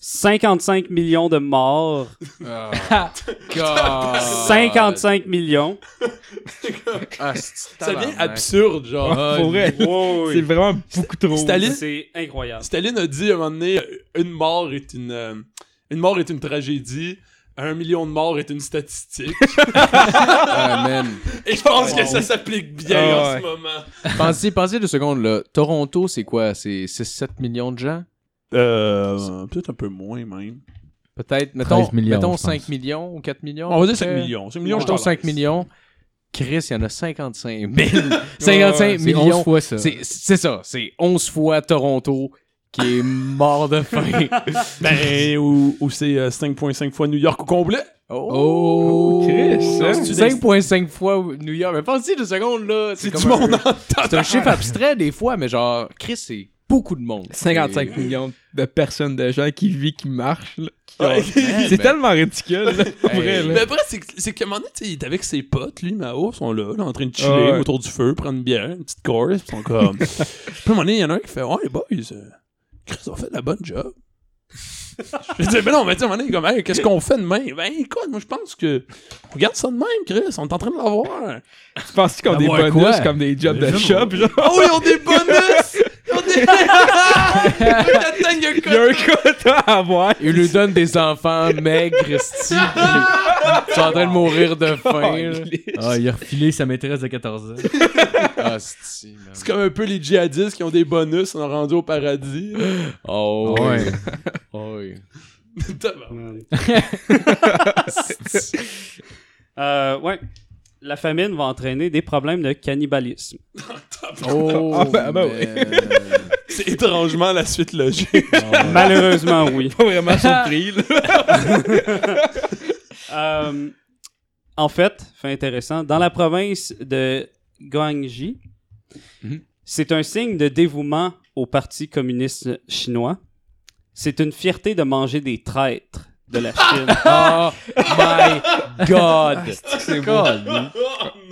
[SPEAKER 1] 55 millions de morts.
[SPEAKER 4] Oh,
[SPEAKER 1] Ah.
[SPEAKER 5] God.
[SPEAKER 1] 55 millions.
[SPEAKER 5] Ah, c'est-
[SPEAKER 4] Ça devient absurde, genre.
[SPEAKER 3] Ah,
[SPEAKER 7] Pour vrai, c'est vraiment beaucoup trop.
[SPEAKER 4] Staline,
[SPEAKER 1] C'est incroyable.
[SPEAKER 4] Staline a dit à un moment donné une mort est une, euh, une mort est une tragédie. Un million de morts est une statistique.
[SPEAKER 5] Ah, man.
[SPEAKER 4] Et je pense que ça s'applique bien
[SPEAKER 7] Ah,
[SPEAKER 4] en
[SPEAKER 7] ouais.
[SPEAKER 4] ce moment.
[SPEAKER 5] Pensez, pensez deux secondes, là. Toronto, c'est quoi? C'est 6-7 millions de gens?
[SPEAKER 4] Euh, peut-être un peu moins, même.
[SPEAKER 5] Peut-être, mettons,
[SPEAKER 3] 13 millions, je
[SPEAKER 5] mettons
[SPEAKER 3] pense.
[SPEAKER 5] 5 millions ou 4 millions.
[SPEAKER 4] On va dire 5
[SPEAKER 5] Euh,
[SPEAKER 4] millions. 5 millions, je
[SPEAKER 5] mettons
[SPEAKER 4] t'en
[SPEAKER 5] 5 millions. Chris, il y en a 55 000. 55
[SPEAKER 3] C'est 11
[SPEAKER 5] millions.
[SPEAKER 3] fois euh. ça.
[SPEAKER 5] C'est c'est ça, c'est 11 fois Toronto qui est mort de faim.
[SPEAKER 4] Ben, ou, ou c'est euh, 5,5 fois New York au complet.
[SPEAKER 5] Oh,
[SPEAKER 7] Chris, hein?
[SPEAKER 5] 5.5 fois New York. Mais pensez deux secondes, là. C'est
[SPEAKER 4] du
[SPEAKER 5] comme un-
[SPEAKER 4] monde en
[SPEAKER 5] C'est un chiffre abstrait des fois, mais genre, Chris, c'est beaucoup de monde.
[SPEAKER 7] 55
[SPEAKER 5] C'est-
[SPEAKER 7] millions de personnes, de gens qui vivent, qui marchent. là, qui ont-
[SPEAKER 4] Ouais.
[SPEAKER 7] c'est
[SPEAKER 3] ben-
[SPEAKER 5] mais-
[SPEAKER 7] tellement ridicule, là, pour
[SPEAKER 5] Hey.
[SPEAKER 7] vrai.
[SPEAKER 4] Mais
[SPEAKER 7] Là.
[SPEAKER 4] après, c'est que- c'est qu'à un moment donné, tu sais, il est avec ses potes, lui, Mao, sont là, là, en train de chiller
[SPEAKER 7] Ah ouais.
[SPEAKER 4] autour du feu, prendre une bière, une petite course, ils sont comme. Puis à un moment donné, il y en a un qui fait Oh, les boys, euh, Chris, on fait de la bonne job. je dis, ben non, mais tu sais, à un moment donné, il est comme, Hey, qu'est-ce qu'on fait demain? Ben écoute, moi, je pense que. Regarde ça de même, Chris, on est en train de l'avoir.
[SPEAKER 7] Tu penses qu'on a des
[SPEAKER 3] Avoir
[SPEAKER 7] bonus
[SPEAKER 3] quoi?
[SPEAKER 7] comme des jobs de
[SPEAKER 4] Des
[SPEAKER 7] shop? Genre,
[SPEAKER 4] Ah oui, on est bonus! On est. J'attends
[SPEAKER 7] il y a un quota à avoir.
[SPEAKER 5] Il lui donne des enfants maigres, esti. Ils sont en train de mourir de faim. là.
[SPEAKER 3] Ah, il a refilé sa maîtresse de 14 ans.
[SPEAKER 5] Ah, esti, man.
[SPEAKER 4] C'est comme un peu les djihadistes qui ont des bonus, on est rendu au paradis.
[SPEAKER 5] Oh,
[SPEAKER 3] Ouais. euh,
[SPEAKER 5] oui. Oh, oui.
[SPEAKER 4] Tabarnak.
[SPEAKER 1] Euh, ouais. La famine va entraîner des problèmes de cannibalisme.
[SPEAKER 5] Oh,
[SPEAKER 7] Ah, ben, ben oui.
[SPEAKER 5] man.
[SPEAKER 4] c'est étrangement la suite logique.
[SPEAKER 1] Malheureusement, oui.
[SPEAKER 7] Pas vraiment surpris, là.
[SPEAKER 1] Euh, en fait, fait intéressant, dans la province de Guangxi, c'est un signe de dévouement au Parti communiste chinois. C'est une fierté de manger des traîtres de la Chine.
[SPEAKER 5] Oh my god!
[SPEAKER 7] C'est
[SPEAKER 5] Ah,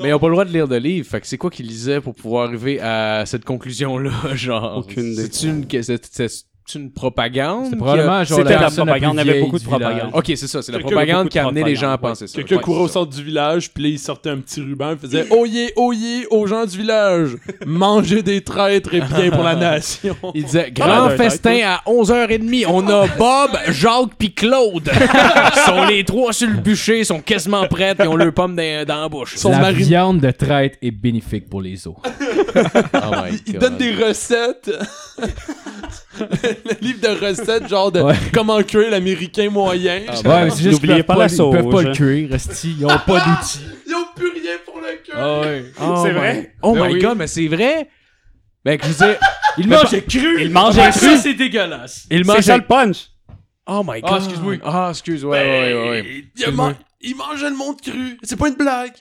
[SPEAKER 5] Mais ils n'ont pas le droit de lire de livres, fait que c'est quoi qu'ils lisaient pour pouvoir arriver à cette conclusion-là, genre?
[SPEAKER 1] Aucune idée.
[SPEAKER 5] C'est une, que- c'est- c'est- c'est une propagande?
[SPEAKER 3] C'est
[SPEAKER 5] qui a-
[SPEAKER 3] probablement genre
[SPEAKER 1] C'était la
[SPEAKER 3] personne plus
[SPEAKER 1] propagande, il y avait
[SPEAKER 3] vieille
[SPEAKER 1] beaucoup de
[SPEAKER 3] du village.
[SPEAKER 1] propagande.
[SPEAKER 5] Ok, c'est ça, c'est la
[SPEAKER 1] Quelqu'un
[SPEAKER 5] propagande
[SPEAKER 1] beaucoup
[SPEAKER 5] qui a
[SPEAKER 1] de
[SPEAKER 5] amené les gens à
[SPEAKER 1] propagande,
[SPEAKER 5] penser ça.
[SPEAKER 4] Quelqu'un
[SPEAKER 5] Ouais,
[SPEAKER 4] courait au
[SPEAKER 5] c'est ça.
[SPEAKER 4] centre du village, puis là, il sortait un petit ruban, il faisait Oyez, oyez aux gens du village, mangez des traîtres et bien pour la nation.
[SPEAKER 5] Il disait
[SPEAKER 1] Ah,
[SPEAKER 5] Grand
[SPEAKER 1] ben,
[SPEAKER 5] festin à 11h30, on a Bob, Jacques puis Claude. Ils sont les trois sur le bûcher, ils sont quasiment prêts, ils ont leurs pommes dans, dans la bouche.
[SPEAKER 4] Son
[SPEAKER 3] la
[SPEAKER 4] mari-
[SPEAKER 3] viande de traite est bénéfique pour les os.
[SPEAKER 4] Il donne des recettes. le livre de recettes, genre de
[SPEAKER 3] Ouais. Ah.
[SPEAKER 4] comment cuire l'américain moyen.
[SPEAKER 3] Ouais, mais c'est juste qu'ils
[SPEAKER 1] N'oubliez
[SPEAKER 3] peuvent
[SPEAKER 1] pas
[SPEAKER 3] pas, hein.
[SPEAKER 1] la
[SPEAKER 3] ils peuvent pas
[SPEAKER 1] sauge.
[SPEAKER 3] le cuire, Resti. Ils ont pas d'outils.
[SPEAKER 4] Ils ont plus rien pour le cœur.
[SPEAKER 5] Oh,
[SPEAKER 1] C'est
[SPEAKER 5] my-
[SPEAKER 1] vrai?
[SPEAKER 5] Oh
[SPEAKER 7] Ben
[SPEAKER 5] my
[SPEAKER 7] oui.
[SPEAKER 5] god, mais c'est vrai? Ben, que je veux dire,
[SPEAKER 3] Il
[SPEAKER 1] Mais
[SPEAKER 3] mange.
[SPEAKER 4] cru!
[SPEAKER 1] Il mangeait
[SPEAKER 4] Ça,
[SPEAKER 1] cru.
[SPEAKER 4] c'est dégueulasse!
[SPEAKER 5] Il
[SPEAKER 1] C'est ça le punch.
[SPEAKER 4] Oh my god!
[SPEAKER 5] Ah, excuse-moi. Ah, excuse, ouais, ouais, ouais, ouais.
[SPEAKER 4] Ben, Il- Il, man- il mangeait le monde cru! C'est pas une blague!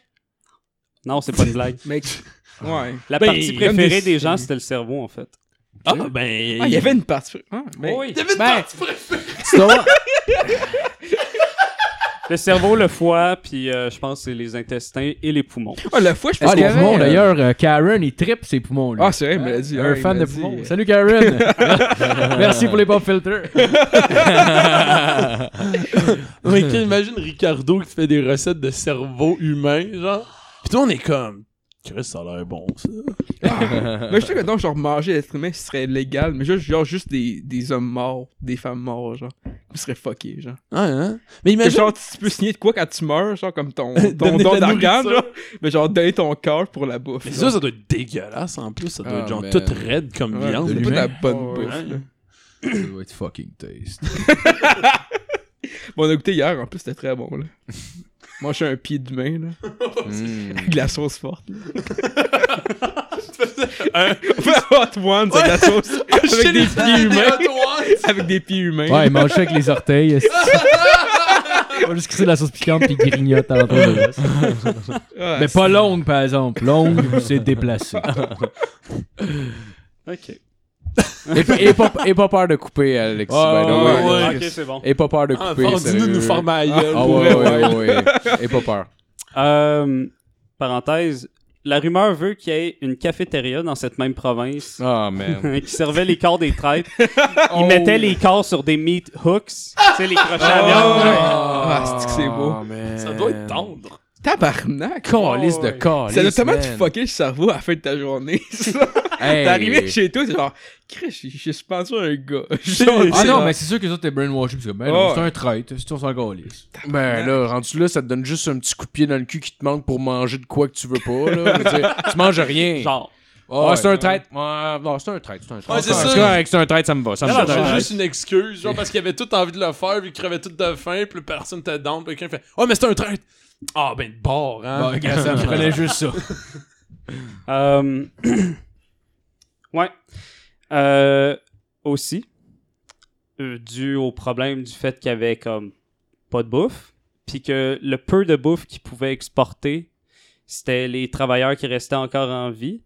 [SPEAKER 1] Non, c'est pas une blague.
[SPEAKER 7] Ouais.
[SPEAKER 1] La
[SPEAKER 4] Ben,
[SPEAKER 1] partie
[SPEAKER 4] il donne
[SPEAKER 1] préférée des,
[SPEAKER 4] des-
[SPEAKER 1] gens, c'était le cerveau, en fait.
[SPEAKER 4] Ah, ben.
[SPEAKER 7] Ah, il y avait une partie. Ah, mais...
[SPEAKER 1] Oui.
[SPEAKER 4] Il y avait une partie préférée!
[SPEAKER 5] Tu dois-
[SPEAKER 1] Le cerveau, le foie, puis euh, je pense que c'est les intestins et les poumons.
[SPEAKER 7] Ah, la fois, je pense
[SPEAKER 3] Ah, les
[SPEAKER 7] qu'il y avait,
[SPEAKER 3] poumons,
[SPEAKER 7] euh,
[SPEAKER 3] d'ailleurs, euh, Karen, il tripe ses poumons. Lui.
[SPEAKER 7] Ah, c'est vrai, il me l'a dit.
[SPEAKER 3] un
[SPEAKER 7] ouais, il
[SPEAKER 3] fan
[SPEAKER 7] me
[SPEAKER 3] de
[SPEAKER 7] l'a
[SPEAKER 3] poumons.
[SPEAKER 7] dit.
[SPEAKER 3] Salut Karen! Merci pour les pop filters.
[SPEAKER 4] Mais qu'est-ce que imagine Ricardo qui te fait des recettes de cerveau humain, genre. Pis toi, on est comme. Chris, ça a l'air bon, ça.
[SPEAKER 7] euh, Mais je sais que, non, genre, manger l'être humain, ce serait légal, mais juste, genre, juste des, des hommes morts, des femmes mortes, genre. Ce serait fucké, genre.
[SPEAKER 4] Ouais, hein? Mais
[SPEAKER 7] Que,
[SPEAKER 4] imagine.
[SPEAKER 7] genre, tu peux signer de quoi quand tu meurs, genre, comme ton, ton
[SPEAKER 4] Donner
[SPEAKER 7] don
[SPEAKER 4] de la
[SPEAKER 7] d'organe,
[SPEAKER 4] nourriture.
[SPEAKER 7] genre. Mais genre, donner ton cœur pour la bouffe.
[SPEAKER 4] Mais
[SPEAKER 7] genre.
[SPEAKER 4] ça, ça doit être dégueulasse en plus. Ça doit être
[SPEAKER 5] Ah,
[SPEAKER 4] genre
[SPEAKER 5] ben,
[SPEAKER 4] toute raide comme
[SPEAKER 7] Ouais,
[SPEAKER 4] viande.
[SPEAKER 7] c'est pas de la bonne
[SPEAKER 4] Oh, ouais.
[SPEAKER 7] bouffe, là.
[SPEAKER 3] Ça
[SPEAKER 5] Ben.
[SPEAKER 3] doit être fucking taste.
[SPEAKER 7] Bon, on a goûté hier, en plus, c'était très bon, là. Moi, je suis un pied d'humain, là.
[SPEAKER 5] Hmm.
[SPEAKER 7] Avec de la sauce forte. là. On fait un hot one, c'est de la sauce. avec des pieds
[SPEAKER 4] Ah,
[SPEAKER 7] humains. Avec des pieds humains.
[SPEAKER 3] Ouais, il mange ça avec les orteils. esti. On va juste crisser de la sauce piquante puis il grignote à l'entour de l'os.
[SPEAKER 7] Ah,
[SPEAKER 3] Mais pas longue, par exemple. Longue, c'est déplacé.
[SPEAKER 1] OK.
[SPEAKER 5] Et, pas- et pas, et pas peur de couper, Alex. by the
[SPEAKER 4] ouais,
[SPEAKER 5] way.
[SPEAKER 4] ouais.
[SPEAKER 1] OK, c'est bon.
[SPEAKER 5] Et pas peur de couper.
[SPEAKER 4] on dit
[SPEAKER 5] sérieux.
[SPEAKER 4] de nous former à la gueule.
[SPEAKER 5] Ah
[SPEAKER 4] pour
[SPEAKER 5] ouais,
[SPEAKER 4] vrai.
[SPEAKER 5] ouais, ouais, ouais. Et pas peur.
[SPEAKER 1] Euh, parenthèse, la rumeur veut qu'il y ait une cafétéria dans cette même province
[SPEAKER 5] Ah, man.
[SPEAKER 1] qui servait les corps des traîtres. Ils
[SPEAKER 5] Oh.
[SPEAKER 1] mettaient les corps sur des meat hooks, tu sais, les crochets à
[SPEAKER 5] Oh,
[SPEAKER 1] viande. là.
[SPEAKER 7] Ah, c'est que c'est beau.
[SPEAKER 4] Ça doit être tendre.
[SPEAKER 7] Tabarnak!
[SPEAKER 5] Calice de calice.
[SPEAKER 7] Ça doit tellement te
[SPEAKER 5] man.
[SPEAKER 7] fucker le cerveau à la fin de ta journée. ça. T'es
[SPEAKER 5] Hey.
[SPEAKER 7] arrivé chez toi, t'es genre, Chris, j'ai- j'ai suspendu un gars. Genre,
[SPEAKER 3] Ah
[SPEAKER 7] c'est-
[SPEAKER 3] non, mais c'est sûr que ça, t'es brainwashed. parce que, Ben,
[SPEAKER 7] Ouais.
[SPEAKER 3] non, c'est un traître. C'est toujours un calice.
[SPEAKER 5] Ben là, rendu là, ça te donne juste un petit coup de pied dans le cul qui te manque pour manger de quoi que tu veux pas. Là. Je veux dire, tu manges rien.
[SPEAKER 1] Genre.
[SPEAKER 5] Ah, c'est un traître. Ouais, non, c'est un traître. C'est un traître.
[SPEAKER 4] Ouais, c'est ça.
[SPEAKER 5] correct, c'est un traître, ça me va. Ça me
[SPEAKER 4] Non, non,
[SPEAKER 5] va.
[SPEAKER 4] c'est juste une excuse, genre parce qu'il avait tout envie de le faire, vu qu'il crevait tout de faim, puis personne te donne, puis quelqu'un fait Oh, mais c'est un traître! Ah, ben, de bord, hein!
[SPEAKER 3] Bon, regarde, ça me prenait juste ça.
[SPEAKER 1] Euh, ouais. Euh, aussi, euh, dû au problème du fait qu'il y avait comme pas de bouffe, puis que le peu de bouffe qu'ils pouvaient exporter, c'était les travailleurs qui restaient encore en vie.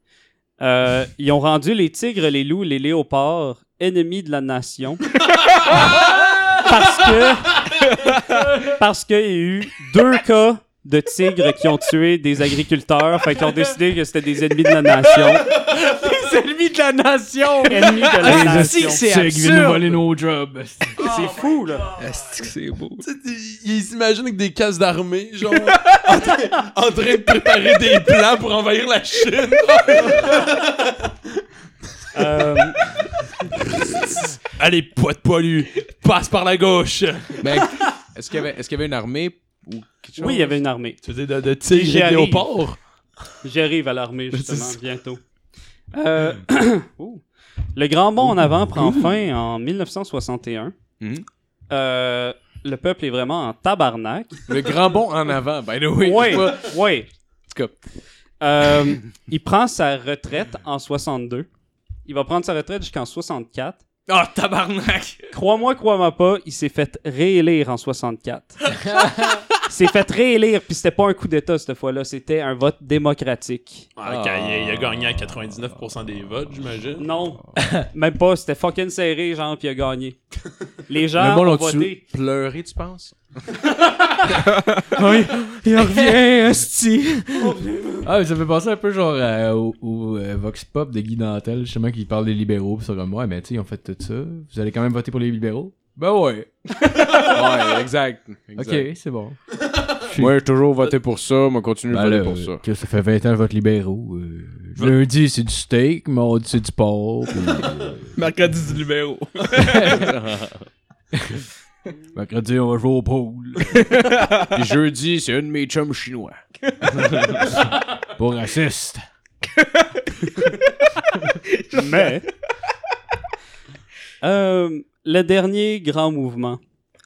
[SPEAKER 1] Euh, ils ont rendu les tigres, les loups, les léopards ennemis de la nation. parce que parce qu'il y a eu deux cas de tigres qui ont tué des agriculteurs, fait qu'ils ont décidé que c'était des ennemis de la nation.
[SPEAKER 5] Celui de la nation.
[SPEAKER 1] Ennemis de la
[SPEAKER 5] Ah, si,
[SPEAKER 1] nation.
[SPEAKER 5] c'est
[SPEAKER 3] Ceux qui viennent nous
[SPEAKER 5] absurde.
[SPEAKER 3] voler nos jobs. esti.
[SPEAKER 1] C'est fou là.
[SPEAKER 7] Asti que Ah, c'est beau.
[SPEAKER 4] Tu sais, ils- Ils s'imaginent avec des cases d'armée, genre, en, train- en train de préparer des plans pour envahir la Chine.
[SPEAKER 1] Euh,
[SPEAKER 4] Allez, pote poilu, passe par la gauche.
[SPEAKER 5] Mais Ben, est-ce qu'il y, avait- est-ce qu'il y avait une armée ou quelque chose?
[SPEAKER 1] oui, il y avait une armée.
[SPEAKER 4] Tu dis de, de tigre
[SPEAKER 1] J'y
[SPEAKER 4] et de
[SPEAKER 1] arrive.
[SPEAKER 4] léopard.
[SPEAKER 1] J'arrive à l'armée justement bientôt. Euh, ouh. le grand bond en avant prend fin en 1961.
[SPEAKER 5] Mhm.
[SPEAKER 1] Euh, le peuple est vraiment en tabarnak.
[SPEAKER 5] Le grand bond en avant, ben, by the way.
[SPEAKER 1] Oui,
[SPEAKER 5] Ouais.
[SPEAKER 1] oui.
[SPEAKER 5] En tout
[SPEAKER 1] Euh, il prend sa retraite en 62. Il va prendre sa retraite jusqu'en 64.
[SPEAKER 5] Ah, tabarnak!
[SPEAKER 1] Crois-moi, crois-moi pas, il s'est fait réélire en 64. il s'est fait réélire, puis c'était pas un coup d'État cette fois-là, c'était un vote démocratique.
[SPEAKER 4] Ah, ok, il, il a gagné à 99% des votes, j'imagine.
[SPEAKER 1] Non, même pas, c'était fucking serré, genre, puis il a gagné. Les
[SPEAKER 3] Le
[SPEAKER 1] gens
[SPEAKER 3] monde
[SPEAKER 1] ont
[SPEAKER 3] l'a tué.
[SPEAKER 1] voté.
[SPEAKER 5] Pleurer, tu penses?
[SPEAKER 3] Il revient, esti! Ah, mais ça fait penser un peu genre euh, au, au, euh, Vox Pop de Guy Dantel, justement, qui parle des libéraux, pis ça comme, ouais, mais tu sais, ils ont fait tout ça, vous allez quand même voter pour les libéraux?
[SPEAKER 5] Ben ouais. ouais, exact.
[SPEAKER 3] Ok, c'est bon.
[SPEAKER 5] Moi, j'ai toujours voté pour ça, moi, continue de
[SPEAKER 3] Ben
[SPEAKER 5] voter
[SPEAKER 3] là,
[SPEAKER 5] pour ça.
[SPEAKER 3] que ça fait 20 ans que je vote libéraux. euh, lundi, c'est du steak, mardi, c'est du porc, pis euh,
[SPEAKER 7] Mercredi du numéro.
[SPEAKER 3] mercredi, on va jouer au pool.
[SPEAKER 5] Puis jeudi, c'est un de mes chums chinois.
[SPEAKER 3] Pas raciste.
[SPEAKER 1] Mais. Euh, le dernier grand mouvement,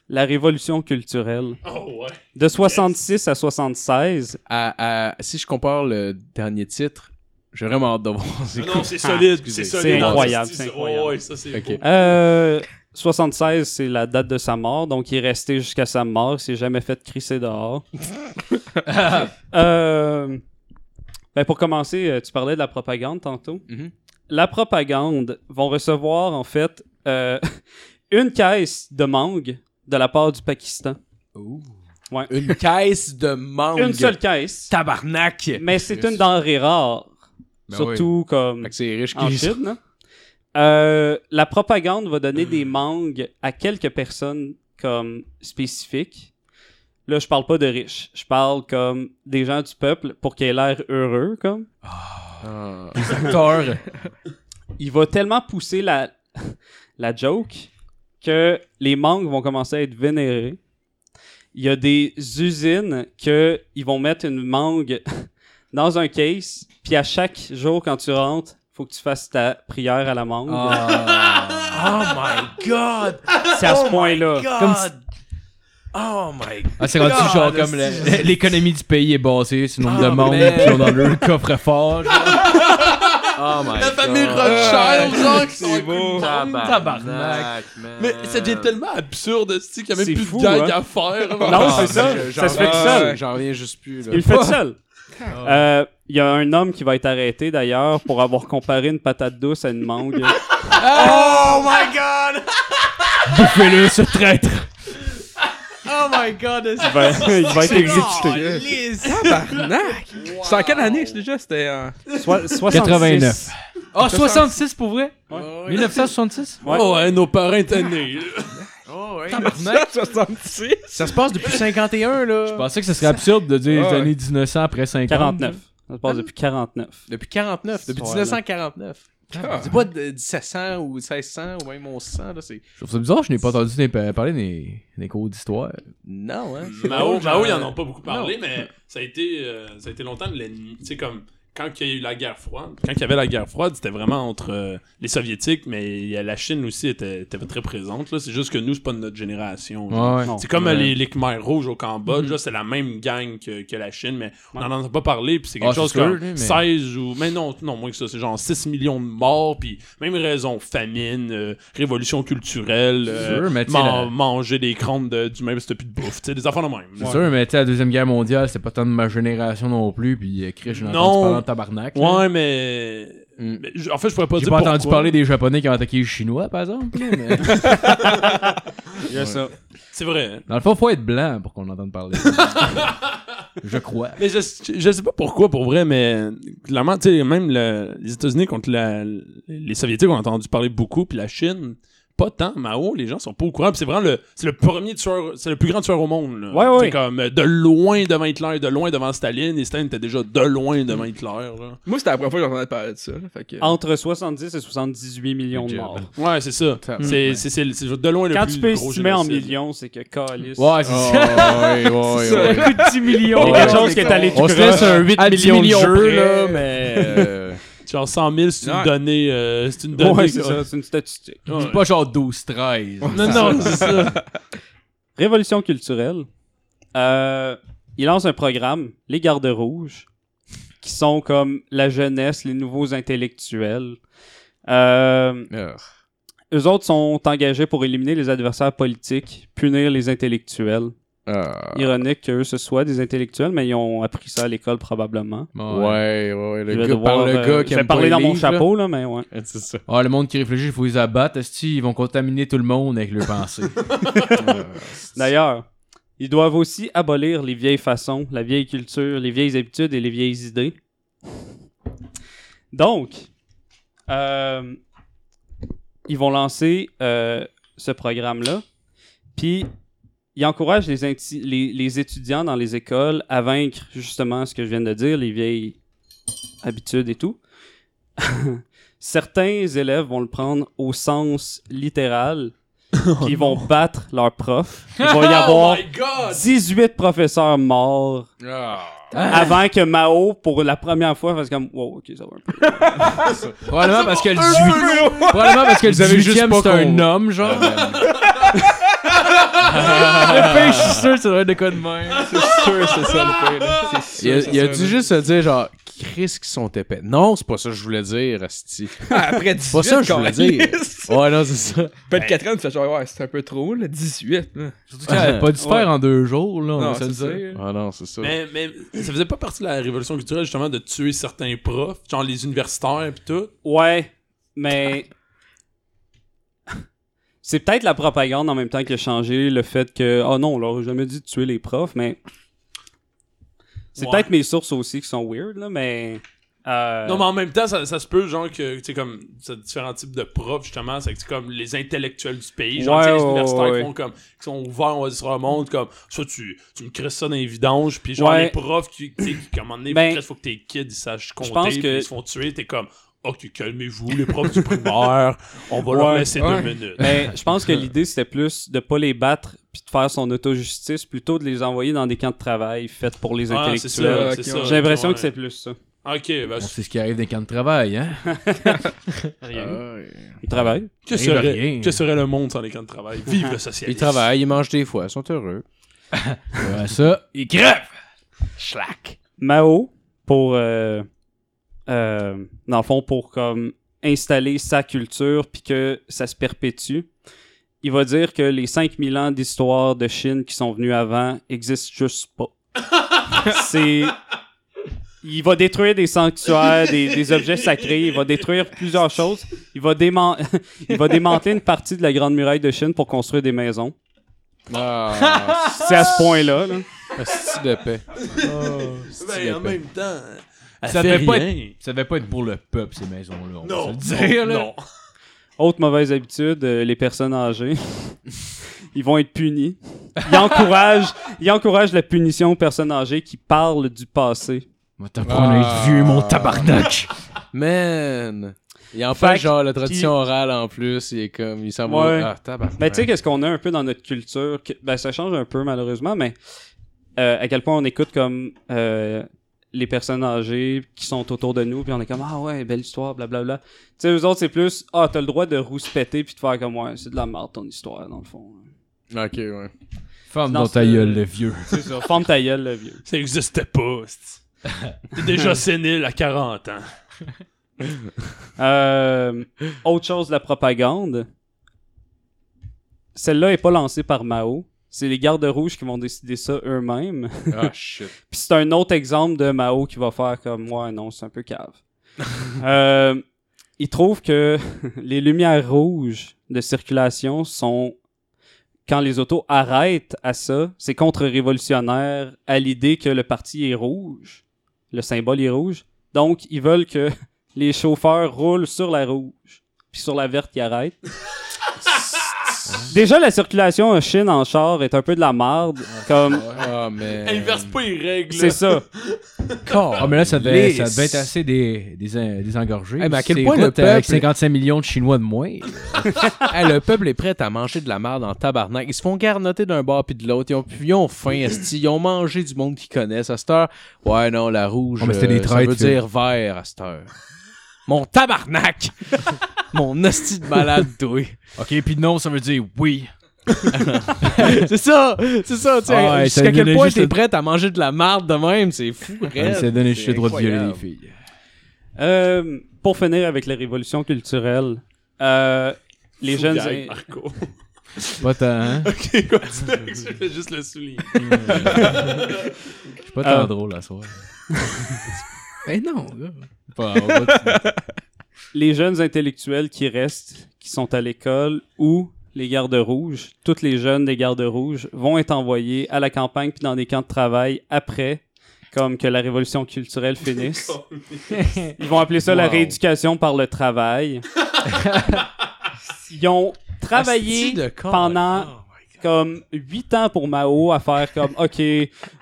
[SPEAKER 1] la révolution culturelle.
[SPEAKER 4] Oh, ouais.
[SPEAKER 1] De 66 à 76,
[SPEAKER 5] À- à- si je compare le dernier titre J'ai vraiment hâte de voir. c'est
[SPEAKER 4] Non, c'est solide.
[SPEAKER 5] excusez.
[SPEAKER 4] C'est
[SPEAKER 1] C'est
[SPEAKER 4] solide.
[SPEAKER 1] incroyable,
[SPEAKER 4] en
[SPEAKER 1] c'est
[SPEAKER 4] justice.
[SPEAKER 1] incroyable.
[SPEAKER 4] Oh, ouais, ça, c'est
[SPEAKER 5] Ok.
[SPEAKER 4] beau.
[SPEAKER 1] Euh, 76, c'est la date de sa mort, donc il est resté jusqu'à sa mort. Il s'est jamais fait crisser dehors. Euh, ben, pour commencer, euh, tu parlais de la propagande tantôt.
[SPEAKER 5] Mhm.
[SPEAKER 1] La propagande vont recevoir, en fait, euh, une caisse de mangue de la part du Pakistan.
[SPEAKER 5] Une caisse de mangue. Ben
[SPEAKER 1] Une seule caisse.
[SPEAKER 5] Tabarnak.
[SPEAKER 1] Mais c'est une denrée rare.
[SPEAKER 5] Ben
[SPEAKER 1] surtout
[SPEAKER 5] Fait
[SPEAKER 1] comme
[SPEAKER 5] que c'est riche
[SPEAKER 1] en
[SPEAKER 5] qui
[SPEAKER 1] Chine. hein. Euh, la propagande va donner des mangues à quelques personnes comme spécifiques. Là, je parle pas de riches. Je parle comme des gens du peuple pour qu'ils aient l'air heureux. Comme.
[SPEAKER 5] Ah.
[SPEAKER 3] Acteur.
[SPEAKER 1] Il va tellement pousser la, la joke que les mangues vont commencer à être vénérées. Il y a des usines que ils vont mettre une mangue dans un case, puis à chaque jour quand tu rentres, faut que tu fasses ta prière à la mangue.
[SPEAKER 3] Ah.
[SPEAKER 4] Oh
[SPEAKER 6] my god!
[SPEAKER 1] C'est à ce
[SPEAKER 6] Oh
[SPEAKER 1] point-là.
[SPEAKER 6] God!
[SPEAKER 3] Comme si-
[SPEAKER 6] Oh my
[SPEAKER 3] Ah, c'est rendu
[SPEAKER 6] God,
[SPEAKER 3] genre comme
[SPEAKER 6] hostie,
[SPEAKER 3] le- l'économie du pays est basée sur le nombre
[SPEAKER 5] Ah,
[SPEAKER 3] de monde
[SPEAKER 5] man.
[SPEAKER 3] qui sont dans le coffre-fort. genre.
[SPEAKER 5] Oh my
[SPEAKER 4] La famille
[SPEAKER 5] God.
[SPEAKER 4] Rothschild,
[SPEAKER 5] Ouais.
[SPEAKER 4] genre, qui sont
[SPEAKER 5] C'est
[SPEAKER 4] avec
[SPEAKER 5] beau.
[SPEAKER 4] une grande
[SPEAKER 5] Tabarnak.
[SPEAKER 4] Mais ça devient
[SPEAKER 1] Ah,
[SPEAKER 4] tellement absurde, c'est qu'il y a
[SPEAKER 1] C'est
[SPEAKER 4] même plus
[SPEAKER 1] fou,
[SPEAKER 4] de gag
[SPEAKER 1] hein.
[SPEAKER 4] à faire.
[SPEAKER 1] Non, c'est ça.
[SPEAKER 5] je-
[SPEAKER 1] Ça se
[SPEAKER 5] j'en-
[SPEAKER 1] fait tout
[SPEAKER 5] ah,
[SPEAKER 1] seul.
[SPEAKER 5] J'en reviens juste plus. Là.
[SPEAKER 1] Il le fait seul.
[SPEAKER 6] Oh.
[SPEAKER 1] Euh, Il y a un homme qui va être arrêté d'ailleurs pour avoir comparé une patate douce à une mangue.
[SPEAKER 5] Ah!
[SPEAKER 6] Oh my god!
[SPEAKER 3] Bouffez-le, ce traître.
[SPEAKER 6] Oh my god!
[SPEAKER 1] Il va, il va être exécuté. Ah,
[SPEAKER 7] Tabarnak! C'est en quelle année, c'est déjà? C'était en...
[SPEAKER 1] Soi- 66.
[SPEAKER 3] 89. Ah, 66 pour vrai?
[SPEAKER 5] Oh, ouais.
[SPEAKER 3] 1966?
[SPEAKER 1] Ouais.
[SPEAKER 4] Oh, ouais, nos parents tannés.
[SPEAKER 5] Oh, ouais.
[SPEAKER 3] Tabarnak.
[SPEAKER 7] 66?
[SPEAKER 5] Ça se passe depuis 51, là.
[SPEAKER 3] Je pensais que ce serait absurde de dire
[SPEAKER 7] Ah,
[SPEAKER 3] les
[SPEAKER 7] ouais.
[SPEAKER 3] années 1900 après 50.
[SPEAKER 1] 49. Ça se passe depuis 49.
[SPEAKER 5] Depuis 49, depuis
[SPEAKER 1] Voilà.
[SPEAKER 5] 1949. C'est pas de- 1700 ou 1600 ou même 1100, là, c'est...
[SPEAKER 3] Je trouve ça bizarre, je n'ai pas entendu les pa- parler des, des cours d'histoire.
[SPEAKER 5] Non, hein? c'est
[SPEAKER 4] Mao,
[SPEAKER 5] bon,
[SPEAKER 4] Mao,
[SPEAKER 5] genre,
[SPEAKER 4] ils en ont pas beaucoup parlé, mais ça a été, euh, ça a été longtemps de l'ennemi. Tu sais, comme quand il y a eu la guerre froide, quand il y avait la guerre froide, c'était vraiment entre euh, les Soviétiques, mais il y a- la Chine aussi était, était très présente. là. C'est juste que nous, c'est pas de notre génération. genre.
[SPEAKER 3] Ouais, ouais.
[SPEAKER 1] Non.
[SPEAKER 4] C'est comme
[SPEAKER 3] Ouais.
[SPEAKER 4] euh, les, les Khmer Rouges au Cambodge,
[SPEAKER 3] Mhm.
[SPEAKER 4] là, c'est la même gang que, que la Chine, mais on n'en entend pas parler, puis c'est quelque
[SPEAKER 3] Ah, c'est
[SPEAKER 4] chose
[SPEAKER 3] sûr,
[SPEAKER 4] comme
[SPEAKER 3] lui, mais-
[SPEAKER 4] 16 ou... Mais non, non, moins que ça, c'est genre 6 millions de morts, puis même raison, famine, euh, révolution culturelle, euh,
[SPEAKER 3] sûr, mais tu sais,
[SPEAKER 4] man-
[SPEAKER 3] la-
[SPEAKER 4] manger des crônes de- du même, c'était plus de bouffe, tu sais, des affaires de même.
[SPEAKER 3] C'est sûr, mais tu sais, la Deuxième Guerre mondiale, c'est pas tant de ma génération non plus, puis euh, Chris, j'ai
[SPEAKER 4] Non.
[SPEAKER 3] entendu parler de tabarnak. là.
[SPEAKER 4] Ouais, mais...
[SPEAKER 3] Mm.
[SPEAKER 4] mais j- en fait, je pourrais pas
[SPEAKER 3] J'ai
[SPEAKER 4] dire
[SPEAKER 3] pas entendu
[SPEAKER 4] pourquoi.
[SPEAKER 3] parler des Japonais qui ont attaqué les Chinois, par exemple. là, mais-
[SPEAKER 1] Il y a ça.
[SPEAKER 4] C'est vrai. hein.
[SPEAKER 3] Dans le fond, faut être blanc pour qu'on entende parler. je crois.
[SPEAKER 4] Mais je, je sais pas pourquoi, pour vrai, mais clairement, tu sais, même le- les États-Unis contre la- les Soviétiques, on a entendu parler beaucoup, puis la Chine, pas tant. Mao, les gens sont pas au courant. puis c'est vraiment le, c'est le premier tueur, c'est le plus grand tueur au monde. là.
[SPEAKER 1] Ouais, ouais.
[SPEAKER 4] C'est comme euh, de loin devant Hitler, de loin devant Staline, et Staline était déjà de loin devant Hitler. là.
[SPEAKER 7] Moi, c'était la première fois que j'entendais parler de ça. là, Fait que...
[SPEAKER 5] Ah.
[SPEAKER 1] Entre 70 et 78 millions de morts.
[SPEAKER 4] Ouais, c'est ça.
[SPEAKER 5] Tabarnak.
[SPEAKER 4] C'est, c'est, c'est, c'est de loin le
[SPEAKER 1] Quand
[SPEAKER 4] plus
[SPEAKER 1] tu peux
[SPEAKER 4] gros
[SPEAKER 1] estimer en
[SPEAKER 4] génocide.
[SPEAKER 1] millions, c'est que Calis.
[SPEAKER 3] Ouais, c'est
[SPEAKER 5] Oh,
[SPEAKER 3] ça.
[SPEAKER 5] ouais, ouais, ouais.
[SPEAKER 1] coup de 10 millions.
[SPEAKER 5] Ouais,
[SPEAKER 1] quelque chose
[SPEAKER 5] c'est
[SPEAKER 1] qui est
[SPEAKER 5] con.
[SPEAKER 1] allé
[SPEAKER 5] On
[SPEAKER 1] tout
[SPEAKER 5] se
[SPEAKER 1] croche.
[SPEAKER 5] laisse un 8
[SPEAKER 1] À 10
[SPEAKER 5] millions de jeux,
[SPEAKER 1] près.
[SPEAKER 5] là, mais... euh,
[SPEAKER 4] Genre 100 000, c'est une
[SPEAKER 7] Ouais.
[SPEAKER 4] donnée. euh, c'est une donnée.
[SPEAKER 1] Ouais, c'est ça, c'est une statistique.
[SPEAKER 4] Ouais.
[SPEAKER 3] Dis pas genre 12-13.
[SPEAKER 4] Non, non, c'est ça.
[SPEAKER 1] Révolution culturelle. Euh, il lance un programme, les gardes rouges, qui sont comme la jeunesse, les nouveaux intellectuels. Euh,
[SPEAKER 5] euh,
[SPEAKER 1] eux autres sont engagés pour éliminer les adversaires politiques, punir les intellectuels.
[SPEAKER 5] euh,
[SPEAKER 1] Ironique que ce soit des intellectuels, mais ils ont appris ça à l'école probablement.
[SPEAKER 5] Ouais, ouais, ouais,
[SPEAKER 1] Je
[SPEAKER 5] le
[SPEAKER 1] vais
[SPEAKER 5] gars
[SPEAKER 1] devoir,
[SPEAKER 5] par le
[SPEAKER 1] euh,
[SPEAKER 5] gars qui
[SPEAKER 1] je vais
[SPEAKER 5] aime pas
[SPEAKER 1] parler
[SPEAKER 5] les
[SPEAKER 1] dans mon
[SPEAKER 5] livres, là.
[SPEAKER 1] chapeau, là, mais ouais.
[SPEAKER 5] Ouais, C'est ça.
[SPEAKER 3] Ah, le monde qui réfléchit, il faut les abattre. Esti, ils vont contaminer tout le monde avec leurs pensées.
[SPEAKER 1] D'ailleurs, ils doivent aussi abolir les vieilles façons, la vieille culture, les vieilles habitudes et les vieilles idées. Donc, euh, ils vont lancer euh, ce programme-là. Puis, ils encouragent les, inti- les- les étudiants dans les écoles à vaincre justement ce que je viens de dire, les vieilles habitudes et tout. Certains élèves vont le prendre au sens littéral,
[SPEAKER 4] Oh
[SPEAKER 1] puis ils vont battre leurs profs. Il va y avoir 18 professeurs morts avant que Mao, pour la première fois, fasse comme Wow, ok, ça va un peu.
[SPEAKER 3] Probablement parce que le 18 Probablement parce que le
[SPEAKER 5] Vous avez
[SPEAKER 3] 18
[SPEAKER 5] juste pas
[SPEAKER 3] c'est
[SPEAKER 5] con-
[SPEAKER 3] un homme, genre.
[SPEAKER 4] Ah,
[SPEAKER 3] Le pire, je suis sûr, ça doit être de quoi de même.
[SPEAKER 7] C'est sûr, c'est ça le pire. là. C'est sûr,
[SPEAKER 5] Il a,
[SPEAKER 7] c'est
[SPEAKER 5] il a
[SPEAKER 7] ça,
[SPEAKER 5] dû
[SPEAKER 7] là.
[SPEAKER 5] juste se dire, genre, Chris, qui sont épais. Non, c'est pas ça que je voulais dire, Asti.
[SPEAKER 7] Ah, Après 18
[SPEAKER 5] pas ça que je voulais dire.
[SPEAKER 7] câlisse.
[SPEAKER 5] Ouais, non, c'est ça.
[SPEAKER 7] Pas de 4 ans, Ben, tu fais genre, ouais, c'est un peu trop, là, 18. Là.
[SPEAKER 3] Surtout qu'elle avait pas dû se faire en deux jours, là, on
[SPEAKER 7] Non,
[SPEAKER 3] va se
[SPEAKER 7] c'est
[SPEAKER 3] le dire.
[SPEAKER 5] Ah non, c'est ça.
[SPEAKER 4] Mais, mais ça faisait pas partie de la révolution culturelle, justement, de tuer certains profs, genre les universitaires pis tout.
[SPEAKER 1] Ouais, mais. C'est peut-être la propagande en même temps qui a changé le fait que. Oh non, on leur a jamais dit de tuer les profs, mais. C'est
[SPEAKER 4] Ouais.
[SPEAKER 1] peut-être mes sources aussi qui sont weird, là, mais. euh,
[SPEAKER 4] Non, mais en même temps, ça, ça se peut, genre, que, tu sais, comme, ça, différents types de profs, justement, c'est que, c'est comme les intellectuels du pays, genre,
[SPEAKER 1] Ouais,
[SPEAKER 4] tu sais, les
[SPEAKER 1] ouais,
[SPEAKER 4] universitaires
[SPEAKER 1] ouais.
[SPEAKER 4] qui font comme, qui sont ouverts, on va dire, sur le monde, comme, soit tu, tu me crises ça dans les vidanges, pis genre,
[SPEAKER 1] Ouais.
[SPEAKER 4] les profs, qui, tu sais, qui, comme, à un moment donné,
[SPEAKER 1] Ben,
[SPEAKER 4] Chris, faut que tes kids, ils sachent compter,
[SPEAKER 1] pense
[SPEAKER 4] pis
[SPEAKER 1] que-
[SPEAKER 4] ils se font tuer, t'es comme, ok, calmez-vous, les profs du primaire, on va leur
[SPEAKER 1] Ouais,
[SPEAKER 4] laisser
[SPEAKER 7] ouais.
[SPEAKER 4] deux minutes.
[SPEAKER 1] Mais je pense que l'idée c'était plus de pas les battre puis de faire son auto-justice plutôt de les envoyer dans des camps de travail faits pour les
[SPEAKER 4] Ah, c'est
[SPEAKER 1] intellectuels.
[SPEAKER 4] ça,
[SPEAKER 7] ok,
[SPEAKER 4] c'est
[SPEAKER 7] ouais.
[SPEAKER 4] ça.
[SPEAKER 1] J'ai l'impression
[SPEAKER 4] Ouais.
[SPEAKER 1] que c'est plus ça.
[SPEAKER 4] Ok, ben,
[SPEAKER 3] On sait ce qui arrive des camps de travail, hein.
[SPEAKER 1] Ils travaillent.
[SPEAKER 4] que
[SPEAKER 3] Rien de
[SPEAKER 4] serait,
[SPEAKER 3] rien.
[SPEAKER 4] que serait le monde sans les camps de travail? Vive le socialisme!
[SPEAKER 5] Ils travaillent, ils mangent des fois, ils sont heureux.
[SPEAKER 3] Ouais, ça, il crève!
[SPEAKER 1] Mao pour euh, euh, dans le fond pour comme installer sa culture puis que ça se perpétue. Il va dire que les 5000 ans d'histoire de Chine qui sont venus avant existent juste pas. C'est il va détruire des sanctuaires, des, des objets sacrés, il va détruire plusieurs choses. Il va, déman- il va démanteler une partie de la Grande Muraille de Chine pour construire des maisons.
[SPEAKER 5] Ah,
[SPEAKER 1] C'est à ce point-là. là.
[SPEAKER 5] c'est de paix. Oh,
[SPEAKER 4] Ben, en même temps, elle
[SPEAKER 3] Ça
[SPEAKER 4] fait
[SPEAKER 3] devait pas
[SPEAKER 4] Ah, rien.
[SPEAKER 3] Ça devait pas être pour le peuple, ces maisons-là. on va
[SPEAKER 4] Non,
[SPEAKER 3] se le dire, là.
[SPEAKER 4] non.
[SPEAKER 1] Autre mauvaise habitude, euh, les personnes âgées. Ils vont être punis. Ils encouragent, ils encouragent la punition aux personnes âgées qui parlent du passé.
[SPEAKER 3] Va t'apprendre à être vieux, mon tabarnak!
[SPEAKER 5] Man! Il en
[SPEAKER 1] Fait
[SPEAKER 5] fait
[SPEAKER 1] que-
[SPEAKER 5] genre la tradition orale en plus, il est comme, il s'en va.
[SPEAKER 1] Ouais.
[SPEAKER 5] Ah, tabarnak.
[SPEAKER 1] Ben, tu sais, qu'est-ce qu'on a un peu dans notre culture? que- ben, ça change un peu, malheureusement, mais euh, à quel point on écoute comme euh, les personnes âgées qui sont autour de nous, puis on est comme « Ah ouais, belle histoire, blablabla. » Tu sais, eux autres, c'est plus « Ah, t'as le droit de rouspéter puis de faire comme « Ouais, c'est de la merde ton histoire, dans le fond.
[SPEAKER 5] Ok, ouais.
[SPEAKER 3] Ferme
[SPEAKER 1] Non,
[SPEAKER 3] dans ta
[SPEAKER 1] c'est-
[SPEAKER 3] gueule, le vieux. »
[SPEAKER 1] C'est ça. Forme ta gueule, le vieux.
[SPEAKER 4] Ça existait pas. c'est- T'es déjà sénile à 40 ans.
[SPEAKER 1] Euh, autre chose, la propagande. Celle-là est pas lancée par Mao. C'est les gardes rouges qui vont décider ça eux-mêmes.
[SPEAKER 5] Ah, shit.
[SPEAKER 1] Puis c'est un autre exemple de Mao qui va faire comme moi. non, c'est un peu cave. Euh, il trouve que les lumières rouges de circulation sont quand les autos arrêtent à ça, c'est contre-révolutionnaire à l'idée que le parti est rouge, le symbole est rouge. Donc ils veulent que les chauffeurs roulent sur la rouge, puis sur la verte qui arrête. Déjà la circulation en Chine en char est un peu de la marde comme
[SPEAKER 5] Ah, man.
[SPEAKER 4] Inverse pas les règles.
[SPEAKER 1] c'est ça.
[SPEAKER 3] Ah, mais là, ça devait, ça devait être assez des, des, des engorgés.
[SPEAKER 5] Eh, mais à quel
[SPEAKER 3] Ces
[SPEAKER 5] point le
[SPEAKER 3] routes, euh, Avec
[SPEAKER 5] peuple-
[SPEAKER 3] 55 millions de Chinois de moins.
[SPEAKER 5] Hey, le peuple est prêt à manger de la merde en tabarnak. Ils se font garnoter d'un bar puis de l'autre. Ils ont, ils ont faim, esti. Ils ont mangé du monde qu'ils connaissent à cette heure. Ouais, non, la rouge,
[SPEAKER 3] Oh, mais c'était
[SPEAKER 5] euh,
[SPEAKER 3] des
[SPEAKER 5] ça
[SPEAKER 3] traîtres,
[SPEAKER 5] veut
[SPEAKER 3] Phil.
[SPEAKER 5] dire vert à cette heure. Mon tabarnak! Mon hostie de malade, doué.
[SPEAKER 3] OK, puis non, ça veut dire oui.
[SPEAKER 5] c'est ça! C'est ça, tu sais.
[SPEAKER 3] Ah ouais, ça
[SPEAKER 5] Jusqu'à quel
[SPEAKER 3] donnait
[SPEAKER 5] point
[SPEAKER 3] juste
[SPEAKER 5] t'es
[SPEAKER 3] le- Ah,
[SPEAKER 5] prête à manger de la merde de même, c'est fou, raide.
[SPEAKER 3] Ça donne juste
[SPEAKER 5] C'est
[SPEAKER 3] le droit de violer les
[SPEAKER 5] incroyable.
[SPEAKER 3] filles.
[SPEAKER 1] Euh, pour finir avec la révolution culturelle, euh, les
[SPEAKER 4] Fou
[SPEAKER 1] jeunes.
[SPEAKER 4] gag, Marco.
[SPEAKER 3] Pas tant, hein?
[SPEAKER 4] ok, continue. Je voulais juste le souligner.
[SPEAKER 3] Je suis pas
[SPEAKER 5] Ah.
[SPEAKER 3] tant
[SPEAKER 1] Euh.
[SPEAKER 3] drôle à soir.
[SPEAKER 7] Mais Ben non, là.
[SPEAKER 3] Pas- on va te-
[SPEAKER 1] les jeunes intellectuels qui restent, qui sont à l'école ou les gardes rouges, toutes les jeunes des gardes rouges vont être envoyés à la campagne puis dans des camps de travail après, comme que la révolution culturelle finisse. Ils vont appeler ça la
[SPEAKER 5] Wow.
[SPEAKER 1] rééducation par le travail. Ils ont travaillé
[SPEAKER 5] Asti de con.
[SPEAKER 4] Ah,
[SPEAKER 1] pendant comme 8 ans pour Mao à faire comme OK,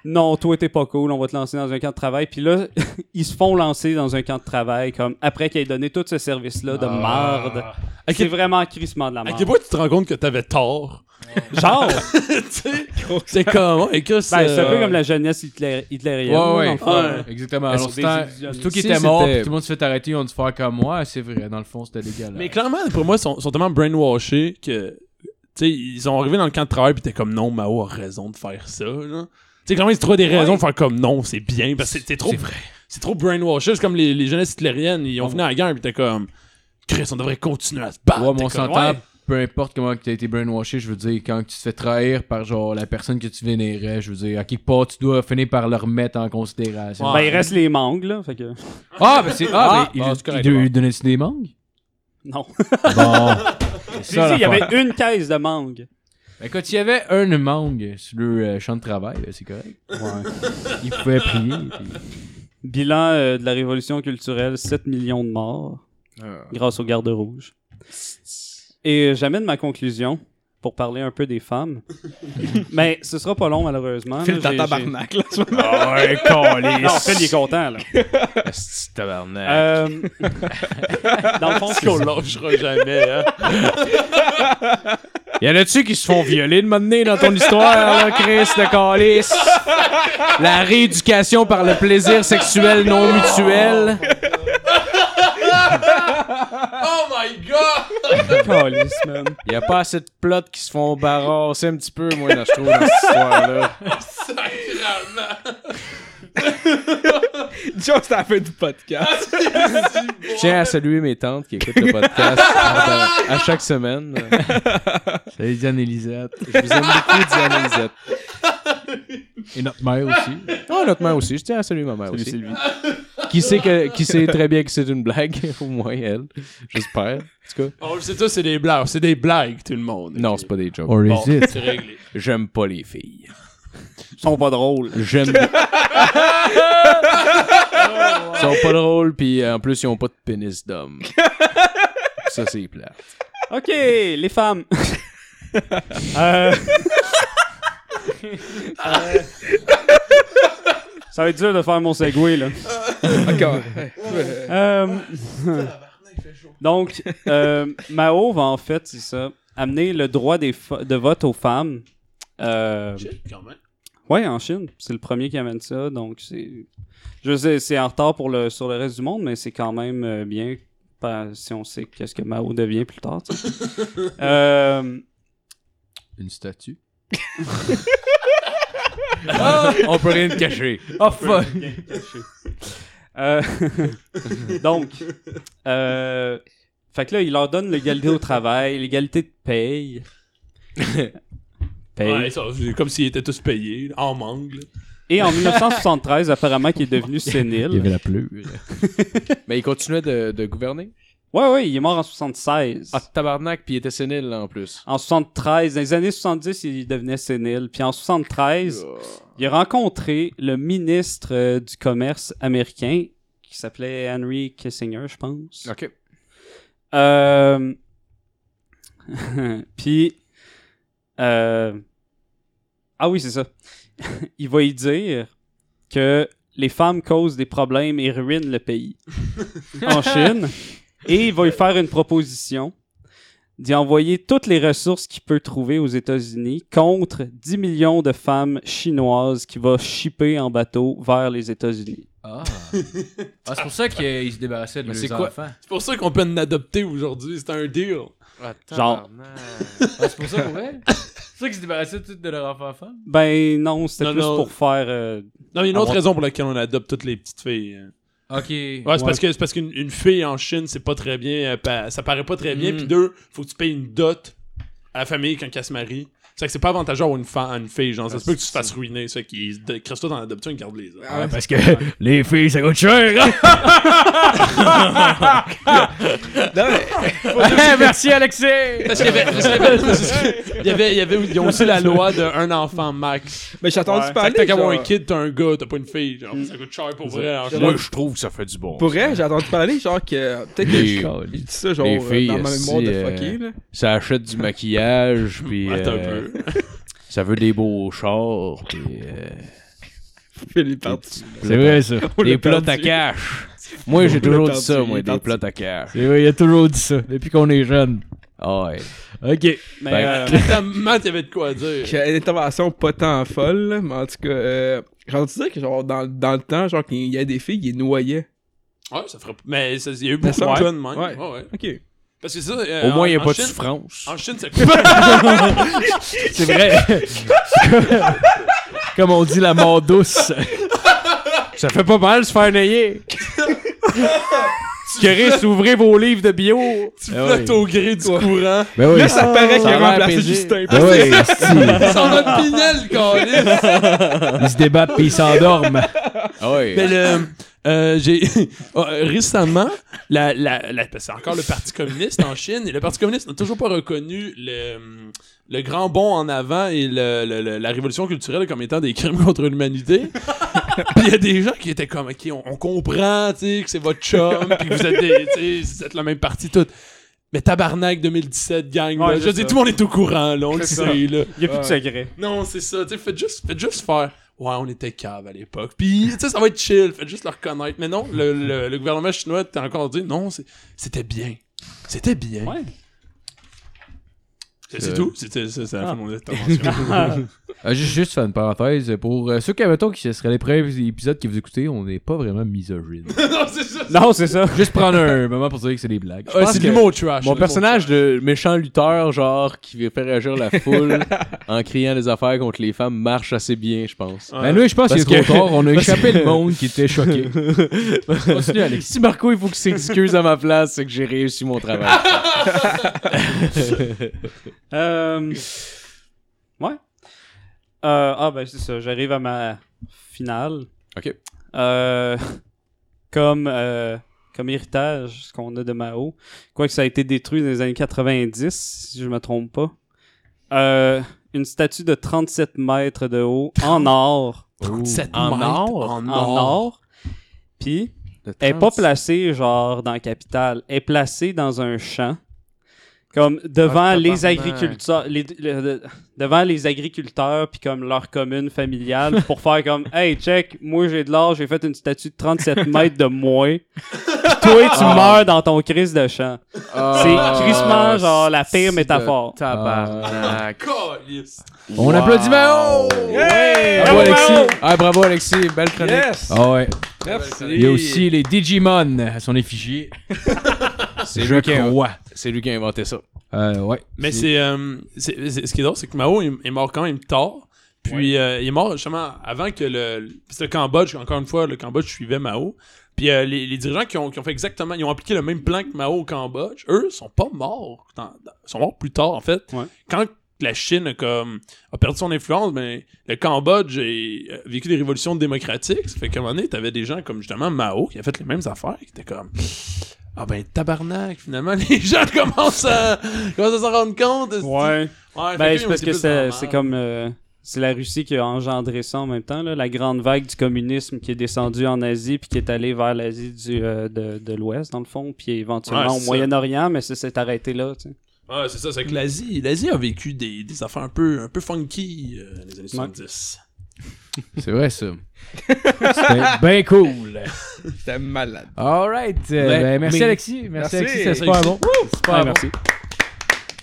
[SPEAKER 1] non, toi t'es pas cool, on va te lancer dans un camp de travail. Puis là, ils se font lancer dans un camp de travail comme après qu'il ait donné tout ce service-là de merde.
[SPEAKER 4] À
[SPEAKER 1] C'est
[SPEAKER 4] quel,
[SPEAKER 1] vraiment crissement de la
[SPEAKER 4] Ah. à
[SPEAKER 1] merde.
[SPEAKER 4] quel point tu te rends compte que t'avais tort?
[SPEAKER 1] Genre,
[SPEAKER 4] tu sais, c'est comme. oh, Et que
[SPEAKER 1] ben, c'est un peu
[SPEAKER 4] euh,
[SPEAKER 1] comme la jeunesse hitler- hitlérienne.
[SPEAKER 3] Ouais,
[SPEAKER 1] là, dans
[SPEAKER 3] ouais.
[SPEAKER 1] le fond.
[SPEAKER 4] Ouais.
[SPEAKER 3] Exactement.
[SPEAKER 1] Elles sont
[SPEAKER 3] Alors, c'était-
[SPEAKER 1] désillusionnées.
[SPEAKER 3] surtout
[SPEAKER 5] Si
[SPEAKER 3] qu'ils étaient morts,
[SPEAKER 5] c'était-
[SPEAKER 3] puis tout le monde se fait arrêter, ils ont dû faire comme moi. C'est vrai, dans le fond, c'était légal.
[SPEAKER 4] Mais clairement, pour moi, ils sont, sont tellement brainwashés que Tu sais, ils sont arrivés dans le camp de travail, puis t'es comme non, Mao a raison de faire ça, là. Tu sais, quand même, ils trouvent des raisons de faire comme non, c'est bien, parce que c'est- c'est trop.
[SPEAKER 3] C'est vrai.
[SPEAKER 4] C'est trop brainwashed. C'est comme les, les jeunesses hitlériennes, ils ont venu à la guerre, puis t'es comme. Chris, on devrait continuer à se battre.
[SPEAKER 3] Bah, Ouais,
[SPEAKER 4] T'es
[SPEAKER 3] mais on
[SPEAKER 4] comme,
[SPEAKER 3] s'entend,
[SPEAKER 4] ouais.
[SPEAKER 3] peu importe comment tu as été brainwashé, je veux dire, quand tu te fais trahir par genre la personne que tu vénérais, je veux dire, à quelque part, tu dois finir par le remettre en considération.
[SPEAKER 4] Ouais.
[SPEAKER 1] Ben, il reste les mangues, là. Fait que.
[SPEAKER 3] Ah, ben c'est. Ah,
[SPEAKER 5] Ah,
[SPEAKER 3] ben, il,
[SPEAKER 5] ah,
[SPEAKER 3] il,
[SPEAKER 5] c'est correct,
[SPEAKER 3] il-
[SPEAKER 5] ouais.
[SPEAKER 3] il donnait-tu des mangues
[SPEAKER 1] Non.
[SPEAKER 3] Bon. c'est
[SPEAKER 1] J'ai dit,
[SPEAKER 3] ça,
[SPEAKER 1] il y avait une caisse de mangue.
[SPEAKER 3] Écoute, il y avait un mangue sur le euh, champ de travail, là, c'est correct. Il pouvait prier. puis-
[SPEAKER 1] Bilan euh, de la révolution culturelle 7 millions de morts grâce aux gardes rouges. Et euh, j'amène ma conclusion pour parler un peu des femmes. Mais ce sera pas long, malheureusement.
[SPEAKER 7] File
[SPEAKER 1] là,
[SPEAKER 7] ta
[SPEAKER 1] j'ai-
[SPEAKER 7] tabarnak, là.
[SPEAKER 6] Ah ouais,
[SPEAKER 1] j'ai- Non, Phil, il est content, là.
[SPEAKER 6] calice, tabarnak.
[SPEAKER 1] Euh, Dans le fond,
[SPEAKER 4] qu'on lâchera jamais. Hein.
[SPEAKER 5] Y en a-tu qui se font violer de m'amener dans ton histoire, là, Chris de Calice? La rééducation par le plaisir sexuel non mutuel.
[SPEAKER 4] Oh my god!
[SPEAKER 1] Calice, man.
[SPEAKER 5] Y a pas assez de plots qui se font barrasser un petit peu, moi, là, je trouve, dans cette histoire-là.
[SPEAKER 7] Juste à la fin du podcast.
[SPEAKER 5] Je tiens à saluer mes tantes qui écoutent le podcast à, à chaque semaine.
[SPEAKER 3] Salut Diane et Lisette.
[SPEAKER 5] Je vous aime beaucoup, Diane et Lisette.
[SPEAKER 3] Et notre mère aussi.
[SPEAKER 5] Oh, notre mère aussi. Je tiens à saluer ma mère
[SPEAKER 1] Salut,
[SPEAKER 5] aussi.
[SPEAKER 1] Sylvie.
[SPEAKER 5] Qui sait, que, qui sait très bien que c'est une blague, au moins elle. J'espère. En tout cas,
[SPEAKER 4] On le sait tous, c'est des blagues. C'est des blagues, tout le monde.
[SPEAKER 5] non, c'est pas des jokes.
[SPEAKER 3] Or
[SPEAKER 4] Bon,
[SPEAKER 3] is it?
[SPEAKER 4] c'est réglé.
[SPEAKER 5] J'aime pas les filles.
[SPEAKER 1] Ils sont pas drôles.
[SPEAKER 5] J'aime. ils sont pas drôles, puis euh, en plus, ils ont pas de pénis d'homme. Ça, c'est plat.
[SPEAKER 1] OK, les femmes. Euh,
[SPEAKER 7] Ah
[SPEAKER 1] euh, Ça va être dur de faire mon segway, là.
[SPEAKER 7] Ah, Encore.
[SPEAKER 1] Euh, Donc, euh, Mao va en fait, c'est ça, amener le droit des fo- de vote aux femmes. Euh,
[SPEAKER 4] Shit, quand même.
[SPEAKER 1] ouais, en Chine. C'est le premier qui amène ça. Donc, c'est. Je sais, c'est en retard pour le, sur le reste du monde, mais c'est quand même euh, bien pas- si on sait qu'est-ce que Mao devient plus tard. tu sais. Euh,
[SPEAKER 3] Une statue.
[SPEAKER 1] Ah,
[SPEAKER 5] on peut rien te cacher.
[SPEAKER 1] Oh fuck! Euh, donc, euh, fait que là, il leur donne l'égalité au travail, l'égalité de paye. paye.
[SPEAKER 4] Ouais, ça, c'est comme s'ils étaient tous payés, là, en mangue. là.
[SPEAKER 1] Et en 1973, apparemment, qu'il est devenu
[SPEAKER 3] Il y avait
[SPEAKER 1] sénile.
[SPEAKER 3] la pleure.
[SPEAKER 5] Mais il continuait de, de gouverner.
[SPEAKER 1] Ouais, ouais, il est mort en 76.
[SPEAKER 5] Ah, tabarnak, puis il était sénile, là, en plus.
[SPEAKER 1] En 73, dans les années 70, il devenait sénile. Puis en
[SPEAKER 3] Ah.
[SPEAKER 1] 73, il a rencontré le ministre euh, du Commerce américain qui s'appelait Henry Kissinger, je pense.
[SPEAKER 5] Ok.
[SPEAKER 1] Euh... Puis. euh, Ah oui, c'est ça. Il va y dire que les femmes causent des problèmes et ruinent le pays en Chine. Et il va lui faire une proposition d'y envoyer toutes les ressources qu'il peut trouver aux États-Unis contre 10 millions de femmes chinoises qui va shipper en bateau vers les États-Unis.
[SPEAKER 3] Ah. ah c'est pour ça qu'il se débarrassait de
[SPEAKER 5] Mais
[SPEAKER 3] leurs
[SPEAKER 5] c'est quoi-
[SPEAKER 3] enfants.
[SPEAKER 4] C'est pour ça qu'on peut en adopter aujourd'hui. C'est un deal.
[SPEAKER 1] Genre.
[SPEAKER 3] Ah, c'est pour ça pour vrai? C'est pour ça qu'ils se débarrassaient tout de leur enfant-femme?
[SPEAKER 1] Ben non, c'était
[SPEAKER 4] Non,
[SPEAKER 1] plus
[SPEAKER 4] non.
[SPEAKER 1] pour faire... euh,
[SPEAKER 4] Non, il y a une
[SPEAKER 1] Ah,
[SPEAKER 4] autre
[SPEAKER 1] bon.
[SPEAKER 4] raison pour laquelle on adopte toutes les petites filles. hein.
[SPEAKER 3] Ok. Ouais,
[SPEAKER 4] Ouais, c'est parce que c'est parce qu'une une fille en Chine, c'est pas très bien. euh, pa- ça paraît pas très bien.
[SPEAKER 5] Mm.
[SPEAKER 4] Puis deux, faut que tu payes une dot à la famille quand elle se marie. C'est que c'est pas avantageux d'avoir une, fa- une fille. Genre, ça se peut que tu te fasses ruiner. Ah, C'est qu'ils se crissent toi dans l'adoption, ils gardent les autres.
[SPEAKER 7] Ah,
[SPEAKER 3] parce que les filles, ça coûte cher! hein?
[SPEAKER 7] Non, mais-
[SPEAKER 3] merci, Alexis!
[SPEAKER 4] Parce qu'il y avait, parce qu'il y avait- parce qu'il y avait- il y avait- ils ont aussi la loi de un enfant max.
[SPEAKER 7] Mais j'ai entendu
[SPEAKER 4] Fait
[SPEAKER 7] parler.
[SPEAKER 4] que t'as qu'à avoir
[SPEAKER 7] genre-
[SPEAKER 4] un kid, t'as un gars, t'as pas une fille. Genre, Mm. ça coûte cher pour vrai. en Chine.
[SPEAKER 6] Moi, je trouve que ça fait du bon.
[SPEAKER 7] Pour vrai, j'ai entendu parler, genre, que. euh, Peut-être que.
[SPEAKER 5] Les-
[SPEAKER 7] je- Je dis ça, genre,
[SPEAKER 5] les
[SPEAKER 7] euh,
[SPEAKER 5] filles,
[SPEAKER 7] dans ma mémoire de
[SPEAKER 5] si, euh,
[SPEAKER 7] fucké, là.
[SPEAKER 5] Ça achète du maquillage, puis
[SPEAKER 4] Attends un
[SPEAKER 5] euh,
[SPEAKER 4] peu.
[SPEAKER 5] ça veut des beaux chars, puis... euh,
[SPEAKER 7] Phil est parti.
[SPEAKER 5] C'est vrai,
[SPEAKER 3] ça.
[SPEAKER 7] On l'a
[SPEAKER 5] des plots à
[SPEAKER 7] perdu.
[SPEAKER 5] cash. Moi, j'ai
[SPEAKER 7] On
[SPEAKER 5] toujours
[SPEAKER 7] l'a
[SPEAKER 5] dit ça,
[SPEAKER 7] perdu, il
[SPEAKER 5] moi,
[SPEAKER 7] est
[SPEAKER 5] des
[SPEAKER 7] parti.
[SPEAKER 5] plots à cash.
[SPEAKER 3] C'est vrai, il a toujours dit ça, depuis qu'on est jeune.
[SPEAKER 5] Ah ouais.
[SPEAKER 3] Ok.
[SPEAKER 1] Mais,
[SPEAKER 5] Ben,
[SPEAKER 1] euh,
[SPEAKER 4] Attends, Matt, il y avait de quoi dire.
[SPEAKER 7] J'ai une intervention pas tant folle, là, mais en tout cas, euh, j'ai entendu dire que, genre, dans, dans le temps, genre, qu'il y a des filles qui les noyaient.
[SPEAKER 4] Ouais, ça ferait. Mais ça- il y a eu beaucoup
[SPEAKER 7] ça,
[SPEAKER 4] de
[SPEAKER 7] ouais.
[SPEAKER 4] jeunes, même.
[SPEAKER 7] Ouais.
[SPEAKER 4] Ouais, ouais.
[SPEAKER 7] Ok.
[SPEAKER 4] Parce que ça. euh,
[SPEAKER 5] Au moins, il n'y a
[SPEAKER 4] en-
[SPEAKER 5] pas
[SPEAKER 4] en
[SPEAKER 5] de
[SPEAKER 4] Chine-
[SPEAKER 5] souffrance.
[SPEAKER 4] En Chine, ça coûte.
[SPEAKER 3] C'est vrai. Comme on dit, la mort douce.
[SPEAKER 5] Ça fait pas mal se faire nayer. Curieux, ouvrez vos livres de bio. Ah
[SPEAKER 4] tu flottes au gré du courant.
[SPEAKER 3] Ben oui.
[SPEAKER 7] Là, ça paraît qu'il
[SPEAKER 5] ça Ah
[SPEAKER 7] a
[SPEAKER 5] a l'air
[SPEAKER 7] remplacé
[SPEAKER 5] apaisé.
[SPEAKER 7] Justin.
[SPEAKER 3] Ben oui, esti.
[SPEAKER 4] Ça en a Pinel, câlisse.
[SPEAKER 3] ils se débattent puis ils s'endorment.
[SPEAKER 5] Ah
[SPEAKER 4] Mais le- euh, j'ai Ah, euh, récemment, la, la, la- c'est encore le Parti communiste en Chine et le Parti communiste n'a toujours pas reconnu le, hum, le grand bond en avant et le- le- le- la révolution culturelle comme étant des crimes contre l'humanité. Puis il y a des gens qui étaient comme, ok, on, on comprend, tu sais, que c'est votre chum, puis que vous êtes, des- tu sais, vous êtes la même partie toute. Mais tabarnak 2017, gang,
[SPEAKER 1] Ouais,
[SPEAKER 4] là,
[SPEAKER 1] c'est
[SPEAKER 4] je dis,
[SPEAKER 1] ça.
[SPEAKER 4] tout le monde est au courant, là, on le
[SPEAKER 1] C'est ça.
[SPEAKER 4] sait, là.
[SPEAKER 1] Il n'y a plus de secret.
[SPEAKER 4] Non, c'est ça. Tu sais, faites juste, faites juste faire. Ouais, on était cave à l'époque. Puis, tu sais, ça va être chill. Faites juste le reconnaître. Mais non, le, le- le gouvernement chinois t'a encore dit non, c'est- c'était bien. C'était bien.
[SPEAKER 1] Ouais.
[SPEAKER 4] C'est c'est tout. C'était ça, ça a
[SPEAKER 1] Ah.
[SPEAKER 4] fait mon intervention.
[SPEAKER 3] Euh, ju- juste faire une parenthèse. Pour euh, ceux qui, mettons, qui ce seraient les premiers épisodes que vous écoutez, on n'est pas vraiment misogyne.
[SPEAKER 4] non, c'est ça.
[SPEAKER 1] Non, c'est ça.
[SPEAKER 3] juste prendre un moment pour dire que c'est des blagues.
[SPEAKER 4] Ah,
[SPEAKER 5] pense
[SPEAKER 4] c'est de
[SPEAKER 5] que
[SPEAKER 4] l'humour trash.
[SPEAKER 5] Mon
[SPEAKER 4] là,
[SPEAKER 5] personnage de méchant lutteur, genre, qui fait réagir la foule en criant des affaires contre les femmes, marche assez bien, je pense.
[SPEAKER 4] Ouais.
[SPEAKER 3] Ben là, je pense qu'il
[SPEAKER 5] Parce
[SPEAKER 3] est trop
[SPEAKER 5] que-
[SPEAKER 3] tard. On a
[SPEAKER 5] parce
[SPEAKER 3] échappé
[SPEAKER 5] que-
[SPEAKER 3] le monde qui était choqué. Continue, Alex.
[SPEAKER 5] Si Marco, il faut qu'il s'excuse à ma place, c'est que j'ai réussi mon travail.
[SPEAKER 1] Euh, Ouais. Euh, ah, ben c'est ça. J'arrive à ma finale.
[SPEAKER 5] Ok.
[SPEAKER 1] Euh, comme, euh, comme héritage, ce qu'on a de Mao. Quoique ça a été détruit dans les années 90, si je me trompe pas. Euh, une statue de 37 mètres de haut, en or.
[SPEAKER 4] 37
[SPEAKER 5] En
[SPEAKER 4] mètres
[SPEAKER 5] or?
[SPEAKER 4] En
[SPEAKER 1] En
[SPEAKER 4] or.
[SPEAKER 1] or. Puis, elle est pas placée, genre, dans la capitale. Elle est placée dans un champ. Comme devant
[SPEAKER 5] Ah,
[SPEAKER 1] les
[SPEAKER 5] tabarnak.
[SPEAKER 1] agriculteurs, les- le- le- devant les agriculteurs, puis comme leur commune familiale, pour faire comme Hey, check, moi j'ai de l'or, j'ai fait une statue de 37 mètres de moi. Puis toi, tu
[SPEAKER 5] Ah.
[SPEAKER 1] meurs dans ton crise de champ. C'est crissement,
[SPEAKER 3] Ah.
[SPEAKER 1] genre, la pire métaphore.
[SPEAKER 5] Tabarnak.
[SPEAKER 4] Câlisse.
[SPEAKER 3] On applaudit Mao!
[SPEAKER 7] Yeah!
[SPEAKER 3] Bravo, Alexis!
[SPEAKER 5] Ah, bravo, Alexis. Belle chronique.
[SPEAKER 7] Yes!
[SPEAKER 3] Ah ouais.
[SPEAKER 7] Merci.
[SPEAKER 3] Il y a aussi les Digimon à son effigie.
[SPEAKER 5] C'est
[SPEAKER 3] Je
[SPEAKER 5] lui, qui a,
[SPEAKER 3] crois.
[SPEAKER 5] c'est lui qui a inventé ça.
[SPEAKER 3] Euh, ouais.
[SPEAKER 4] Mais c'est, euh, c'est- c'est- ce qui est drôle, c'est que Mao est, est mort quand même tard. Puis euh, il est mort justement avant que le. C'était le Cambodge, encore une fois, le Cambodge suivait Mao. Puis euh, les, les dirigeants qui ont, qui ont fait exactement. Ils ont appliqué le même plan que Mao au Cambodge. Eux sont pas morts. dans- dans- sont morts plus tard, en fait.
[SPEAKER 1] Ouais.
[SPEAKER 4] Quand la Chine a, comme, a perdu son influence, ben, le Cambodge a vécu des révolutions démocratiques. Ça fait qu'à un moment donné, t'avais des gens comme justement Mao qui a fait les mêmes affaires, qui étaient comme. Ah ben tabarnak, finalement, les gens commencent à, commencent à s'en rendre compte. esti. Ouais, fait que
[SPEAKER 1] Ben, c'est
[SPEAKER 4] lui,
[SPEAKER 1] parce
[SPEAKER 4] on
[SPEAKER 1] que
[SPEAKER 4] était
[SPEAKER 1] c'est
[SPEAKER 4] plus
[SPEAKER 1] c'est
[SPEAKER 4] dans la merde.
[SPEAKER 1] comme. euh, c'est la Russie qui a engendré ça en même temps, là, la grande vague du communisme qui est descendue en Asie puis qui est allée vers l'Asie du, euh, de, de l'Ouest, dans le fond, puis éventuellement
[SPEAKER 4] Ouais,
[SPEAKER 1] au
[SPEAKER 4] c'est ça.
[SPEAKER 1] Moyen-Orient, mais ça s'est arrêté là. tu sais.
[SPEAKER 4] Ouais, c'est ça, c'est que l'Asie, l'Asie a vécu des, des affaires un peu, un peu funky euh, les années 70.
[SPEAKER 3] C'est vrai, ça. C'était bien cool.
[SPEAKER 7] C'était malade.
[SPEAKER 3] Alright.
[SPEAKER 5] Ben,
[SPEAKER 3] merci,
[SPEAKER 5] mais-
[SPEAKER 3] Alexis. Merci,
[SPEAKER 7] Merci.
[SPEAKER 3] Alexis. C'est super
[SPEAKER 4] Merci.
[SPEAKER 3] bon. Super bon.
[SPEAKER 1] merci.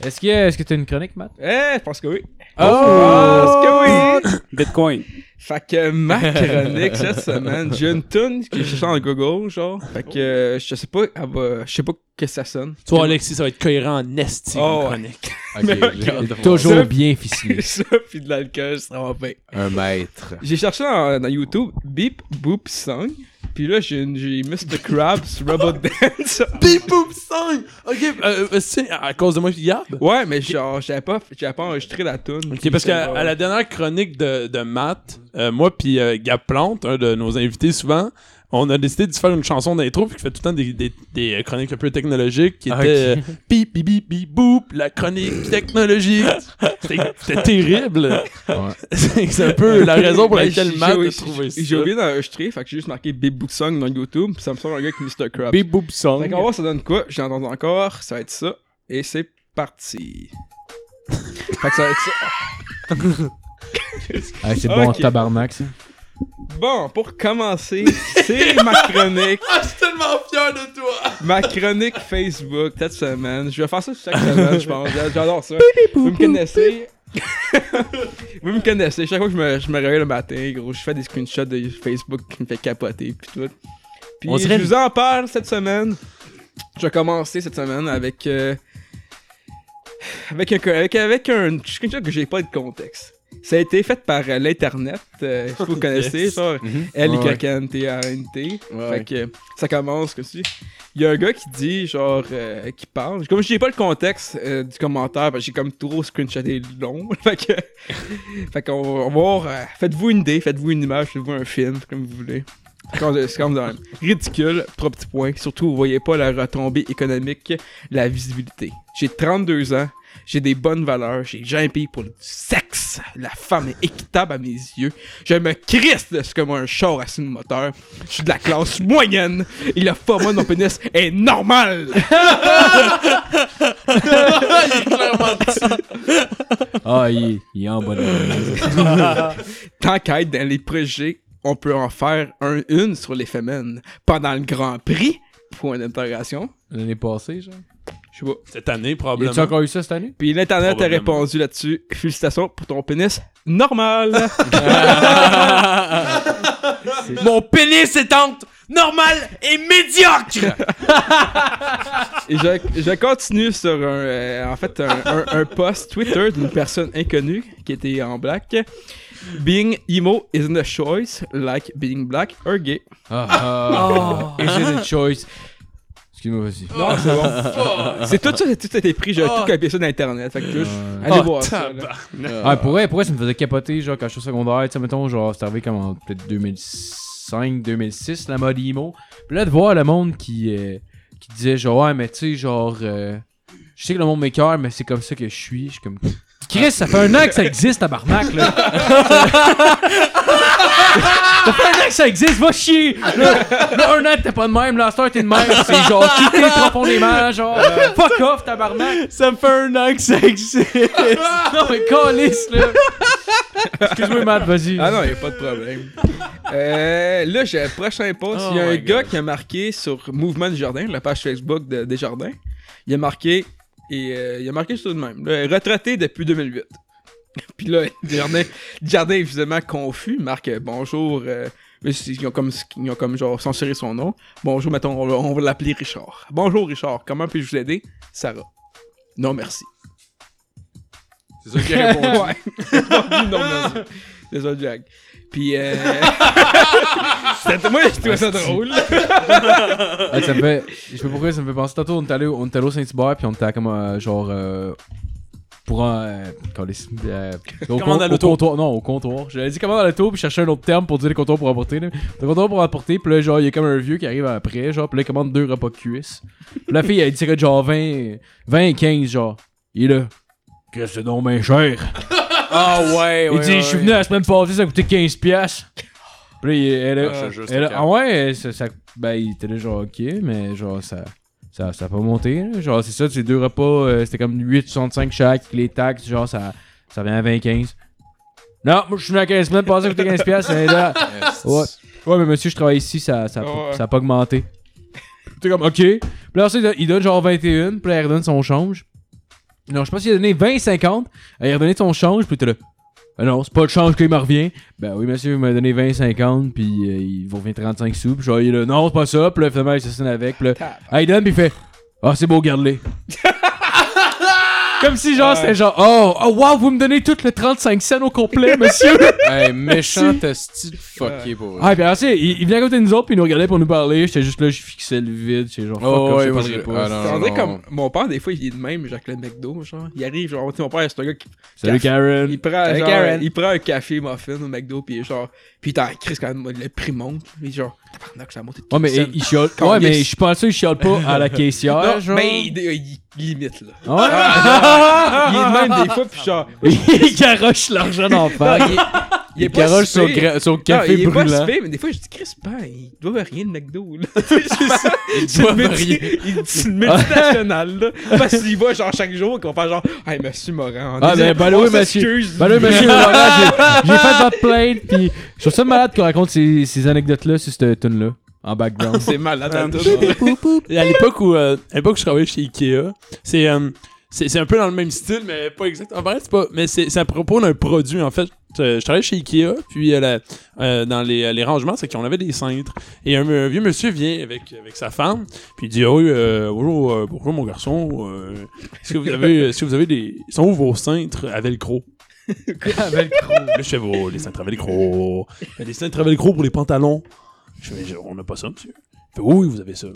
[SPEAKER 3] Est-ce que est-ce que t'as une chronique, Matt?
[SPEAKER 7] Eh, je pense que oui.
[SPEAKER 3] Oh!
[SPEAKER 7] Je pense que oui!
[SPEAKER 1] Bitcoin.
[SPEAKER 7] Fait que ma chronique cette semaine, j'ai une tune que j'ai en Google, genre. Fait que euh, je sais pas, elle va- je sais pas que ça sonne.
[SPEAKER 4] Toi, Alexis, ça va être cohérent en esti,
[SPEAKER 7] Oh,
[SPEAKER 4] en
[SPEAKER 7] ouais.
[SPEAKER 4] chronique.
[SPEAKER 3] Toujours
[SPEAKER 7] Ça-
[SPEAKER 3] bien ficelé.
[SPEAKER 7] ça, puis de l'alcool, ça va bien.
[SPEAKER 5] Un maître.
[SPEAKER 7] J'ai cherché en- dans YouTube Beep Boop Song. Puis là, j'ai une- j'ai Mr. Krabs Robot Dance.
[SPEAKER 4] Des poop song! Ok, euh, euh, c'est à cause de moi, je garde.
[SPEAKER 7] Ouais, mais genre, j'avais pas, j'avais pas enregistré la tune.
[SPEAKER 4] Ok, parce qu'à à la dernière chronique de, de Matt, euh, moi puis euh, Gab Plante, un de nos invités souvent, on a décidé de se faire une chanson d'intro puis qui fait tout le temps des, des, des euh, chroniques un peu technologiques qui
[SPEAKER 3] Ah,
[SPEAKER 4] étaient
[SPEAKER 3] ok.
[SPEAKER 4] euh, pi pi pi pi boop la chronique technologique. C'était c'était terrible.
[SPEAKER 3] Ouais.
[SPEAKER 4] C'est c'est un peu la raison pour
[SPEAKER 7] Ben,
[SPEAKER 4] laquelle
[SPEAKER 7] j'ai-
[SPEAKER 4] Matt
[SPEAKER 7] j'ai-
[SPEAKER 4] a trouvé ça.
[SPEAKER 7] J'ai oublié d'enregistrer, fait que j'ai juste marqué Beep Boop Song dans YouTube. Puis ça me semble un gars avec Mr. Krabs.
[SPEAKER 5] Big Boob
[SPEAKER 7] Fait
[SPEAKER 5] Song.
[SPEAKER 7] qu'on va voir ça donne quoi. J'ai entendu encore, ça va être ça. Et c'est parti. fait que ça va être ça.
[SPEAKER 3] Ah, c'est bon,
[SPEAKER 7] Ok.
[SPEAKER 3] tabarnak, ça.
[SPEAKER 7] Bon, pour commencer, c'est ma chronique.
[SPEAKER 4] Ah, je suis tellement fier de toi!
[SPEAKER 7] Ma chronique Facebook cette semaine. Je vais faire ça chaque semaine, je pense. J'adore ça. Vous me connaissez. Vous me connaissez. Chaque fois que je me, je me réveille le matin, gros, je fais des screenshots de Facebook qui me fait capoter, puis tout. Puis
[SPEAKER 3] On dirait
[SPEAKER 7] je vous en parle cette semaine. Je vais commencer cette semaine avec. euh, avec, un, avec, avec un screenshot que j'ai pas de contexte. Ça a été fait par euh, l'Internet. euh, si vous connaissez, ça.
[SPEAKER 3] Mm-hmm.
[SPEAKER 7] L-Y-N-T-A-N-T.
[SPEAKER 5] Ouais,
[SPEAKER 7] Fait
[SPEAKER 5] ouais.
[SPEAKER 7] que ça commence comme si. Il y a un gars qui dit, genre, euh, qui parle. Comme j'ai pas le contexte euh, du commentaire, parce que j'ai comme trop screenshoté long. fait que. fait qu'on va- on va voir. euh, faites-vous une idée, faites-vous une image, faites-vous un film, comme vous voulez. C'est comme- C'est comme dans ridicule, trois petits points. Surtout, vous voyez pas la retombée économique, la visibilité. J'ai 32 ans, j'ai des bonnes valeurs, j'ai jamais payé pour le sexe. La femme est équitable à mes yeux. Je me crisse de ce que moi un char assis de moteur. Je suis de la classe moyenne et le format de mon pénis est normal.
[SPEAKER 3] Ah, il, il est en bonne
[SPEAKER 7] Tant qu'à être dans les préjugés, on peut en faire un, une sur les femmes pendant le Grand Prix. Point d'interrogation.
[SPEAKER 3] L'année passée, genre.
[SPEAKER 7] Je sais pas.
[SPEAKER 4] Cette année,
[SPEAKER 3] Y
[SPEAKER 4] probablement.
[SPEAKER 3] a-tu encore eu ça cette année?
[SPEAKER 7] Puis l'Internet a
[SPEAKER 4] Probablement.
[SPEAKER 7] répondu là-dessus. Félicitations pour ton pénis normal.
[SPEAKER 5] Mon pénis est entre normal et médiocre!
[SPEAKER 7] Et je, je continue sur un, euh, en fait, un, un- un post Twitter d'une personne inconnue qui était en black. Being emo isn't a choice like being black or gay.
[SPEAKER 3] Ah, ah, ah. Is it a choice? Excuse-moi, vas-y.
[SPEAKER 7] Non, Ah, c'est
[SPEAKER 4] Oh.
[SPEAKER 7] bon. Ah. c'est tout ça, tout a été pris, j'ai tout copié ça d'internet. Fait que juste, allez voir ça. là.
[SPEAKER 3] Euh, Ah, pour vrai, pour vrai, ça me faisait capoter, genre, quand je suis au secondaire, tu sais, mettons, genre, c'est arrivé comme en peut-être 2005, 2006, la mode emo. Puis là, de voir le monde qui, euh, qui disait, genre, ouais, mais tu sais, genre, euh, je sais que le monde m'écœure, mais c'est comme ça que je suis. Je suis comme, Chris, ça fait un an que ça existe, tabarnak, là. ça fait un an que ça existe, va chier. Là, là, un an que t'es pas de même, là, à cette heure, t'es de même. C'est genre, quitter profondément, genre, euh, fuck off, tabarnak.
[SPEAKER 6] Ça me fait un an que ça existe.
[SPEAKER 3] Non, mais calisse, là! Excuse-moi, Matt, vas-y.
[SPEAKER 7] Ah non, y a pas de problème. Euh, là, j'ai le prochain post. Il y a
[SPEAKER 6] Oh
[SPEAKER 7] un
[SPEAKER 6] my
[SPEAKER 7] gars qui a marqué sur Mouvement du Jardin, la page Facebook de Desjardins. Il a marqué, et euh, il a marqué tout de même, là, retraité depuis 2008. Puis là, Desjardins, Desjardins est visiblement confus. Il marque euh, bonjour. euh, mais c'est- ils ont comme, ils ont comme genre censuré son nom. Bonjour, mettons, on va, on va l'appeler Richard. Bonjour Richard, comment puis-je vous aider? Sarah. Non, merci.
[SPEAKER 6] C'est ça qui répond.
[SPEAKER 7] Ouais. non, merci. C'est ça, Jack. Puis, euh... C'était- Moi, je trouvais ça drôle.
[SPEAKER 3] Ah, ça me fait... Je sais pas pourquoi ça me fait penser. Tantôt, on est allé au, on est allé au Saint-Hubert, puis on était à comme, euh, genre, euh, pour un... Euh, calisse, euh, au,
[SPEAKER 4] Commande à
[SPEAKER 3] au
[SPEAKER 4] l'auto.
[SPEAKER 3] comptoir. Non, au comptoir. J'avais dit commande à l'auto, puis je cherchais un autre terme pour dire les comptoirs pour apporter. Là. Le comptoir pour apporter, puis là, genre, il y a comme un vieux qui arrive après, genre, puis là, il commande deux repas cuisses. Puis la fille, elle dirait genre 20, 20 et 15, genre. Il est là. Que c'est donc bien cher.
[SPEAKER 5] Ah ouais, ouais.
[SPEAKER 3] il dit, je suis venu la semaine passée, ça a coûté 15 piastres. Puis là, il- elle a-
[SPEAKER 6] Ah, c'est juste
[SPEAKER 3] elle a-
[SPEAKER 6] le cap.
[SPEAKER 3] ah ouais, ça, ça- ben, il était là, genre, ok, mais genre, ça, ça, ça a pas monté. là. Genre, c'est ça, ces deux repas, euh, c'était comme 8,65 chaque, les taxes, genre, ça, ça vient à 20-15. Non, moi, je suis venu la 15 semaines passée, ça a coûté 15 piastres, elle est là. Ouais. Ouais, mais monsieur, je travaille ici, ça, ça, a pas-
[SPEAKER 7] Ouais.
[SPEAKER 3] ça a pas augmenté. T'es comme, ok. Puis là, ensuite, il donne genre 21, puis là, il redonne son change. Non, je pense qu'il a donné 20,50. Il a redonné son change, puis t'es là. Ah non, c'est pas le change qu'il me revient. Ben oui, monsieur, il m'a donné 20,50, puis euh, il vous revient 35 sous. Puis genre, il est là, non, c'est pas ça. Puis là, finalement, il s'assine avec. Puis là, ah, il donne, puis il fait, ah, c'est beau, garde-les. Comme si genre, c'était genre, oh, oh, wow, vous me donnez tout le 35 cents au complet, monsieur.
[SPEAKER 5] Hey, méchant esti de fucké pour eux.
[SPEAKER 3] Ah, puis alors, tu sais, il, il venait à côté de nous autres, puis il nous regardait pour nous parler. J'étais juste là, je fixais le vide. J'étais genre, fuck,
[SPEAKER 5] Oh,
[SPEAKER 3] off,
[SPEAKER 5] ouais,
[SPEAKER 3] je
[SPEAKER 5] moi,
[SPEAKER 3] parlerai
[SPEAKER 5] je-
[SPEAKER 3] pas.
[SPEAKER 5] ah, non.
[SPEAKER 7] On dirait comme mon père, des fois, il est de même, Jacques le McDo, genre. Il arrive, genre, tu sais, mon père, c'est un gars qui
[SPEAKER 3] Salut, Karen.
[SPEAKER 7] il prend,
[SPEAKER 5] Salut,
[SPEAKER 7] genre,
[SPEAKER 5] Karen.
[SPEAKER 7] il prend un café muffin au McDo, puis genre, puis t'en crise quand même, le prix monte. Il est genre, tabarnak, ça a monté de
[SPEAKER 3] Ouais, mais
[SPEAKER 7] 15 cents.
[SPEAKER 3] il chiale.
[SPEAKER 7] Quand
[SPEAKER 3] Ouais,
[SPEAKER 7] il-
[SPEAKER 3] mais je suis pas sûr qu'il chiale pas à la caissière.
[SPEAKER 7] Non,
[SPEAKER 3] genre.
[SPEAKER 7] mais il, il- il limite, là.
[SPEAKER 3] Ah ouais?
[SPEAKER 7] Il est de même des fois, puis genre,
[SPEAKER 3] il garoche l'argent dans le
[SPEAKER 7] ah,
[SPEAKER 3] pack.
[SPEAKER 7] il, est- il est pas
[SPEAKER 5] Carole,
[SPEAKER 7] si pire.
[SPEAKER 5] son
[SPEAKER 7] Non,
[SPEAKER 5] café
[SPEAKER 7] il est pas si
[SPEAKER 5] brûlant.
[SPEAKER 7] pire, mais des fois, je dis, Chris, ben, il doit rien de McDo, là. C'est une multi- il- C'est une multinationale, là. Parce qu'il va, genre, chaque jour, qu'on fait genre, hey, monsieur Morin. on
[SPEAKER 3] Ah,
[SPEAKER 7] dit-
[SPEAKER 3] ben, ben,
[SPEAKER 7] on
[SPEAKER 3] oui, monsieur.
[SPEAKER 7] s'excuse.
[SPEAKER 3] Ben là, monsieur, voilà, j'ai- j'ai fait votre plainte, puis je trouve ça malade qu'on raconte ces, ces anecdotes-là sur cette tune-là, en background.
[SPEAKER 7] C'est malade,
[SPEAKER 4] Euh,
[SPEAKER 7] en tout cas.
[SPEAKER 4] à l'époque où, euh, à l'époque où je travaillais chez Ikea, c'est euh, c'est c'est un peu dans le même style, mais pas exactement. En vrai, c'est pas. Mais c'est c'est à propos d'un produit, en fait. euh, je travaillais chez Ikea, puis euh, la- euh, dans les, les rangements, c'est qu'on avait des cintres. Et un, un vieux monsieur vient avec, avec sa femme, puis il dit oh, euh, bonjour, euh, bonjour, mon garçon, euh, est-ce que vous avez, est-ce que vous avez des. Ils sont où vos cintres à Velcro Le chevaux, les cintres à Velcro. Ben, Les cintres à Velcro pour les pantalons. Je fais, on n'a pas ça, monsieur. Il fait, oui, vous avez ça.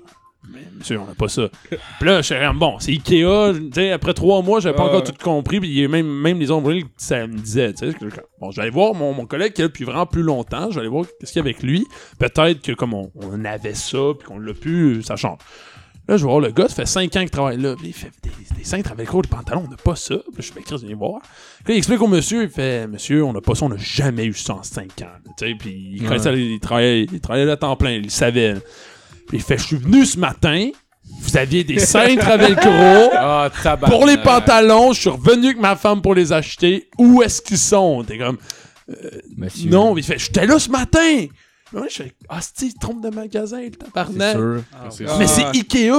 [SPEAKER 4] Mais monsieur, on n'a pas ça. Puis là, je suis comme, bon, c'est Ikea. je- tu sais, après trois mois, j'avais pas
[SPEAKER 7] Ah,
[SPEAKER 4] encore
[SPEAKER 7] ouais.
[SPEAKER 4] tout compris. Puis il y a même, même les ombrelles, ça me disait. tu sais, que- Bon, je vais aller voir mon, mon collègue qui est là depuis vraiment plus longtemps. Je vais aller voir qu'est-ce qu'il y a avec lui. Peut-être que comme on, on avait ça, puis qu'on l'a plus, ça change. Là, je vais voir le gars, ça fait 5 ans qu'il travaille là. Puis il fait des, des cintres avec gros, des pantalons, on n'a pas ça. Puis là, je fais Chris, viens voir. Puis là, il explique au monsieur, il fait Monsieur, on n'a pas ça, on n'a jamais eu ça en 5 ans. Tu sais, puis il, connaissait- il travaillait, il travaillait là à temps plein, il le savait. Puis il fait Je suis venu ce matin, vous aviez des cintres à velcro.
[SPEAKER 5] Ah,
[SPEAKER 3] bah,
[SPEAKER 5] tabac.
[SPEAKER 4] Pour
[SPEAKER 3] euh,
[SPEAKER 4] les pantalons, je suis revenu avec ma femme pour les acheter. Où est-ce qu'ils sont? T'es comme,
[SPEAKER 3] Monsieur.
[SPEAKER 4] non, il fait, j'étais là ce matin! Moi, je fais, ah, c'est il trompe de magasin, le
[SPEAKER 3] C'est
[SPEAKER 4] tabarnak.
[SPEAKER 3] sûr.
[SPEAKER 6] C'est
[SPEAKER 7] Ah.
[SPEAKER 4] Mais c'est Ikea!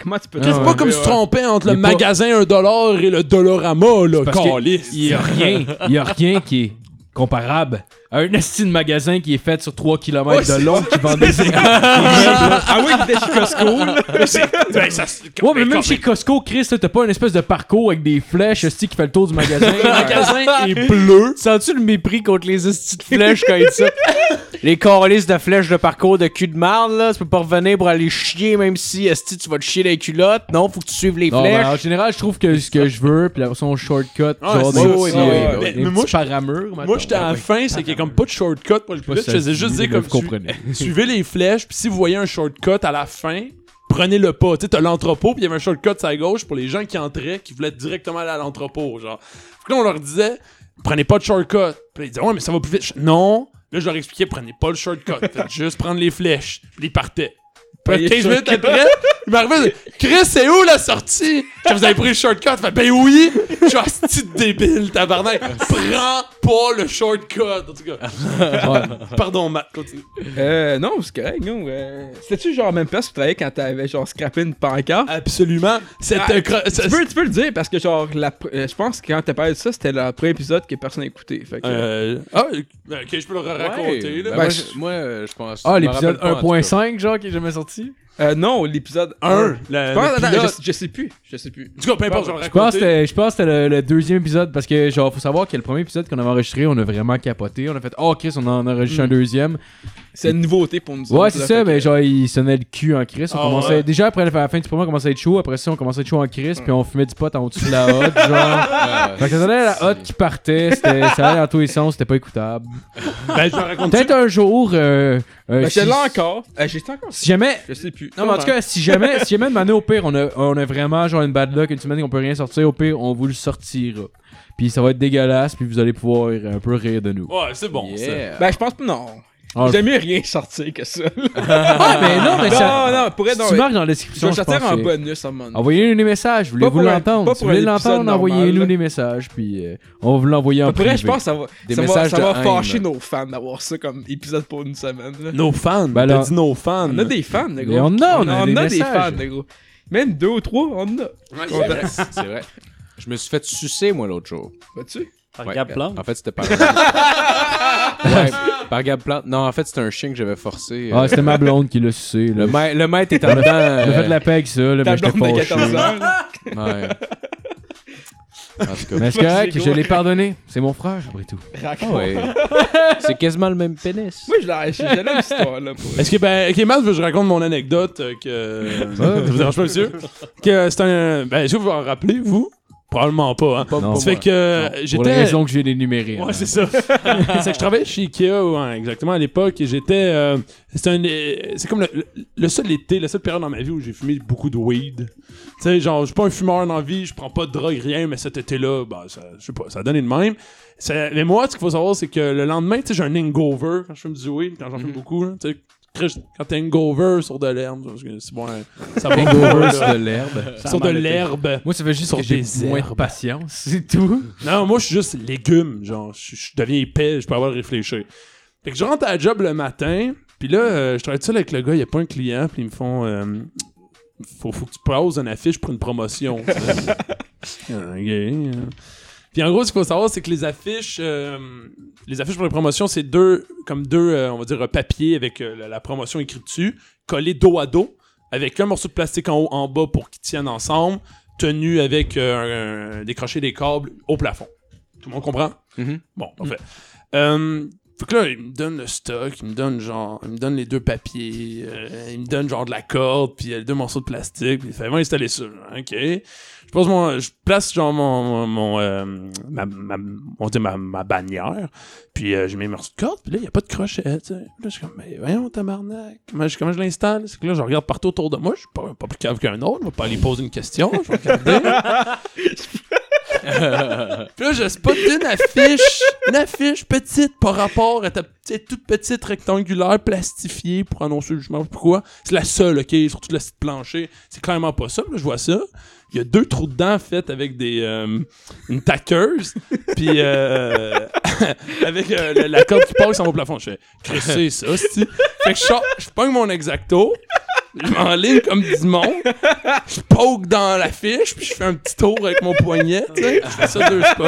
[SPEAKER 7] Comment tu peux
[SPEAKER 3] Ah,
[SPEAKER 4] C'est
[SPEAKER 3] ouais.
[SPEAKER 4] pas comme se tromper entre le
[SPEAKER 3] Il est pas-
[SPEAKER 4] magasin 1$ et le Dollarama, là,
[SPEAKER 3] parce que-
[SPEAKER 4] calice.
[SPEAKER 3] Il y a rien. Il y a rien qui est comparable à un esti de magasin qui est fait sur 3 km
[SPEAKER 7] Ouais, c'est-
[SPEAKER 3] de long qui vend des
[SPEAKER 7] Ah oui, dès Costco, là.
[SPEAKER 4] Ben, ça se-
[SPEAKER 3] Ouais, mais même chez Costco, Chris, là, t'as pas une espèce de parcours avec des flèches esti qui fait le tour du magasin.
[SPEAKER 4] Le magasin est bleu.
[SPEAKER 5] Sens-tu le mépris contre les hosties de flèches quand ils disent ça? Les colis de flèches de parcours de cul de marde, là, tu peux pas revenir pour aller chier, même si esti, tu vas te chier dans les culottes. Non, faut que tu suives les
[SPEAKER 3] Non, ben,
[SPEAKER 5] flèches.
[SPEAKER 3] en général, je trouve que ce que je veux, puis la version shortcut,
[SPEAKER 4] Ah,
[SPEAKER 3] genre
[SPEAKER 4] c'est
[SPEAKER 3] des
[SPEAKER 4] ça,
[SPEAKER 3] petits,
[SPEAKER 4] c'est-
[SPEAKER 3] euh,
[SPEAKER 4] mais-
[SPEAKER 3] des
[SPEAKER 4] mais moi,
[SPEAKER 3] petits paramurs, mettons.
[SPEAKER 4] Moi, j'étais à la fin, c'est qu'il y a comme pas de shortcut pour le
[SPEAKER 3] Je sais pas
[SPEAKER 4] plus
[SPEAKER 3] si
[SPEAKER 4] vite.
[SPEAKER 3] Ah ça
[SPEAKER 4] Je faisais
[SPEAKER 3] se
[SPEAKER 4] juste
[SPEAKER 3] dit,
[SPEAKER 4] dire
[SPEAKER 3] mais
[SPEAKER 4] comme
[SPEAKER 3] vous
[SPEAKER 4] tu-
[SPEAKER 3] comprenez.
[SPEAKER 4] suivez les flèches, puis si vous voyez un shortcut à la fin, prenez le pas. Tu sais, t'as l'entrepôt, puis il y avait un shortcut à gauche pour les gens qui entraient, qui voulaient directement aller à l'entrepôt. Genre, Fait que là, on leur disait, prenez pas de shortcut. Puis là, ils disaient, ouais, mais ça va plus vite. Je- Non. Là, je leur expliquais, prenez pas le shortcut. Faites juste prendre les flèches. Puis ils partaient. Puis
[SPEAKER 7] Prenez le
[SPEAKER 4] 15 minutes après, il m'arrivait, Chris, c'est où la sortie? Je fais, vous avez pris le shortcut? Fait, ben oui! Je suis un petit débile, tabarnak. Prends pas le shortcut, en tout cas. Pardon, Matt, continue.
[SPEAKER 7] Euh, non, c'est correct, non. Euh, C'était-tu genre même place où tu travaillais quand t'avais genre scrappé une pancarte?
[SPEAKER 4] Absolument. C'est
[SPEAKER 7] Ah,
[SPEAKER 4] un cro- c'est-
[SPEAKER 7] tu, peux, tu peux le dire parce que genre, la pr- euh, je pense que quand t'as parlé de ça, c'était le premier épisode que personne n'a écouté. Fait que,
[SPEAKER 4] Euh, ah, ok, je peux le raconter.
[SPEAKER 5] Ouais,
[SPEAKER 4] là.
[SPEAKER 5] ben,
[SPEAKER 7] Ben,
[SPEAKER 5] moi,
[SPEAKER 7] je-
[SPEAKER 5] je- moi, euh, je pense.
[SPEAKER 3] Ah,
[SPEAKER 5] je me
[SPEAKER 3] l'épisode
[SPEAKER 5] rappelle pas, en tout
[SPEAKER 3] 1.5, genre, qui est jamais sorti?
[SPEAKER 7] euh, non, l'épisode 1.
[SPEAKER 4] Ben, Un, le-
[SPEAKER 7] Je, pense-
[SPEAKER 4] le
[SPEAKER 7] attends,
[SPEAKER 4] pilote.
[SPEAKER 7] je- je sais plus, je sais plus.
[SPEAKER 4] En tout cas, peu importe, je vais le
[SPEAKER 3] Je pense que
[SPEAKER 4] raconter.
[SPEAKER 3] c'était- je pense que c'était le, le deuxième épisode parce que genre faut savoir que le premier épisode qu'on avait enregistré on a vraiment capoté on a fait oh Chris on en a enregistré un deuxième
[SPEAKER 7] C'est une nouveauté pour nous
[SPEAKER 3] ouais
[SPEAKER 7] autres,
[SPEAKER 3] c'est
[SPEAKER 7] là,
[SPEAKER 3] ça
[SPEAKER 7] fait
[SPEAKER 3] mais
[SPEAKER 7] que-
[SPEAKER 3] genre il sonnait le cul en Chris on
[SPEAKER 4] Ah,
[SPEAKER 3] commençait
[SPEAKER 4] ouais.
[SPEAKER 3] déjà après la fin du premier on commençait à être chaud après ça on commençait à être chaud en Chris puis on fumait du pot en dessous de la hotte genre
[SPEAKER 5] cas.
[SPEAKER 3] fait que ça donnait la hotte qui partait c'était- ça allait dans tous les sens c'était pas écoutable
[SPEAKER 4] Ben, je vais le raconter.
[SPEAKER 3] peut-être un jour euh, euh,
[SPEAKER 7] Ben,
[SPEAKER 3] si,
[SPEAKER 7] j'étais là encore. Euh, j'étais encore.
[SPEAKER 3] si jamais
[SPEAKER 7] Je sais plus.
[SPEAKER 3] non, mais en tout cas, si jamais, si jamais, de manière au pire, on a, on a vraiment genre une bad luck, une semaine qu'on peut rien sortir, au pire, on vous le sortira. Puis ça va être dégueulasse, puis vous allez pouvoir un peu rire de nous.
[SPEAKER 4] Ouais, c'est bon. ça.
[SPEAKER 5] Yeah.
[SPEAKER 7] Ben, je pense pas, non.
[SPEAKER 3] Ah,
[SPEAKER 7] J'aime mieux rien sortir que ça.
[SPEAKER 3] Ah, mais non, mais
[SPEAKER 7] non,
[SPEAKER 3] ça.
[SPEAKER 7] non, pour être
[SPEAKER 3] si
[SPEAKER 7] dans.
[SPEAKER 3] tu marques dans la
[SPEAKER 7] Je
[SPEAKER 3] description,
[SPEAKER 7] vais
[SPEAKER 3] je
[SPEAKER 7] le sortir
[SPEAKER 3] pense
[SPEAKER 7] en
[SPEAKER 3] que-
[SPEAKER 7] bonus à un moment donné.
[SPEAKER 3] Envoyez-nous des messages, voulez-vous
[SPEAKER 7] pour un-
[SPEAKER 3] l'entendre?
[SPEAKER 7] pas
[SPEAKER 3] Si
[SPEAKER 7] pour
[SPEAKER 3] vous voulez
[SPEAKER 7] un épisode
[SPEAKER 3] l'entendre,
[SPEAKER 7] normal,
[SPEAKER 3] envoyez-nous
[SPEAKER 7] là.
[SPEAKER 3] des messages, puis euh, on va vous l'envoyer en
[SPEAKER 7] Pour vrai,
[SPEAKER 3] privé.
[SPEAKER 7] je pense que ça va,
[SPEAKER 5] Des
[SPEAKER 7] ça va,
[SPEAKER 5] messages
[SPEAKER 7] ça
[SPEAKER 5] de
[SPEAKER 7] va
[SPEAKER 5] haine.
[SPEAKER 7] fâcher nos fans d'avoir ça comme épisode pour une semaine. là.
[SPEAKER 4] Nos fans.
[SPEAKER 3] Ben
[SPEAKER 4] T'as
[SPEAKER 3] là-
[SPEAKER 4] dit nos fans.
[SPEAKER 7] On a des fans, le gros.
[SPEAKER 3] Mais on a, on a des
[SPEAKER 7] des fans,
[SPEAKER 3] messages.
[SPEAKER 7] le gros. Même deux ou trois, on en a.
[SPEAKER 4] Ouais,
[SPEAKER 5] C'est vrai, c'est vrai. Je me suis fait sucer, moi, l'autre jour.
[SPEAKER 7] Vas-tu?
[SPEAKER 1] Par
[SPEAKER 5] Ouais,
[SPEAKER 1] Gab Plante.
[SPEAKER 5] En fait, c'était par. ouais, par Gab Plante. Non, en fait, c'était un chien que j'avais forcé. euh,
[SPEAKER 3] Ah, c'était ma blonde qui l'a sucé.
[SPEAKER 5] le,
[SPEAKER 3] Là.
[SPEAKER 5] ma- le maître est en dedans.
[SPEAKER 3] Elle a fait de
[SPEAKER 5] euh,
[SPEAKER 3] la paix avec ça, là,
[SPEAKER 7] Ta
[SPEAKER 3] mais j'étais
[SPEAKER 7] blonde de
[SPEAKER 3] fâché. Ah
[SPEAKER 7] 14 ans. là.
[SPEAKER 5] Ouais. En tout cas.
[SPEAKER 3] Mais c'est correct, je l'ai pardonné. C'est mon frère, après tout.
[SPEAKER 7] Raconte.
[SPEAKER 5] Ah Ouais. C'est quasiment le même pénis.
[SPEAKER 7] Moi, je l'ai j'ai l'aime, cette histoire-là. pour vrai.
[SPEAKER 4] Est-ce que, ben, ok, Matt, veux que je raconte mon anecdote euh, que. ça vous dérange pas, monsieur? que c'est un. Ben, est-ce que vous vous en rappelez, vous? Probablement pas, hein.
[SPEAKER 3] Non.
[SPEAKER 4] Ça fait que euh, j'étais.
[SPEAKER 3] Pour les raisons que j'ai dénumérées.
[SPEAKER 4] Ouais,
[SPEAKER 3] hein.
[SPEAKER 4] c'est ça. c'est que je travaillais chez Ikea, ouais, exactement, à l'époque, et j'étais... euh, c'était un... euh, c'est comme le, le- le seul été, la seule période dans ma vie où j'ai fumé beaucoup de weed. Tu sais, genre, je suis pas un fumeur dans la vie, je prends pas de drogue, rien, mais cet été-là, bah, ça, je sais pas, ça a donné de même. Ça- mais moi, ce qu'il faut savoir, c'est que le lendemain, tu sais, j'ai un hangover quand je fume du weed, quand j'en fume beaucoup, hein, tu sais, Chris, quand t'es hangover sur de l'herbe, parce que c'est bon, hein, ça va
[SPEAKER 3] Hangover sur de l'herbe.
[SPEAKER 4] sur de l'herbe.
[SPEAKER 3] Moi, ça fait juste
[SPEAKER 4] Sur
[SPEAKER 3] que j'ai
[SPEAKER 4] des
[SPEAKER 3] moins de
[SPEAKER 4] herbes.
[SPEAKER 3] patience, c'est tout.
[SPEAKER 4] Non, moi, je suis juste légume. Genre, je, je deviens épais, je peux avoir réfléchi. Fait que je rentre à la job le matin, puis là, euh, je travaille tout seul avec le gars, il n'y a pas un client, puis ils me font. euh, faut, faut que tu poses une affiche pour une promotion. Ah, ok. Puis en gros, ce qu'il faut savoir, c'est que les affiches, euh, les affiches pour les promotions, c'est deux, comme deux, euh, on va dire, papiers avec euh, la, la promotion écrite dessus, collés dos à dos, avec un morceau de plastique en haut, en bas pour qu'ils tiennent ensemble, tenu avec euh, un- décrocher des câbles au plafond. Tout le monde comprend?
[SPEAKER 5] Mhm.
[SPEAKER 4] Bon, parfait. Euh, fait que là, il me donne le stock, il me donne genre, il me donne les deux papiers, euh, il me donne genre de la corde, puis euh, les deux morceaux de plastique, puis il fait, va installer ça. Ok. Je pose mon, je place genre mon, mon, mon, euh, ma, ma, on dit ma, ma bannière, puis euh, j'ai mes morceaux de corde, puis là, il n'y a pas de crochet, tu sais. Là, je suis comme, mais voyons, tabarnak, comment je, comment je l'installe? C'est que là, je regarde partout autour de moi, je suis pas, pas plus cave qu'un autre, je vais pas aller poser une question, je vais regarder. Puis là, je spot une affiche, une affiche petite par rapport à ta petite, toute petite rectangulaire plastifiée pour annoncer le jugement. Pourquoi? C'est la seule, ok, sur toute la petite plancher. C'est clairement pas ça, mais là, je vois ça. Il y a deux trous dedans faits avec des. euh, une taqueuse, puis euh, avec euh, la, la corde qui passe en haut plafond. Je fais, Chris, c'est ça, c'ti. Fait que je sors- je pogne mon exacto. Je m'enligne comme Dimon, je poke dans la fiche, puis je fais un petit tour avec mon poignet, tu sais. Je fais ça deux spots.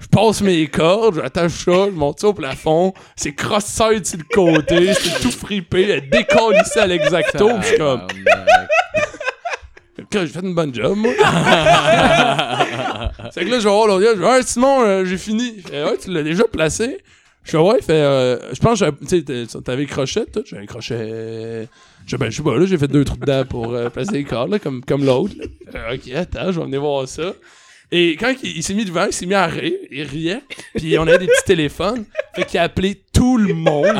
[SPEAKER 4] Je passe mes cordes, j'attache ça, je monte ça au plafond. C'est cross-side sur le côté, c'est tout fripé, elle décolle ici à l'exacto, puis je suis
[SPEAKER 5] Oh ah
[SPEAKER 4] comme. Quand j'ai fait une bonne job, moi. c'est que là, je vais voir l'autre gars, je vais, hey, Simon, euh, j'ai fini. Il fait, ouais, tu l'as déjà placé. Je fais, ouais, il fait, euh, je pense, que j'avais- tu sais, t'as- t'avais le crochet, toi, j'ai un crochet. Je, ben, je sais pas, là, j'ai fait deux trous dedans pour euh, placer les cordes, là, comme, comme l'autre. là. Euh, ok, attends, je vais venir voir ça. Et quand il, il s'est mis devant, il s'est mis à rire, il riait, puis on avait des petits téléphones, fait qu'il a appelé tout le monde.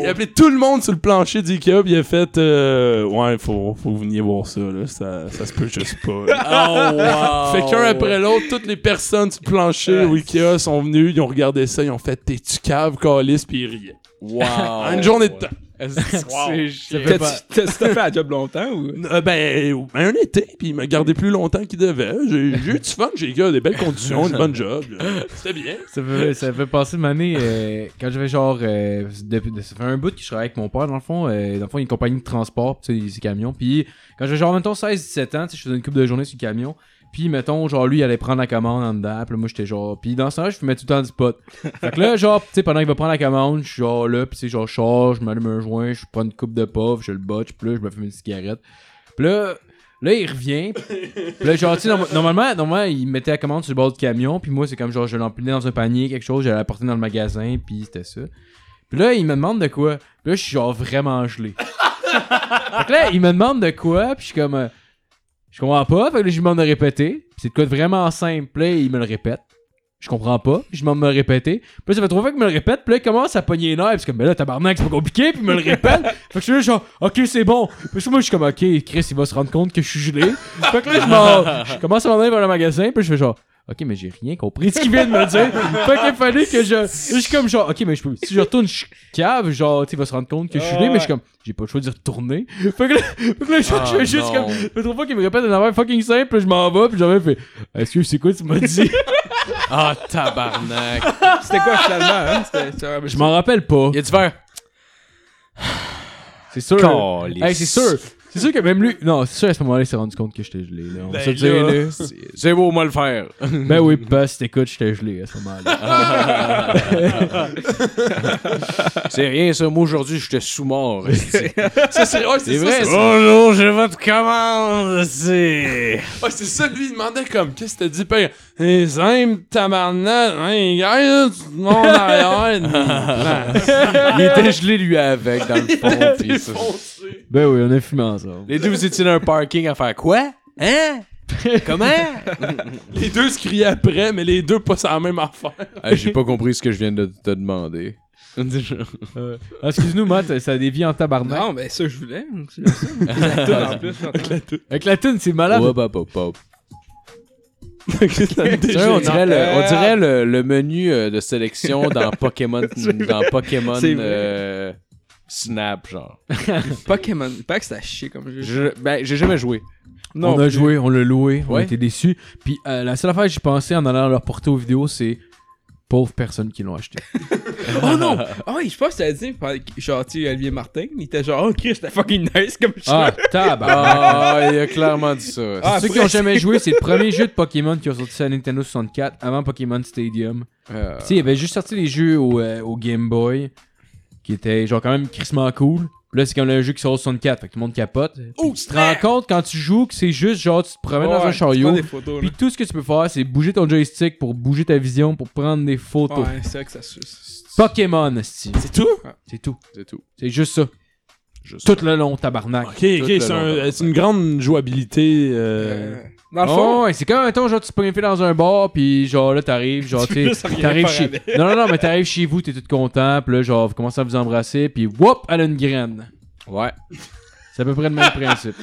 [SPEAKER 4] Il a appelé tout le monde sur le plancher d'IKEA, puis il a fait euh, Ouais, faut, faut que vous veniez voir ça, là, ça, ça se peut juste pas. là. Fait qu'un après l'autre, toutes les personnes du plancher au Ikea sont venues, ils ont regardé ça, ils ont fait T'es-tu cave, calice, puis ils riaient. En une journée de temps.
[SPEAKER 5] C'est chiant.
[SPEAKER 7] T'as- T'as stoppé à la job longtemps ou.
[SPEAKER 4] Euh, ben, ben, un été, puis il m'a gardé plus longtemps qu'il devait. J'ai j'ai eu du fun, j'ai eu des belles conditions, une bonne job. là. C'était bien.
[SPEAKER 3] Ça fait, ça fait passer une année euh, quand j'avais genre euh, depuis- de- ça fait un bout que je travaillais avec mon père dans le fond euh, dans le fond il y a une compagnie de transport tu sais ses camions puis quand j'avais genre mettons 16 17 ans tu sais, je faisais une coupe de journée sur le camion puis mettons genre lui il allait prendre la commande en dedans puis là, moi j'étais genre puis dans ce temps-là je fumais tout le temps du pot fait que là genre tu sais pendant qu'il va prendre la commande je suis genre là puis tu sais genre je sors je m'allume un joint je prends une coupe de puff je le botche puis là je me fume une cigarette puis là Là, il revient. Puis là, genre, tu sais, norm- normalement, normalement, il mettait la commande sur le bord du camion. Puis moi, c'est comme genre, je l'empilais dans un panier, quelque chose, je l'apportais dans le magasin. Puis c'était ça. Puis là, il me demande de quoi. Puis là, je suis genre vraiment gelé. fait que là, il me demande de quoi. Puis je suis comme, euh, je comprends pas. Fait que là, je lui demande de répéter. Puis c'est de quoi de vraiment simple. Puis là, il me le répète. Je comprends pas. Puis je demande de me le répéter. Puis là, ça fait trois fois qu'il me le répète. Puis là, il commence à pogner les nerfs. Puis c'est comme, ben là, tabarnak, c'est pas compliqué. Puis il me le répète. Fait que je suis là, genre, ok, c'est bon. Puis moi, je suis comme, ok, Chris, il va se rendre compte que je suis gelé. fait que là, je m'en. Je commence à m'en aller vers le magasin, puis je fais genre. Ok, mais j'ai rien compris de ce qu'il vient de me dire. fait qu'il fallait que je. Je suis comme genre, ok, mais je peux. Si je retourne, je cave, genre, tu sais, il va se rendre compte que je suis gelé, mais je suis comme, j'ai pas le choix d'y retourner. Fait que là, fait que là, je, je fais juste comme. Je trouve pas qu'il me répète une affaire fucking simple, puis je m'en vais, puis j'avais fait, est-ce que c'est quoi tu m'as dit?
[SPEAKER 5] Ah, tabarnak.
[SPEAKER 7] C'était quoi finalement, hein? C'était- c'était-
[SPEAKER 3] Ah, je m'en rappelle pas.
[SPEAKER 5] Il y a du verre.
[SPEAKER 3] C'est sûr.
[SPEAKER 5] Calisse.
[SPEAKER 3] Hey, c'est sûr. C'est sûr que même lui. Non, c'est sûr, à ce moment-là, il s'est rendu compte que j'étais gelé, là. On
[SPEAKER 5] Ben
[SPEAKER 3] va se le dire, Ben là.
[SPEAKER 5] C'est beau, moi le faire.
[SPEAKER 3] Ben oui, bah, si t'écoutes, j'étais gelé à ce moment-là.
[SPEAKER 5] C'est rien, ça. Moi, aujourd'hui, j'étais sous-mort. C'est
[SPEAKER 4] Ça, c'est ouais, c'est ça,
[SPEAKER 5] vrai,
[SPEAKER 4] c'est-
[SPEAKER 5] Bonjour, j'ai votre commande. C'est.
[SPEAKER 4] Ouais, c'est ça, lui, il demandait comme, qu'est-ce que t'as dit, père? Les simples tabarnak, hein, gars, tout le monde arrière.
[SPEAKER 5] Il était gelé, lui, avec, dans le fond. pis ça.
[SPEAKER 3] ben oui, on a fumé ensemble.
[SPEAKER 5] Les deux, vous étiez dans un parking à faire quoi? Hein? Comment?
[SPEAKER 4] les deux se criaient après, mais les deux pas sur la même affaire.
[SPEAKER 5] Ah, j'ai pas compris ce que je viens de te demander.
[SPEAKER 3] Euh, Excuse-nous, Matt, ça dévie en tabarnak.
[SPEAKER 7] Non, mais ça, je voulais. C'est bien ça. La toune, en plus. maintenant.
[SPEAKER 3] Avec la tune, c'est malade.
[SPEAKER 5] Ouais, bah, pop, pop.
[SPEAKER 7] Tu
[SPEAKER 5] Tu
[SPEAKER 7] sais,
[SPEAKER 5] sais, on dirait, le, on
[SPEAKER 7] euh,
[SPEAKER 5] dirait le, le menu euh, de sélection dans Pokémon, dans Pokémon
[SPEAKER 7] C'est vrai.
[SPEAKER 5] euh, Snap, genre.
[SPEAKER 7] Pokémon Pack, c'était chier comme jeu.
[SPEAKER 5] Je- ben, j'ai jamais joué.
[SPEAKER 3] on a joué, on l'a loué, on
[SPEAKER 5] Ouais.
[SPEAKER 3] était déçus. Puis euh, la seule affaire que j'ai pensé en allant leur porter aux vidéos, c'est pauvres personnes qui l'ont acheté.
[SPEAKER 7] Oh non! Oh, je pense que t'as dit, genre, tu sais, Olivier Martin, il était genre, oh Chris, c'était fucking nice comme jeu.
[SPEAKER 3] ah, tabac!
[SPEAKER 5] Ah, il a clairement dit ça.
[SPEAKER 7] Ah,
[SPEAKER 3] Ceux qui ont jamais joué, c'est le premier jeu de Pokémon qui a sorti sur la Nintendo 64 avant Pokémon Stadium.
[SPEAKER 5] Euh,
[SPEAKER 3] Tu sais, il avait juste sorti les jeux au, euh, au Game Boy qui étaient genre quand même crissement cool. Puis là, c'est comme le jeu qui sort au 64, fait que tout le monde capote.
[SPEAKER 4] Oh,
[SPEAKER 3] Tu te rends compte quand tu joues que c'est juste genre tu te promènes dans
[SPEAKER 7] Ouais,
[SPEAKER 3] un
[SPEAKER 7] tu
[SPEAKER 3] chariot.
[SPEAKER 7] prends des photos, là.
[SPEAKER 3] Puis tout ce que tu peux faire, c'est bouger ton joystick pour bouger ta vision, pour prendre des photos.
[SPEAKER 7] Ouais, c'est vrai que ça suce.
[SPEAKER 3] Pokémon, Steve.
[SPEAKER 4] C'est tout?
[SPEAKER 3] C'est tout.
[SPEAKER 5] c'est tout.
[SPEAKER 3] C'est juste ça.
[SPEAKER 5] Juste
[SPEAKER 3] Tout le long, tabarnak.
[SPEAKER 4] Ok, ok, c'est
[SPEAKER 5] long,
[SPEAKER 4] un-
[SPEAKER 5] là.
[SPEAKER 4] c'est une grande jouabilité. euh,
[SPEAKER 7] Euh, Dans le fond,
[SPEAKER 3] Oh, ouais, c'est comme, mettons, genre, tu te prends une fille dans un bar, puis genre, là, t'arrives, genre,
[SPEAKER 7] Tu
[SPEAKER 3] tu
[SPEAKER 7] veux juste
[SPEAKER 3] t'arrives
[SPEAKER 7] rien
[SPEAKER 3] chez...
[SPEAKER 7] faire
[SPEAKER 3] Non, non, non, mais t'arrives chez vous, t'es tout content, puis là, genre, vous commencez à vous embrasser, puis whoop, elle a une graine.
[SPEAKER 5] Ouais.
[SPEAKER 3] C'est à peu près le même principe.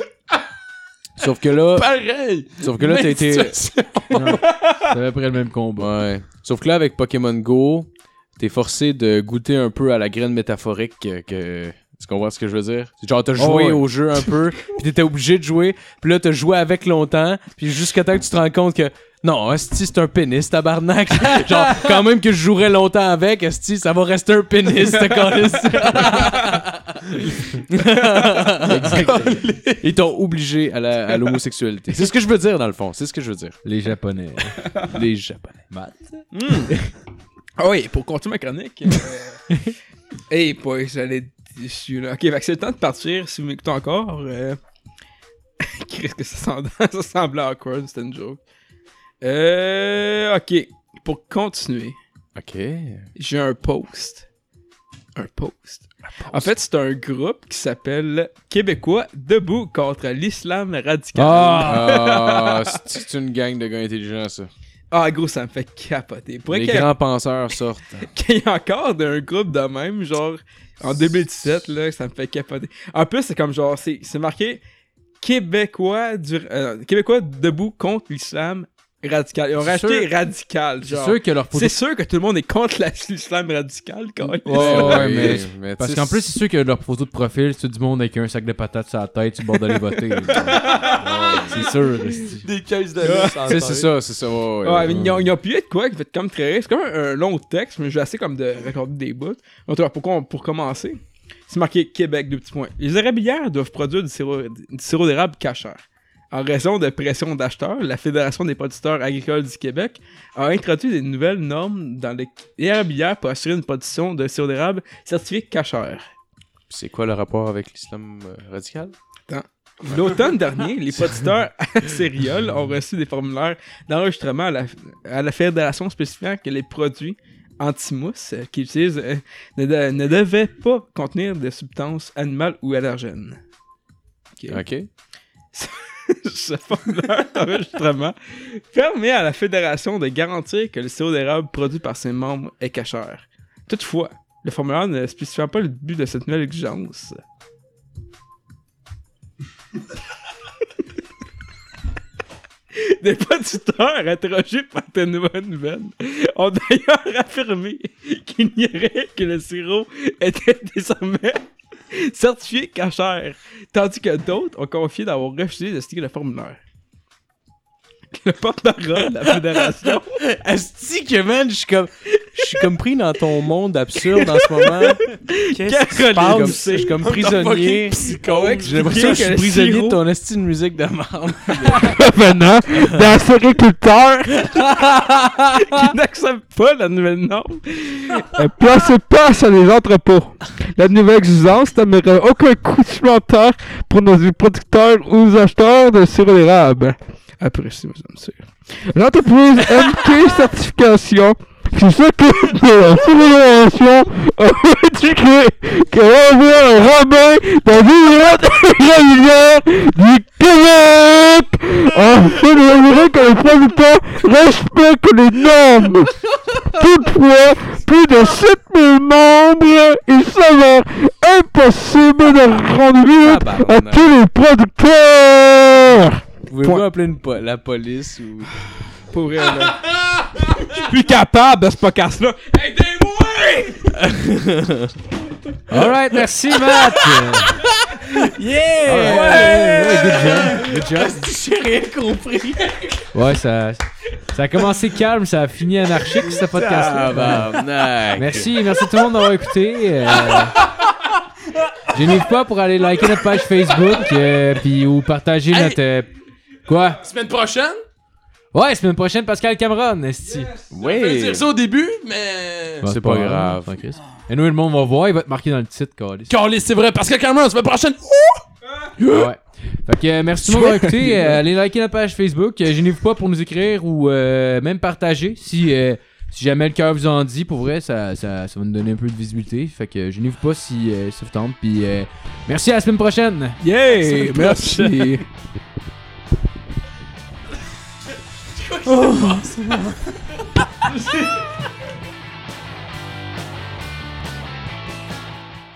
[SPEAKER 5] Sauf que là,
[SPEAKER 4] Pareil!
[SPEAKER 5] sauf que là, t'as
[SPEAKER 4] Même
[SPEAKER 5] été.
[SPEAKER 4] situation.
[SPEAKER 3] Non, c'est à peu près le même combat.
[SPEAKER 5] Ouais. Sauf que là, avec Pokémon Go, t'es forcé de goûter un peu à la graine métaphorique que. que- Tu comprends ce que je veux dire? C'est Genre, t'as joué
[SPEAKER 3] ouais.
[SPEAKER 5] au jeu un peu, puis t'étais obligé de jouer, puis là, t'as joué avec longtemps, puis jusqu'à temps que tu te rends compte que. Non, Esti, c'est un pénis, tabarnak. Genre, quand même que je jouerais longtemps avec, Esti, ça va rester un pénis, ce calice. Ils t'ont obligé à la- à l'homosexualité. C'est ce que je veux dire, dans le fond. C'est ce que je veux dire.
[SPEAKER 3] Les Japonais.
[SPEAKER 5] Les Japonais.
[SPEAKER 7] Ah oui, pour continuer ma chronique. euh, hey, boy, j'allais être déçu, là. Ok, fait que c'est le temps de partir, si vous m'écoutez encore. euh, Qu'est-ce que ça semble... ça semblait awkward, c'était une joke. Euh, ok, pour continuer,
[SPEAKER 5] OK.
[SPEAKER 7] j'ai un post. Un post. En fait, c'est un groupe qui s'appelle Québécois debout contre l'islam radical.
[SPEAKER 3] Ah!
[SPEAKER 5] Ah, c'est une gang de gars intelligents, ça.
[SPEAKER 7] Ah, gros, ça me fait capoter. Pour
[SPEAKER 5] Les
[SPEAKER 7] qu'il y, a-
[SPEAKER 5] grands penseurs sortent.
[SPEAKER 7] qu'il y ait encore un groupe de même, genre, en 2017, là, ça me fait capoter. En plus, c'est comme genre, c'est c'est marqué Québécois, du, euh, Québécois debout contre l'islam radical. Ils ont
[SPEAKER 3] C'est
[SPEAKER 7] racheté
[SPEAKER 3] sûr-
[SPEAKER 7] radical,
[SPEAKER 3] C'est
[SPEAKER 7] genre.
[SPEAKER 3] sûr que leur photo...
[SPEAKER 7] C'est sûr que tout le monde est contre la- l'islam radical, quand même.
[SPEAKER 3] Ouais, ouais, ouais, mais...
[SPEAKER 5] mais
[SPEAKER 3] Parce
[SPEAKER 5] tu sais,
[SPEAKER 3] qu'en plus, c'est sûr que leur photo de profil, c'est du monde avec un sac de patates sur la tête, sur le bord d'aller voter. Ouais, c'est sûr, esti.
[SPEAKER 6] Des caisses de lait
[SPEAKER 5] tu sais, c'est ça, c'est ça. Ouais, ouais.
[SPEAKER 7] Ouais, Ah, mais ils ont, ils ont pu être quoi, qui fait comme très rire. C'est comme un, un long texte, mais j'ai assez comme de recorder des bouts. Donc, alors, pour, qu'on- pour commencer, c'est marqué Québec, deux petits points. Les érablières doivent produire du sirop, du sirop d'érable cachère. En raison de pression d'acheteurs, la Fédération des producteurs agricoles du Québec a introduit des nouvelles normes dans les érablières pour assurer une production de sirop d'érable certifié cachère.
[SPEAKER 5] C'est quoi le rapport avec l'islam euh, radical?
[SPEAKER 7] L'automne dernier, les producteurs à céréales ont reçu des formulaires d'enregistrement à la, à la fédération spécifiant que les produits anti-mousse euh, qu'ils utilisent euh, ne, de- ne devaient pas contenir de substances animales ou allergènes. Ok.
[SPEAKER 5] OK.
[SPEAKER 7] Ce formulaire d'enregistrement permet à la fédération de garantir que le sirop d'érable produit par ses membres est cachère. Toutefois, le formulaire ne spécifie pas le but de cette nouvelle exigence. Des producteurs interrogés par de nouvelles nouvelles ont d'ailleurs affirmé qu'il n'y aurait que le sirop était désormais certifié cachère, tandis que d'autres ont confié d'avoir refusé de signer le formulaire. Le porte-parole de la fédération
[SPEAKER 5] Asti que, man, je suis comme... Je suis comme pris dans ton monde absurde en ce moment. Qu'est-ce qui se passe? Je suis comme prisonnier. J'ai l'impression que je suis prisonnier de ton esti de musique de merde.
[SPEAKER 7] venant d'un agriculteur qui n'accepte pas la nouvelle norme. Ne placez pas sur les entrepôts. La nouvelle exigence n'amènera aucun coût supplémentaire pour nos producteurs ou acheteurs de sirop d'érable. Après, c'est moi, ça me sûr. L'entreprise MK Certification qui s'occupe de la fédération a indiqué qu'elle envoie un rabbin dans une autre réunion du Québec afin de mesurer que les producteurs respectent les normes. Toutefois, plus de 7000 membres, il s'avère impossible de rendre lutte à
[SPEAKER 5] Tabarnak.
[SPEAKER 7] tous les producteurs.
[SPEAKER 5] Pouvez-vous
[SPEAKER 7] Point.
[SPEAKER 5] appeler une po- la police ou...
[SPEAKER 7] Pour elle, là. Je suis plus capable de ce podcast-là.
[SPEAKER 3] Alright, merci, Matt!
[SPEAKER 5] Eh, Ah
[SPEAKER 3] yeah! Ouais, good job. Good job. J'ai rien compris. Ouais, ça. Ça a commencé calme, ça a fini anarchique, ce
[SPEAKER 5] Ah,
[SPEAKER 3] podcast-là.
[SPEAKER 5] bah,
[SPEAKER 3] Merci, merci tout le monde d'avoir écouté. Euh, Gênez-vous pas pour aller liker notre page Facebook euh, puis ou partager
[SPEAKER 4] Hey!
[SPEAKER 3] notre euh, quoi
[SPEAKER 4] Semaine prochaine?
[SPEAKER 3] Ouais, semaine prochaine Pascal Cameron, esti.
[SPEAKER 4] Je vais
[SPEAKER 5] Oui.
[SPEAKER 4] dire ça au début, mais.
[SPEAKER 3] Bon,
[SPEAKER 5] C'est pas grave.
[SPEAKER 3] Fuck it. Et nous le monde va voir, il va être marqué dans le titre, câlisse.
[SPEAKER 4] Carlis, c'est vrai, parce que Cameron, semaine prochaine!
[SPEAKER 3] Ouais. Fait que euh, merci tout le monde d'avoir écouté. Euh, allez liker la page Facebook. Euh, Gênez-vous pas pour nous écrire ou euh, même partager si, euh, si jamais le cœur vous en dit. Pour vrai, ça, ça, ça va nous donner un peu de visibilité. Fait que euh, gênez-vous pas si euh, ça vous tente. Puis euh, merci à la semaine prochaine.
[SPEAKER 7] Yeah! Merci!